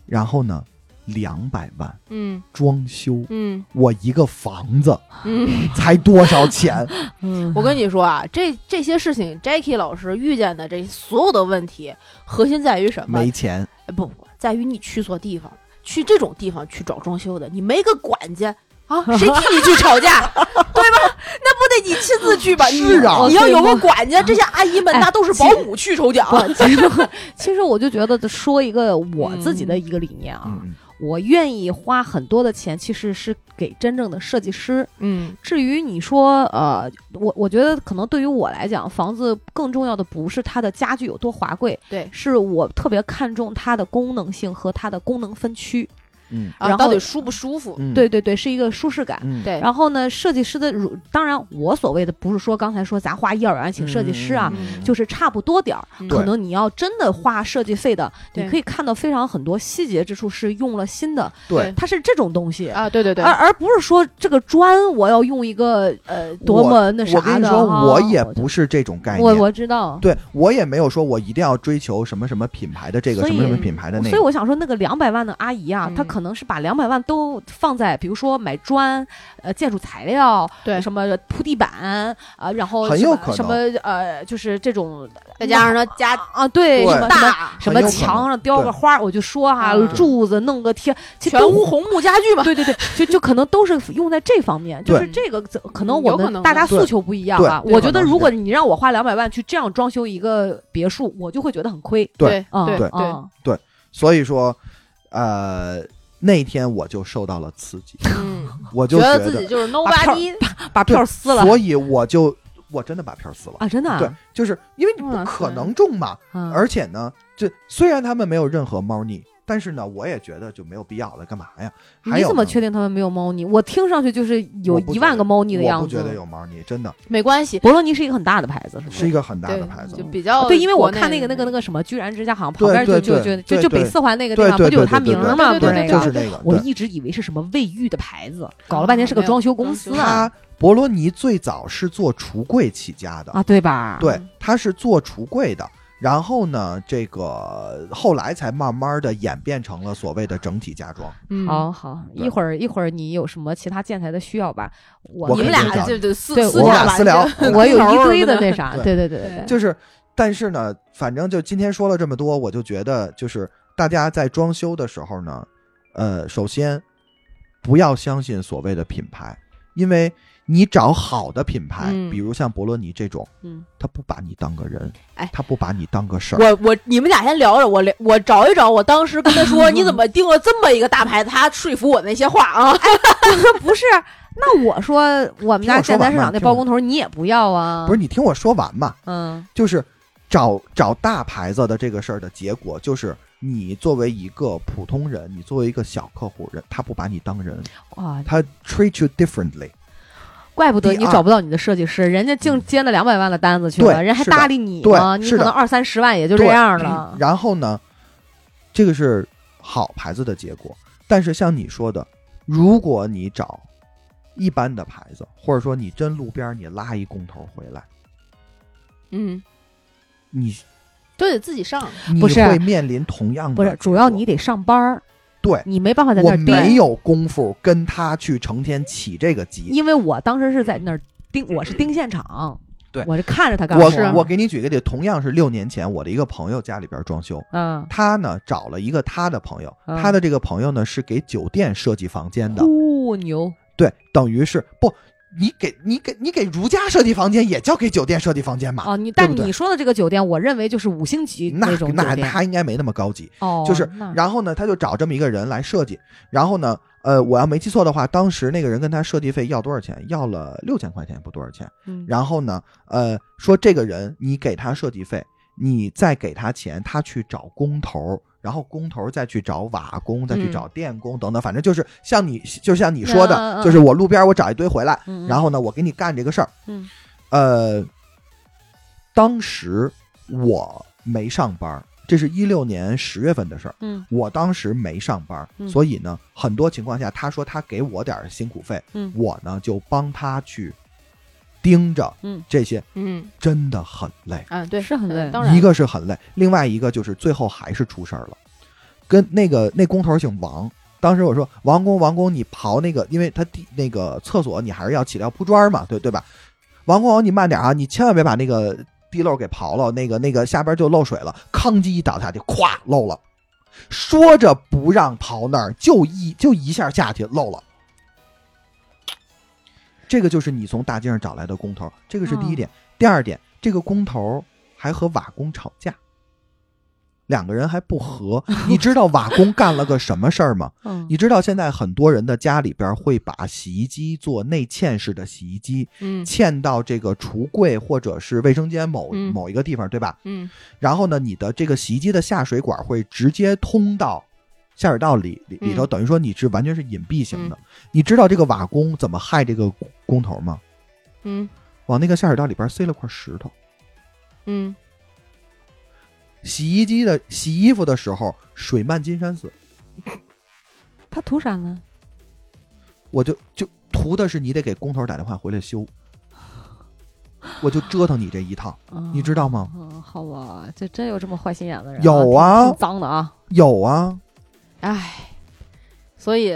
Speaker 5: 然后呢，两百万
Speaker 4: 嗯
Speaker 5: 装修，
Speaker 4: 嗯
Speaker 5: 我一个房子
Speaker 4: 嗯，
Speaker 5: 才多少 钱？
Speaker 3: 嗯
Speaker 4: 我跟你说啊，这这些事情，Jackie 老师遇见的这所有的问题，核心在于什么？
Speaker 5: 没钱，
Speaker 4: 哎不不，在于你去错地方，去这种地方去找装修的，你没个管家啊，谁替你去吵架， 对吧？那不得你亲自去吧？
Speaker 5: 是啊
Speaker 4: 你你要有个管家，这些阿姨们
Speaker 3: 哎
Speaker 4: 那都是保姆去抽奖。
Speaker 3: 不，其实其实我就觉得说一个我自己的一个理念啊，
Speaker 5: 嗯，
Speaker 3: 我愿意花很多的钱，其实是给真正的设计师。
Speaker 4: 嗯
Speaker 3: 至于你说，呃，我我觉得可能对于我来讲，房子更重要的不是它的家具有多华贵，
Speaker 4: 对
Speaker 3: 是我特别看重它的功能性和它的功能分区。
Speaker 5: 嗯
Speaker 4: 啊，
Speaker 3: 然后
Speaker 4: 到底舒不舒服？
Speaker 5: 嗯，
Speaker 3: 对对对，是一个舒适感。
Speaker 5: 嗯，
Speaker 4: 对
Speaker 3: 然后呢，设计师的如当然，我所谓的不是说刚才说咱花一二万请设计师啊，
Speaker 5: 嗯
Speaker 3: 就是差不多点儿。
Speaker 4: 嗯
Speaker 3: 可能你要真的花设计费的，
Speaker 4: 对
Speaker 3: 你可以看到非常很多细节之处是用了新的，
Speaker 5: 对
Speaker 3: 它是这种东西，
Speaker 4: 啊，对对对
Speaker 3: 而，而不是说这个砖我要用一个呃多么那啥
Speaker 5: 我
Speaker 3: 的。
Speaker 5: 跟你说，
Speaker 3: 啊
Speaker 5: 我也不是这种概
Speaker 3: 我
Speaker 5: 念，
Speaker 3: 我知道。
Speaker 5: 对我也没有说我一定要追求什么什么品牌的这个
Speaker 3: 所以
Speaker 5: 什么什么品牌的那
Speaker 3: 所以
Speaker 5: 个，
Speaker 3: 我想说，那个两百万的阿姨啊，
Speaker 4: 嗯
Speaker 3: 她可能是把两百万都放在，比如说买砖、呃建筑材料、
Speaker 4: 对
Speaker 3: 什么铺地板啊、然后
Speaker 5: 很
Speaker 3: 什
Speaker 5: 有
Speaker 3: 么
Speaker 5: 可能
Speaker 3: 什么呃，就是这种
Speaker 4: 再加上呢加
Speaker 3: 啊，对
Speaker 5: 对
Speaker 3: 什么什么
Speaker 4: 大，
Speaker 3: 什么
Speaker 5: 很有可能
Speaker 3: 墙上雕个
Speaker 5: 对
Speaker 3: 花儿，我就说哈、
Speaker 4: 嗯
Speaker 3: 柱子弄个贴，其实
Speaker 4: 全
Speaker 3: 都
Speaker 4: 屋红木家具嘛，
Speaker 3: 对对对，就就可能都是用在这方面，就是
Speaker 4: 对
Speaker 3: 这个怎可能我
Speaker 4: 有可
Speaker 3: 们
Speaker 4: 能
Speaker 3: 大家
Speaker 5: 对
Speaker 3: 诉求不一样啊。
Speaker 5: 对
Speaker 3: 我觉得
Speaker 5: 有可能是
Speaker 3: 如果你让我花两百万去这样装修一个别墅，我就会觉得很亏。
Speaker 4: 对
Speaker 5: 对嗯
Speaker 3: 啊
Speaker 4: 对
Speaker 5: 对
Speaker 4: 对，
Speaker 3: 啊
Speaker 5: 所以说，呃，那天我就受到了刺 激，
Speaker 4: 嗯，
Speaker 5: 我
Speaker 4: 觉
Speaker 5: 就觉
Speaker 4: 自己
Speaker 5: 得，
Speaker 4: 就是
Speaker 3: 票
Speaker 4: nobody，
Speaker 3: 把票撕了
Speaker 5: 所以我就我真的把票撕了。
Speaker 3: 啊！真的啊，
Speaker 5: 对，就是因为你不
Speaker 4: 哇塞
Speaker 5: 可能中嘛，
Speaker 3: 嗯
Speaker 5: 而且呢，这虽然他们没有任何猫腻，但是呢，我也觉得就没有必要了，干嘛呀？还
Speaker 3: 你
Speaker 5: 有
Speaker 3: 怎么
Speaker 5: 呢
Speaker 3: 确定他们没有猫腻？我听上去就是有
Speaker 5: 我不
Speaker 3: 一
Speaker 5: 觉
Speaker 3: 万
Speaker 5: 得
Speaker 3: 个猫腻的
Speaker 5: 我
Speaker 3: 样
Speaker 5: 不觉得
Speaker 3: 子。
Speaker 5: 有猫腻，真的
Speaker 4: 没关系，
Speaker 3: 博洛尼是一个很大的牌子，是不
Speaker 5: 是一个很大
Speaker 4: 对
Speaker 5: 的牌，子
Speaker 4: 就。比较
Speaker 3: 对，因为我
Speaker 4: 国内
Speaker 3: 看那个
Speaker 4: 的
Speaker 3: 那个那个什么居然之家，好像旁
Speaker 5: 对
Speaker 3: 边就
Speaker 5: 对
Speaker 3: 就
Speaker 5: 对
Speaker 3: 就就
Speaker 5: 对
Speaker 3: 就北
Speaker 5: 对
Speaker 3: 四环那个地
Speaker 5: 对
Speaker 3: 方
Speaker 5: 对
Speaker 3: 不就有
Speaker 5: 对
Speaker 3: 他
Speaker 5: 对
Speaker 3: 名
Speaker 5: 对
Speaker 3: 儿吗？
Speaker 4: 对
Speaker 3: 不
Speaker 4: 对
Speaker 3: 那
Speaker 4: 对
Speaker 5: 就
Speaker 3: 个
Speaker 5: 是，那个。
Speaker 3: 我
Speaker 5: 对
Speaker 3: 一直以为是什么卫浴的牌子，搞了半
Speaker 4: 哦
Speaker 3: 天是个装修公司啊
Speaker 5: 他博罗尼最早是做橱柜起家的，
Speaker 3: 啊，对吧？
Speaker 5: 对，
Speaker 4: 嗯
Speaker 5: 他是做橱柜的。然后呢，这个后来才慢慢的演变成了所谓的整体家装。
Speaker 4: 嗯
Speaker 3: 好好，一
Speaker 5: 对
Speaker 3: 会儿一会儿你有什么其他建材的需要吧？我
Speaker 5: 我
Speaker 4: 你
Speaker 5: 可以
Speaker 4: 们
Speaker 5: 跟你
Speaker 4: 俩
Speaker 5: 讲
Speaker 4: 就就私
Speaker 3: 对
Speaker 4: 私
Speaker 5: 我
Speaker 4: 下
Speaker 5: 俩
Speaker 4: 吧
Speaker 5: 私聊，
Speaker 3: 我有
Speaker 4: 头
Speaker 3: 一
Speaker 4: 儿
Speaker 3: 堆的
Speaker 4: 什么
Speaker 3: 那
Speaker 4: 的
Speaker 3: 啥，对
Speaker 5: 对
Speaker 3: 对对对
Speaker 4: 对
Speaker 5: 就是，但是呢，反正就今天说了这么多，我就觉得就是大家在装修的时候呢，呃，首先不要相信所谓的品牌，因为你找好的品牌，
Speaker 4: 嗯
Speaker 5: 比如像博洛尼这种，
Speaker 3: 嗯，
Speaker 5: 他不把你当个人，
Speaker 4: 哎
Speaker 5: 他不把你当个事儿，
Speaker 4: 我我你们俩先聊着，我聊我找一找，我当时跟他 说你怎么定了这么一个大牌子，他说服我那些话啊，
Speaker 3: 不是，那我说我们
Speaker 5: 听
Speaker 3: 家
Speaker 5: 我说
Speaker 3: 建材
Speaker 5: 完
Speaker 3: 市
Speaker 5: 嘛
Speaker 3: 场那
Speaker 5: 听
Speaker 3: 包
Speaker 5: 我
Speaker 3: 工头你也不要啊？
Speaker 5: 不是，你听我说完嘛，
Speaker 3: 嗯，
Speaker 5: 就是找找大牌子的这个事儿的结果就是。你作为一个普通人，你作为一个小客户人，他不把你当人，
Speaker 3: 哇，
Speaker 5: 他 treat you differently。
Speaker 3: 怪不得
Speaker 5: 第
Speaker 3: 你
Speaker 5: 二
Speaker 3: 找不到你的设计师，人家净接那两百万的单子去了，
Speaker 5: 啊嗯对
Speaker 3: 人还
Speaker 5: 是的
Speaker 3: 搭理你
Speaker 5: 对
Speaker 3: 吗？你
Speaker 5: 是
Speaker 3: 可
Speaker 5: 的
Speaker 3: 能二三十万也就这
Speaker 5: 对嗯
Speaker 3: 样了。
Speaker 5: 然后呢，这个是好牌子的结果。但是像你说的，如果你找一般的牌子，或者说你真路边儿你拉一工头回来，
Speaker 4: 嗯，
Speaker 5: 你
Speaker 4: 都得自己上，
Speaker 5: 你
Speaker 3: 不是
Speaker 5: 会面临同样的
Speaker 3: 不是，
Speaker 5: 结
Speaker 3: 主要
Speaker 5: 果
Speaker 3: 你得上班儿，
Speaker 5: 对
Speaker 3: 你没办法在那
Speaker 5: 嗯我
Speaker 3: 儿
Speaker 5: 没
Speaker 3: 盯，
Speaker 5: 有功夫跟他去成天起这个急。
Speaker 3: 因为我当时是在那儿盯，我是盯现场，
Speaker 5: 对
Speaker 3: 我是看着他干活
Speaker 5: 我
Speaker 4: 是啊
Speaker 5: 我给你举个例，同样是六年前，我的一个朋友家里边装修，
Speaker 3: 嗯，
Speaker 5: 他呢找了一个他的朋友，
Speaker 3: 嗯
Speaker 5: 他的这个朋友呢是给酒店设计房间的，
Speaker 3: 酷哦牛，
Speaker 5: 对，等于是不，你给你给你给如家设计房间，也叫给酒店设计房间嘛？
Speaker 3: 哦，你
Speaker 5: 对
Speaker 3: 但
Speaker 5: 不对
Speaker 3: 你说的这个酒店，我认为就是五星级
Speaker 5: 那
Speaker 3: 种酒
Speaker 5: 那
Speaker 3: 店，
Speaker 5: 他应该没那么高级。
Speaker 3: 哦，
Speaker 5: 就是
Speaker 3: 那
Speaker 5: 然后呢，他就找这么一个人来设计。然后呢，呃，我要没记错的话，当时那个人跟他设计费要多少钱？要了六千块钱，不多少钱。
Speaker 3: 嗯
Speaker 5: 然后呢，呃，说这个人你给他设计费，你再给他钱，他去找工头。然后工头再去找瓦工，再去
Speaker 4: 嗯
Speaker 5: 找电工等等，反正就是像你，就像你说的，
Speaker 3: 嗯嗯嗯
Speaker 5: 就是我路边我找一堆回来，
Speaker 3: 嗯
Speaker 5: 然后呢，我给你干这个事儿。
Speaker 3: 嗯，
Speaker 5: 呃，当时我没上班儿，这是一六年十月份的事儿。
Speaker 3: 嗯，
Speaker 5: 我当时没上班儿，
Speaker 3: 嗯
Speaker 5: 所以呢，很多情况下他说他给我点儿辛苦费，
Speaker 3: 嗯
Speaker 5: 我呢就帮他去盯着，
Speaker 3: 嗯，
Speaker 5: 这些
Speaker 4: 嗯
Speaker 5: 真的很累。
Speaker 4: 啊，对，
Speaker 3: 是很累
Speaker 4: 当然
Speaker 5: 一个是很累，另外一个就是最后还是出事儿了，跟那个那工头儿姓王。当时我说王工，王工，你刨那个，因为他地那个厕所你还是要起料铺砖儿嘛，对对吧？王工，王你慢点啊，你千万别把那个地漏给刨了，那个那个下边就漏水了，吭叽一倒下去，咵漏了。说着不让刨那儿，就一就一下下去漏了。这个就是你从大街上找来的工头儿，这个是第一点。第二点，这个工头儿还和瓦工吵架，两个人还不和。你知道瓦工干了个什么事儿吗？
Speaker 3: 嗯
Speaker 5: 你知道现在很多人的家里边会把洗衣机做内嵌式的洗衣机，
Speaker 4: 嗯
Speaker 5: 嵌到这个橱柜或者是卫生间某
Speaker 4: 嗯
Speaker 5: 某一个地方，对吧？
Speaker 4: 嗯
Speaker 5: 然后呢，你的这个洗衣机的下水管会直接通到下水道里里里头，
Speaker 4: 嗯
Speaker 5: 等于说你是完全是隐蔽型的。你知道这个瓦工怎么害这个工头吗？
Speaker 4: 嗯
Speaker 5: 往那个下水道里边塞了块石头。
Speaker 4: 嗯，
Speaker 5: 洗衣机的洗衣服的时候，水漫金山寺，
Speaker 3: 他图啥呢？
Speaker 5: 我就就图的是你得给工头打电话回来修，我就折腾你这一趟，你知道吗？
Speaker 3: 嗯，好吧，这真有这么坏心眼的人、
Speaker 5: 有啊
Speaker 3: 挺挺脏的啊！
Speaker 5: 有啊，
Speaker 4: 唉，所以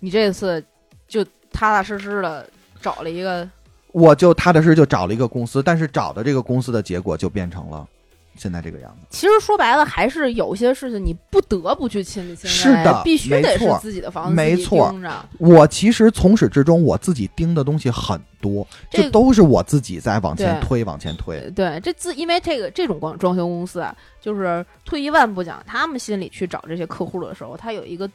Speaker 4: 你这次就踏踏实实的找了一个，
Speaker 5: 我就踏踏实实就找了一个公司，但是找的这个公司的结果就变成了现在这个样子。
Speaker 4: 其实说白了还是有些事情你不得不去亲力亲为，
Speaker 5: 是的
Speaker 4: 必须得
Speaker 5: 没
Speaker 4: 是
Speaker 5: 错
Speaker 4: 自己的房子，
Speaker 5: 没
Speaker 4: 自己
Speaker 5: 错
Speaker 4: 盯着
Speaker 5: 我其实从始至终我自己盯的东西很多，
Speaker 4: 这
Speaker 5: 就都是我自己在往前
Speaker 4: 对
Speaker 5: 推，往前推。
Speaker 4: 对，这自因为这个这种装装修公司啊，就是退一万步讲，他们心里去找这些客户的时候，他有一个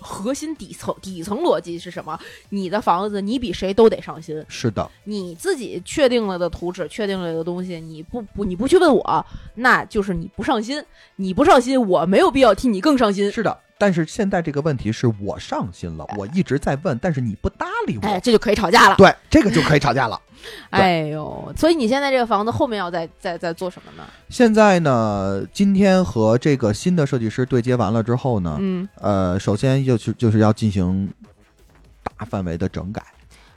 Speaker 4: 核心底层底层逻辑是什么？你的房子你比谁都得上心，
Speaker 5: 是的，
Speaker 4: 你自己确定了的图纸，确定了的东西，你不不你不去问我，那就是你不上心，你不上心，我没有必要替你更上心。
Speaker 5: 是的。但是现在这个问题是我上心了，我一直在问，但是你不搭理我，
Speaker 4: 哎，这就可以吵架了。
Speaker 5: 对，这个就可以吵架了。
Speaker 4: 哎呦，所以你现在这个房子后面要再再再做什么呢？
Speaker 5: 现在呢，今天和这个新的设计师对接完了之后呢，
Speaker 4: 嗯，
Speaker 5: 呃，首先就是就是要进行大范围的整改，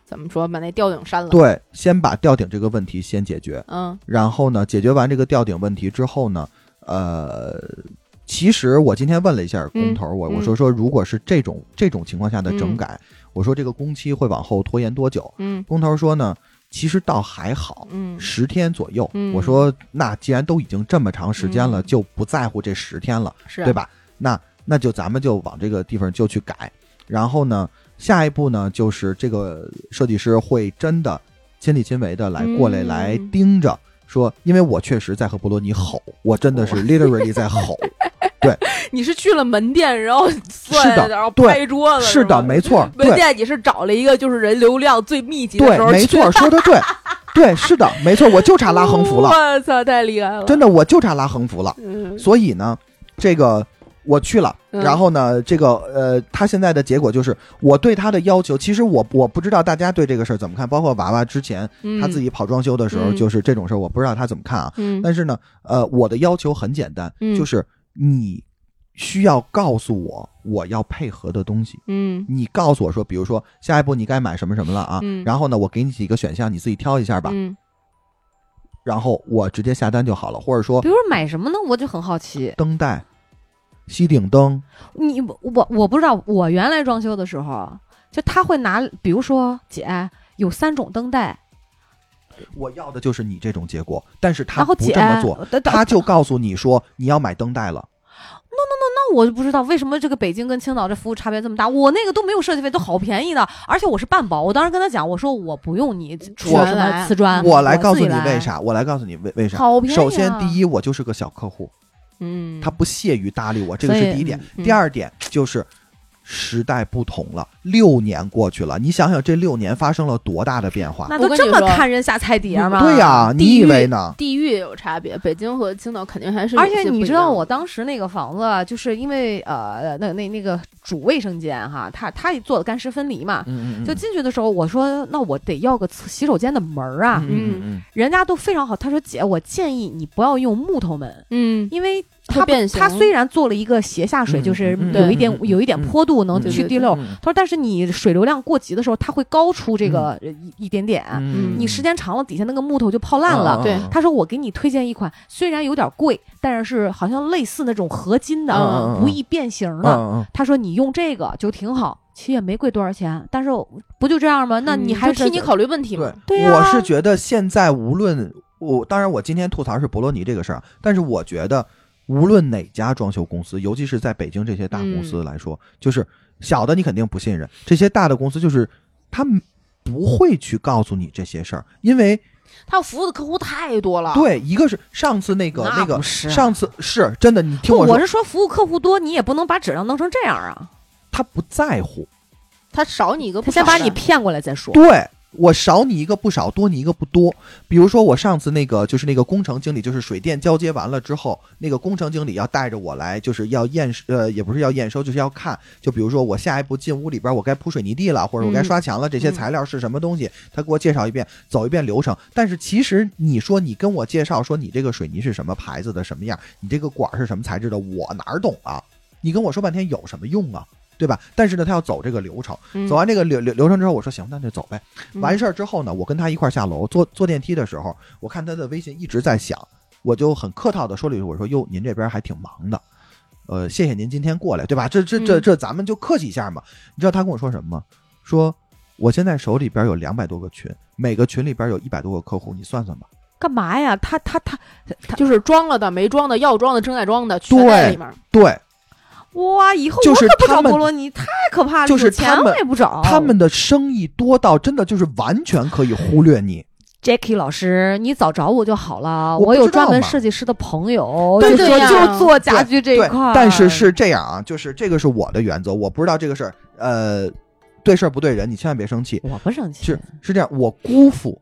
Speaker 4: 怎么说把那吊顶删了？
Speaker 5: 对，先把吊顶这个问题先解决，
Speaker 4: 嗯
Speaker 5: 然后呢，解决完这个吊顶问题之后呢，呃，其实我今天问了一下工头，我
Speaker 4: 嗯
Speaker 5: 我说说，如果是这种这种情况下的整改，我说这个工期会往后拖延多久？
Speaker 4: 嗯
Speaker 5: 工头说呢，其实倒还好，
Speaker 4: 嗯
Speaker 5: 十天左右。
Speaker 4: 嗯
Speaker 5: 我说那既然都已经这么长时间了，
Speaker 4: 嗯
Speaker 5: 就不在乎这十天了，
Speaker 4: 是啊
Speaker 5: 对？吧？那那就咱们就往这个地方就去改，然后呢，下一步呢就是这个设计师会真的亲力亲为的来过来
Speaker 4: 嗯
Speaker 5: 来盯着。说，因为我确实在和博罗尼吼，我真的
Speaker 4: 哦
Speaker 5: 是 literally 在吼，
Speaker 4: 你是去了门店，然后
Speaker 5: 是的
Speaker 4: 算，然后
Speaker 5: 对
Speaker 4: 拍桌子，
Speaker 5: 是
Speaker 4: 吗
Speaker 5: 的，没错 儿，
Speaker 4: 门
Speaker 5: 对
Speaker 4: 店你是找了一个就是人流量最密集的时
Speaker 5: 对，
Speaker 4: 候
Speaker 5: 没
Speaker 4: 去哦
Speaker 5: 错儿，说的 对，对，是的，没错儿，我就差拉横幅了，
Speaker 4: 我操，太厉害了，
Speaker 5: 真的，我就差拉横幅了。
Speaker 4: 嗯，
Speaker 5: 所以呢，这个我去了，
Speaker 4: 嗯
Speaker 5: 然后呢，这个呃，他现在的结果就是我对他的要求，其实我我不知道大家对这个事儿怎么看，包括娃娃之前
Speaker 4: 嗯
Speaker 5: 他自，己跑装修的时候，
Speaker 4: 嗯
Speaker 5: 就是这种事儿，我不知道他怎么看啊。
Speaker 4: 嗯
Speaker 5: 但是呢，呃，我的要求很简单，
Speaker 4: 嗯
Speaker 5: 就是你需要告诉我我要配合的东西。
Speaker 4: 嗯
Speaker 5: 你告诉我说，比如说下一步你该买什么什么了啊，
Speaker 4: 嗯
Speaker 5: 然后呢，我给你几个选项，你自己挑一下吧，
Speaker 4: 嗯，
Speaker 5: 然后我直接下单就好了，或者说
Speaker 3: 比如说买什么呢？我就很好奇。
Speaker 5: 灯带、吸顶灯，
Speaker 3: 你我我不知道，我原来装修的时候，就他会拿，比如说姐有三种灯带，
Speaker 5: 我要的就是你这种结果，但是他
Speaker 3: 然后
Speaker 5: 不
Speaker 3: 姐
Speaker 5: 这么做，
Speaker 3: 等等
Speaker 5: 他就告诉你说你要买灯带了。
Speaker 3: 那我就不知道为什么这个北京跟青岛这服务差别这么大。我那个都没有设计费，都好便宜的，而且我是半包。我当时跟他讲，我说我不用你出
Speaker 4: 我
Speaker 3: 什么瓷砖，
Speaker 5: 我
Speaker 3: 来
Speaker 5: 来告诉你为，啥，我来告诉你为为啥。
Speaker 3: 好便宜、啊。
Speaker 5: 首先，第一，我就是个小客户，
Speaker 4: 嗯，
Speaker 5: 他不屑于搭理我，这个
Speaker 3: 所以
Speaker 5: 是第一点。
Speaker 4: 嗯
Speaker 5: 第二点就是时代不同了，六年过去了，你想想这六年发生了多大的变化？
Speaker 3: 那
Speaker 4: 我
Speaker 3: 都
Speaker 4: 跟
Speaker 3: 这
Speaker 4: 你
Speaker 3: 么
Speaker 4: 说
Speaker 3: 看人下菜碟吗？
Speaker 5: 嗯对呀、你
Speaker 4: 地
Speaker 5: 以
Speaker 4: 域
Speaker 5: 为呢？
Speaker 4: 地域有差别，北京和青岛肯定还是有
Speaker 3: 而
Speaker 4: 些
Speaker 3: 且
Speaker 4: 不一样，
Speaker 3: 你知道，我当时那个房子啊，就是因为呃，那那那个主卫生间哈，他他做的干湿分离嘛。
Speaker 5: 嗯
Speaker 3: 就进去的时候，我说那我得要个洗手间的门儿啊，
Speaker 4: 嗯
Speaker 5: 嗯
Speaker 3: 人家都非常好。他说姐，我建议你不要用木头门，
Speaker 4: 嗯
Speaker 3: 因为
Speaker 4: 会
Speaker 3: 他不
Speaker 4: 变形
Speaker 3: 他虽然做了一个斜下水，
Speaker 5: 嗯
Speaker 3: 就是
Speaker 5: 嗯
Speaker 3: 有一点、
Speaker 5: 嗯嗯
Speaker 3: 有一点
Speaker 5: 嗯
Speaker 3: 坡度能
Speaker 5: 嗯
Speaker 3: 去
Speaker 4: 对
Speaker 3: 地
Speaker 4: 对
Speaker 3: 漏。
Speaker 5: 嗯
Speaker 3: 他说，但是你水流量过急的时候，它会高出这个呃一一点点，
Speaker 4: 嗯
Speaker 3: 你时间长了，底下那个木头就泡烂
Speaker 5: 哦
Speaker 3: 了。
Speaker 4: 对
Speaker 3: 他说：“我给你推荐一款，虽然有点贵，但是好像类似那种合金的，
Speaker 5: 嗯嗯嗯
Speaker 3: 不易变形的。
Speaker 5: 嗯
Speaker 3: 他说：“你用这个就挺好，其实也没贵多少钱，但是我不就这样
Speaker 4: 嗯
Speaker 3: 吗？那
Speaker 5: 嗯
Speaker 3: 你还
Speaker 4: 就替
Speaker 3: 是
Speaker 4: 你考虑问题嘛，
Speaker 3: 对啊
Speaker 5: 我
Speaker 3: 呀
Speaker 5: 是觉得现在无论我，当然我今天吐槽是博罗尼这个事儿，啊但是我觉得无论哪家装修公司，尤其是在北京这些大公司来说，
Speaker 3: 嗯
Speaker 5: 就是小的你肯定不信任，这些大的公司就是他们不会去告诉你这些事儿，因为
Speaker 4: 他服务的客户太多了，
Speaker 5: 对，一个是上次那个
Speaker 3: 啊那
Speaker 5: 那个
Speaker 3: 不是啊
Speaker 5: 上次是真的，你听
Speaker 3: 不
Speaker 5: 我
Speaker 3: 我
Speaker 5: 说，
Speaker 3: 是说服务客户多，你也不能把质量弄成这样啊。
Speaker 5: 他不在乎，
Speaker 4: 他少你一个不
Speaker 3: 他
Speaker 4: 少的，
Speaker 3: 先把你骗过来再说。
Speaker 5: 对我少你一个不少，多你一个不多。比如说我上次那个就是那个工程经理，就是水电交接完了之后，那个工程经理要带着我来，就是要验收，呃，也不是要验收，就是要看。就比如说我下一步进屋里边，我该铺水泥地了，或者我该刷墙了，这些材料是什么东西，他给我介绍一遍，走一遍流程。但是其实你说你跟我介绍说你这个水泥是什么牌子的，什么样，你这个管儿是什么材质的，我哪儿懂啊？你跟我说半天有什么用啊？对吧？但是呢，他要走这个流程。
Speaker 4: 嗯
Speaker 5: 走啊完这个流流流程之后，我说行，那就走呗。
Speaker 4: 嗯
Speaker 5: 完事儿之后呢，我跟他一块儿下楼，坐坐电梯的时候，我看他的微信一直在响，我就很客套的说了一句，我说哟，您这边还挺忙的，呃，谢谢您今天过来，对吧？这这这
Speaker 4: 嗯
Speaker 5: 这，咱们就客气一下嘛。你知道他跟我说什么吗？说我现在手里边有两百多个群，每个群里边有一百多个客户，你算算吧。
Speaker 3: 干嘛呀？他他他他，
Speaker 4: 就是装了的、没装的、要装的、正在装的，全在里面。
Speaker 5: 对
Speaker 3: 哇！以后
Speaker 5: 就
Speaker 3: 我
Speaker 5: 是
Speaker 3: 可不找
Speaker 5: 他们
Speaker 3: 波罗尼，太可怕了。
Speaker 5: 就是
Speaker 3: 有钱
Speaker 5: 他们
Speaker 3: 我也不
Speaker 4: 哦
Speaker 3: 找
Speaker 5: 他们的生意多到真的就是完全可以忽略你。
Speaker 3: Jacky 老师，你早找我就好了。
Speaker 5: 我不
Speaker 3: 我有
Speaker 5: 知道
Speaker 3: 专门
Speaker 5: 嘛
Speaker 3: 设计师的朋友，
Speaker 4: 对
Speaker 3: 就
Speaker 4: 对
Speaker 3: 做
Speaker 4: 呀
Speaker 3: 就做家居这一
Speaker 5: 对
Speaker 3: 块儿。
Speaker 5: 但是是这样啊，就是这个是我的原则，我不知道这个事儿，呃，对事儿不对人，你千万别生气。
Speaker 3: 我不生气，
Speaker 5: 是是这样，我姑父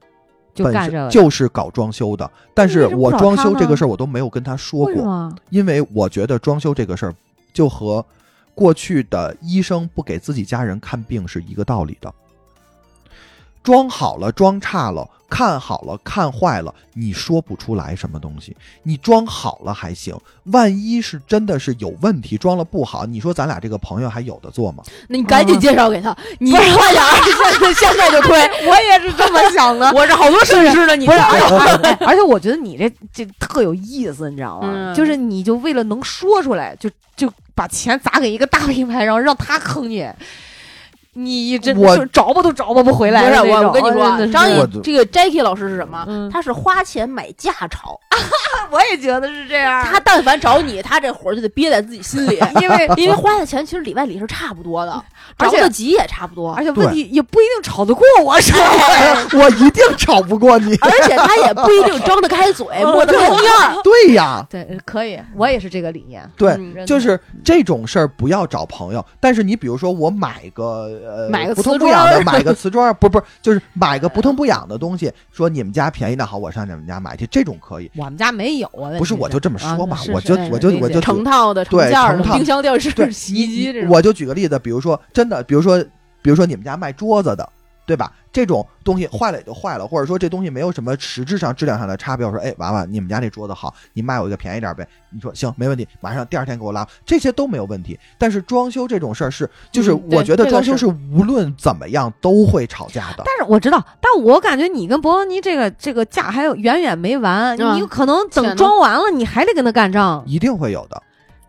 Speaker 3: 就
Speaker 5: 本
Speaker 3: 干这
Speaker 5: 身
Speaker 3: 个。
Speaker 5: 就是搞装修的，但是
Speaker 3: 为什么
Speaker 5: 我
Speaker 3: 不找
Speaker 5: 装
Speaker 3: 他
Speaker 5: 修这个
Speaker 3: 呢
Speaker 5: 事儿我都没有跟他说
Speaker 3: 为什
Speaker 5: 过，
Speaker 3: 么？
Speaker 5: 因为我觉得装修这个事儿就和过去的医生不给自己家人看病是一个道理的。装好了，装差了，看好了，看坏了，你说不出来什么东西。你装好了还行，万一是真的是有问题，装了不好，你说咱俩这个朋友还有的做吗？
Speaker 4: 那你赶紧介绍给他，你快点儿，现在现在就推。
Speaker 3: 哎我也是这么想 的。哎
Speaker 4: 我这好多摄影师呢，你
Speaker 3: 不是，而且 而且我觉得你这这特有意思，你知道吗？
Speaker 4: 嗯
Speaker 3: 就是你就为了能说出来，就就把钱砸给一个大品牌，然后让他坑你，你真
Speaker 5: 我
Speaker 3: 就找吧都找吧不回来
Speaker 4: 不
Speaker 3: 的
Speaker 4: 是
Speaker 3: 那种。哦
Speaker 4: 我，我跟你说啊，张
Speaker 5: 我
Speaker 4: 译这个 Jacky 老师是什么？
Speaker 3: 嗯
Speaker 4: 他是花钱买架吵，
Speaker 3: 我也觉得是这样
Speaker 4: 他但凡找你，他这火就得憋在自己心 里，
Speaker 3: 因为
Speaker 4: 因为花的钱其实里外里是差不多的，
Speaker 3: 而
Speaker 4: 着
Speaker 3: 且
Speaker 4: 得急也差不多，
Speaker 3: 而且问题也不一定吵得过我，是吧？
Speaker 5: 我一定吵不过你。
Speaker 4: 而且他也不一定张得开嘴，抹得开面儿。
Speaker 5: 对呀，
Speaker 3: 对，可以，我也是这个理念。
Speaker 5: 对，
Speaker 4: 嗯
Speaker 5: 呃就是这种事儿不要找朋友。但是你比如说，我买个呃
Speaker 4: 买个
Speaker 5: 不痛
Speaker 4: 瓷
Speaker 5: 不
Speaker 4: 砖
Speaker 5: 痒的，
Speaker 4: 儿
Speaker 5: 买个瓷砖儿，不不是就是买个不痛不痒的东西，说你们家便宜，那好，我上你们家买去，这种可以。
Speaker 3: 我们家没有啊，
Speaker 5: 不是，我就这么
Speaker 3: 啊
Speaker 5: 说嘛
Speaker 3: 是，
Speaker 5: 我
Speaker 3: 是
Speaker 5: 就是我就
Speaker 3: 理
Speaker 5: 我
Speaker 3: 解
Speaker 5: 就举
Speaker 4: 成套的、成
Speaker 5: 对
Speaker 4: 件儿
Speaker 5: 成
Speaker 4: 的，
Speaker 5: 套
Speaker 4: 冰箱、 电视
Speaker 5: 对、
Speaker 4: 洗衣机这种。
Speaker 5: 我就举个例子，比如说真的，比如说，比如说你们家卖桌子的，对吧？这种东西坏了也就坏了，或者说这东西没有什么实质上、质量上的差别。我说，哎，娃娃，你们家这桌子好，你卖我一个便宜点呗。你说行，没问题，马上第二天给我拉，这些都没有问题。但是装修这种事儿是，就是
Speaker 4: 嗯对
Speaker 5: 我觉得
Speaker 4: 这个
Speaker 5: 装修
Speaker 4: 是
Speaker 5: 是无论怎么样都会吵架的。
Speaker 3: 但是我知道，但我感觉你跟博罗尼这个这个架还有远远没完，
Speaker 4: 嗯
Speaker 3: 你有可能
Speaker 4: 天
Speaker 3: 等
Speaker 4: 哪
Speaker 3: 装完了，你还得跟他干仗。
Speaker 5: 一定会有的，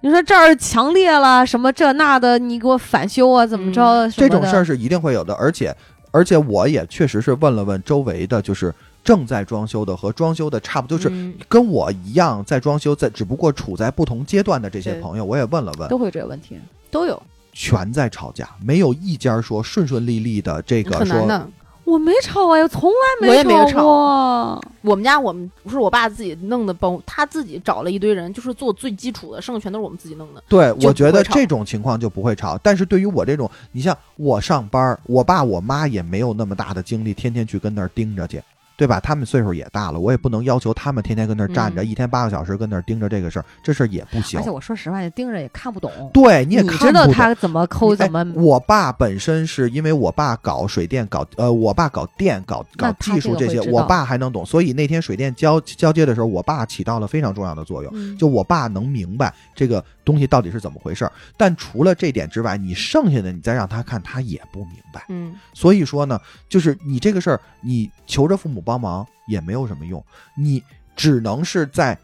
Speaker 3: 你说这儿强烈了，什么这那的，你给我返修啊，怎么着？什
Speaker 5: 这
Speaker 3: 么的
Speaker 5: 种事儿是一定会有的，而且，而且我也确实是问了问周围的，就是正在装修的和装修的差不多，就是
Speaker 4: 嗯
Speaker 5: 跟我一样在装修，在只不过处在不同阶段的这些
Speaker 4: 对
Speaker 5: 朋友，我也问了问，
Speaker 3: 都会有这个问题。
Speaker 4: 都有，
Speaker 5: 全在吵架，没有一家说顺顺利利的。这个
Speaker 4: 很难
Speaker 5: 说
Speaker 4: 的。
Speaker 3: 我没吵啊，从来
Speaker 4: 我也没有
Speaker 3: 吵过。
Speaker 4: 我们家我们是我爸自己弄的包，他自己找了一堆人，就是做最基础的，剩下全都是我们自己弄的。
Speaker 5: 对，
Speaker 4: 就
Speaker 5: 我觉
Speaker 4: 不
Speaker 5: 得
Speaker 4: 会吵
Speaker 5: 这种情况就不会吵。但是对于我这种，你像我上班儿，我爸我妈也没有那么大的精力，天天去跟那儿盯着去，对吧？他们岁数也大了，我也不能要求他们天天跟那儿站着，
Speaker 4: 嗯
Speaker 5: 一天八个小时跟那儿盯着这个事儿，这事儿也不行
Speaker 3: 而且。我说实话，你盯着也看不懂。
Speaker 5: 对，你也
Speaker 3: 你
Speaker 5: 看
Speaker 3: 知道
Speaker 5: 不懂
Speaker 3: 他怎么抠，
Speaker 5: 哎
Speaker 3: 怎么
Speaker 5: 我爸本身是因为我爸搞水电，搞呃，我爸搞电，搞搞
Speaker 3: 那他
Speaker 5: 技术
Speaker 3: 这
Speaker 5: 这
Speaker 3: 个
Speaker 5: 些
Speaker 3: 会，知道
Speaker 5: 我爸还能懂。所以那天水电交交接的时候，我爸起到了非常重要的作用。
Speaker 4: 嗯
Speaker 5: 就我爸能明白这个东西到底是怎么回事儿，但除了这点之外，你剩下的你再让他看，他也不明白。
Speaker 4: 嗯，
Speaker 5: 所以说呢，就是你这个事儿，你求着父母帮忙也没有什么用，你只能是在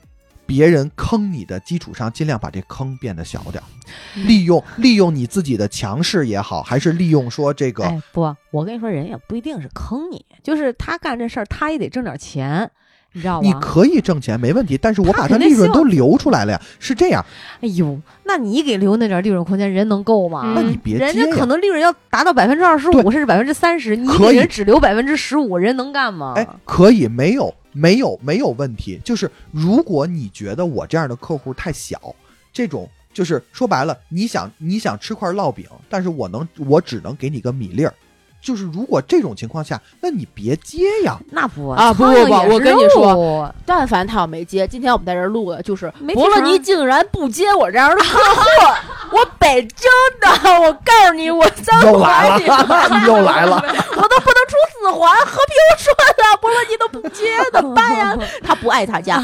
Speaker 5: 别人坑你的基础上，尽量把这坑变得小点儿，
Speaker 3: 嗯
Speaker 5: 利用利用你自己的强势也好，还是利用说这个，
Speaker 3: 哎不，我跟你说，人也不一定是坑你，就是他干这事儿，他也得挣点钱，你知道
Speaker 5: 你
Speaker 3: 吗？
Speaker 5: 可以挣钱没问题，但是我
Speaker 3: 他
Speaker 5: 把它
Speaker 3: 肯定
Speaker 5: 利润
Speaker 3: 希望
Speaker 5: 都留出来了呀，是这样，
Speaker 3: 哎呦，那你给留那点利润空间，人能够吗？
Speaker 4: 嗯
Speaker 5: 那你别
Speaker 3: 人
Speaker 5: 接
Speaker 3: 家可
Speaker 5: 呀。
Speaker 3: 能利润要达到百分之二十
Speaker 5: 对
Speaker 3: 五，甚至百分之三十，你
Speaker 5: 可
Speaker 3: 给
Speaker 5: 以
Speaker 3: 人只留百分之十五，人能干吗？
Speaker 5: 哎，可以，没有，没有，没有问题。就是如果你觉得我这样的客户太小，这种就是说白了，你想你想吃块烙饼，但是我能我只能给你个米粒儿，就是如果这种情况下，那你别接呀。
Speaker 3: 那不
Speaker 4: 啊不
Speaker 3: 苍蝇
Speaker 4: 不不
Speaker 3: 也是
Speaker 4: 我跟你说
Speaker 3: 肉啊
Speaker 4: 但凡他要没接，今天我们在这儿录的就是
Speaker 3: 没
Speaker 4: 伯
Speaker 3: 提
Speaker 4: 乐
Speaker 3: 成
Speaker 4: 尼竟然不接我这样的客户，我北京的，我告诉你，我三
Speaker 5: 又
Speaker 4: 环
Speaker 5: 来了
Speaker 4: 里，
Speaker 5: 又来了，
Speaker 4: 我都不能出四环，和平我说的，伯乐尼都不接，怎么办呀？他不爱 他家，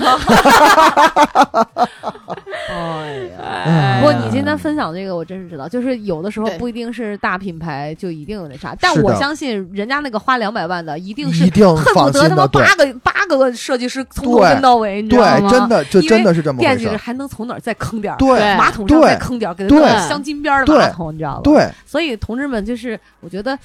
Speaker 3: 哎呀。
Speaker 5: 哎
Speaker 3: 不过你今天分享这个，我真是知道，就是有的时候
Speaker 4: 对
Speaker 3: 不一定是大品牌就一定有那啥，但
Speaker 5: 是的
Speaker 3: 我相信人家那个花两百万的，一定是
Speaker 5: 一定
Speaker 3: 恨不
Speaker 5: 放
Speaker 3: 得
Speaker 5: 心
Speaker 3: 他妈
Speaker 5: 的，对
Speaker 3: 八个八个设计师从头
Speaker 5: 对
Speaker 3: 跟到尾，你知道吗？
Speaker 5: 对，真的就
Speaker 3: 因为
Speaker 5: 真的是这么
Speaker 3: 惦
Speaker 5: 回
Speaker 3: 记
Speaker 5: 事
Speaker 3: 着
Speaker 5: 儿。
Speaker 3: 还能从哪儿再坑点儿，
Speaker 5: 对
Speaker 4: 对
Speaker 3: 马桶上
Speaker 5: 对
Speaker 3: 再坑点儿，给它弄
Speaker 5: 对
Speaker 3: 个镶金边儿的马
Speaker 5: 对
Speaker 3: 桶，你知道吧？，
Speaker 5: 对，
Speaker 3: 所以同志们，就是我觉得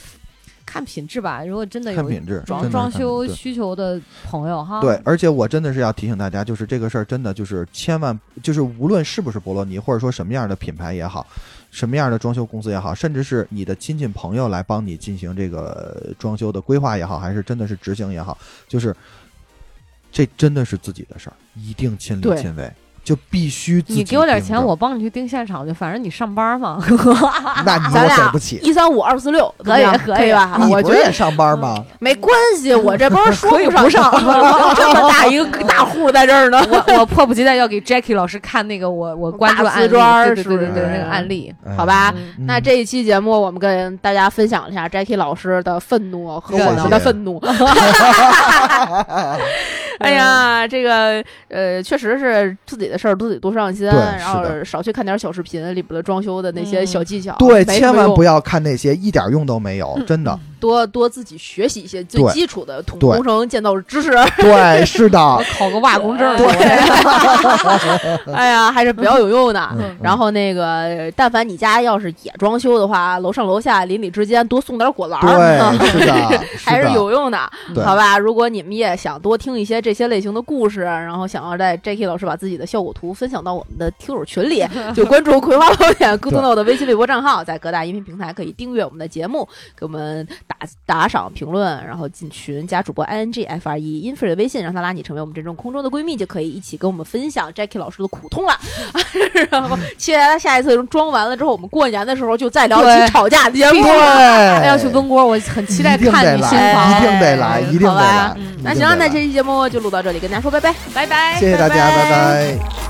Speaker 3: 看品质吧，如果真的
Speaker 5: 看
Speaker 3: 有
Speaker 5: 品质，
Speaker 3: 装
Speaker 5: 真的是
Speaker 3: 装
Speaker 5: 看
Speaker 3: 修
Speaker 5: 品质
Speaker 3: 需求的朋友哈，
Speaker 5: 对，，而且我真的是要提醒大家，就是这个事儿真的就是千万就是无论是不是博洛尼，或者说什么样的品牌也好，什么样的装修公司也好，甚至是你的亲戚朋友来帮你进行这个装修的规划也好，还是真的是执行也好，就是这真的是自己的事儿，一定亲力
Speaker 4: 对
Speaker 5: 亲为，就必须自己。
Speaker 3: 你给我点钱， 我，帮你去盯现场去，反正你上班 嘛。
Speaker 5: 那 你
Speaker 4: 啊咱
Speaker 5: 我
Speaker 4: 俩
Speaker 5: 给不起。
Speaker 4: 一三五二四六，怎么
Speaker 3: 可以
Speaker 4: 样
Speaker 3: 可以
Speaker 4: 可以吧？
Speaker 5: 你
Speaker 4: 我
Speaker 5: 不
Speaker 4: 觉
Speaker 5: 是也
Speaker 4: 得
Speaker 5: 上班吗？
Speaker 4: 没关系，我这不是说
Speaker 3: 可以
Speaker 4: 不
Speaker 3: 不上
Speaker 4: 这么大一个大户在这儿呢。
Speaker 3: 我我迫不及待要给 Jackie 老师看那个我我关注
Speaker 4: 大
Speaker 3: 案
Speaker 4: 瓷
Speaker 3: 例，
Speaker 4: 砖儿
Speaker 3: 对对对
Speaker 4: 是
Speaker 3: 对
Speaker 4: 不
Speaker 3: 对
Speaker 4: 是
Speaker 3: 那个案例。
Speaker 5: 哎
Speaker 4: 好吧，
Speaker 3: 嗯
Speaker 5: 嗯
Speaker 4: 那这一期节目，我们跟大家分享一下 Jackie 老师的愤怒和我们的愤 怒。 哎呀，这个呃，确实是自己的事儿，自己多上心，啊
Speaker 5: 对
Speaker 4: 然
Speaker 5: 是
Speaker 4: 后
Speaker 5: 的
Speaker 4: 少去看点小视频里边的装修的那些
Speaker 3: 嗯
Speaker 4: 小技巧，
Speaker 5: 对，
Speaker 4: 没
Speaker 5: 千万不
Speaker 4: 要
Speaker 5: 要看那些一点用都没有，真的。
Speaker 4: 多多自己学习一些最
Speaker 5: 对
Speaker 4: 基础的土
Speaker 5: 对
Speaker 4: 工程建造知识。
Speaker 5: 对，是的
Speaker 3: 我，考个瓦工证儿，
Speaker 4: 对， 哎呀，还是比较有用的。
Speaker 5: 嗯
Speaker 4: 然后那个，但凡你家要是也装修的话，楼上楼下邻里之间多送点果 篮儿，啊
Speaker 5: 对，是的，
Speaker 4: 还是
Speaker 5: 的
Speaker 4: 有用的。
Speaker 5: 对
Speaker 4: 好吧，如果你们也想多听一些这些类型的故事，然后想要在 J.K. 老师把自己的效果图分享到我们的听友群里，就关注葵花宝典，沟通到我的微信、微博账号，在各大音频平台可以订阅我们的节目，给我们打打赏、评论，然后进群加主播 i n g f r e infree 的微信，让他拉你成为我们这种空中的闺蜜，就可以一起跟我们分享 J.K. 老师的苦痛了。 然后期待他下一次装完了之后，我们过年的时候就再聊一
Speaker 3: 对
Speaker 4: 期吵架节目。
Speaker 5: 对，
Speaker 3: 要去温锅，我很期待
Speaker 5: 哎一定
Speaker 3: 看
Speaker 5: 得
Speaker 3: 你
Speaker 5: 来
Speaker 3: 新
Speaker 5: 一
Speaker 3: 房。
Speaker 5: 定得来，一定得
Speaker 4: 哎好吧嗯那
Speaker 5: 来。一定
Speaker 4: 行，
Speaker 5: 得
Speaker 4: 那
Speaker 5: 来
Speaker 4: 这期节目就录到这里，跟大家说拜拜，拜拜
Speaker 5: 谢谢大家，拜拜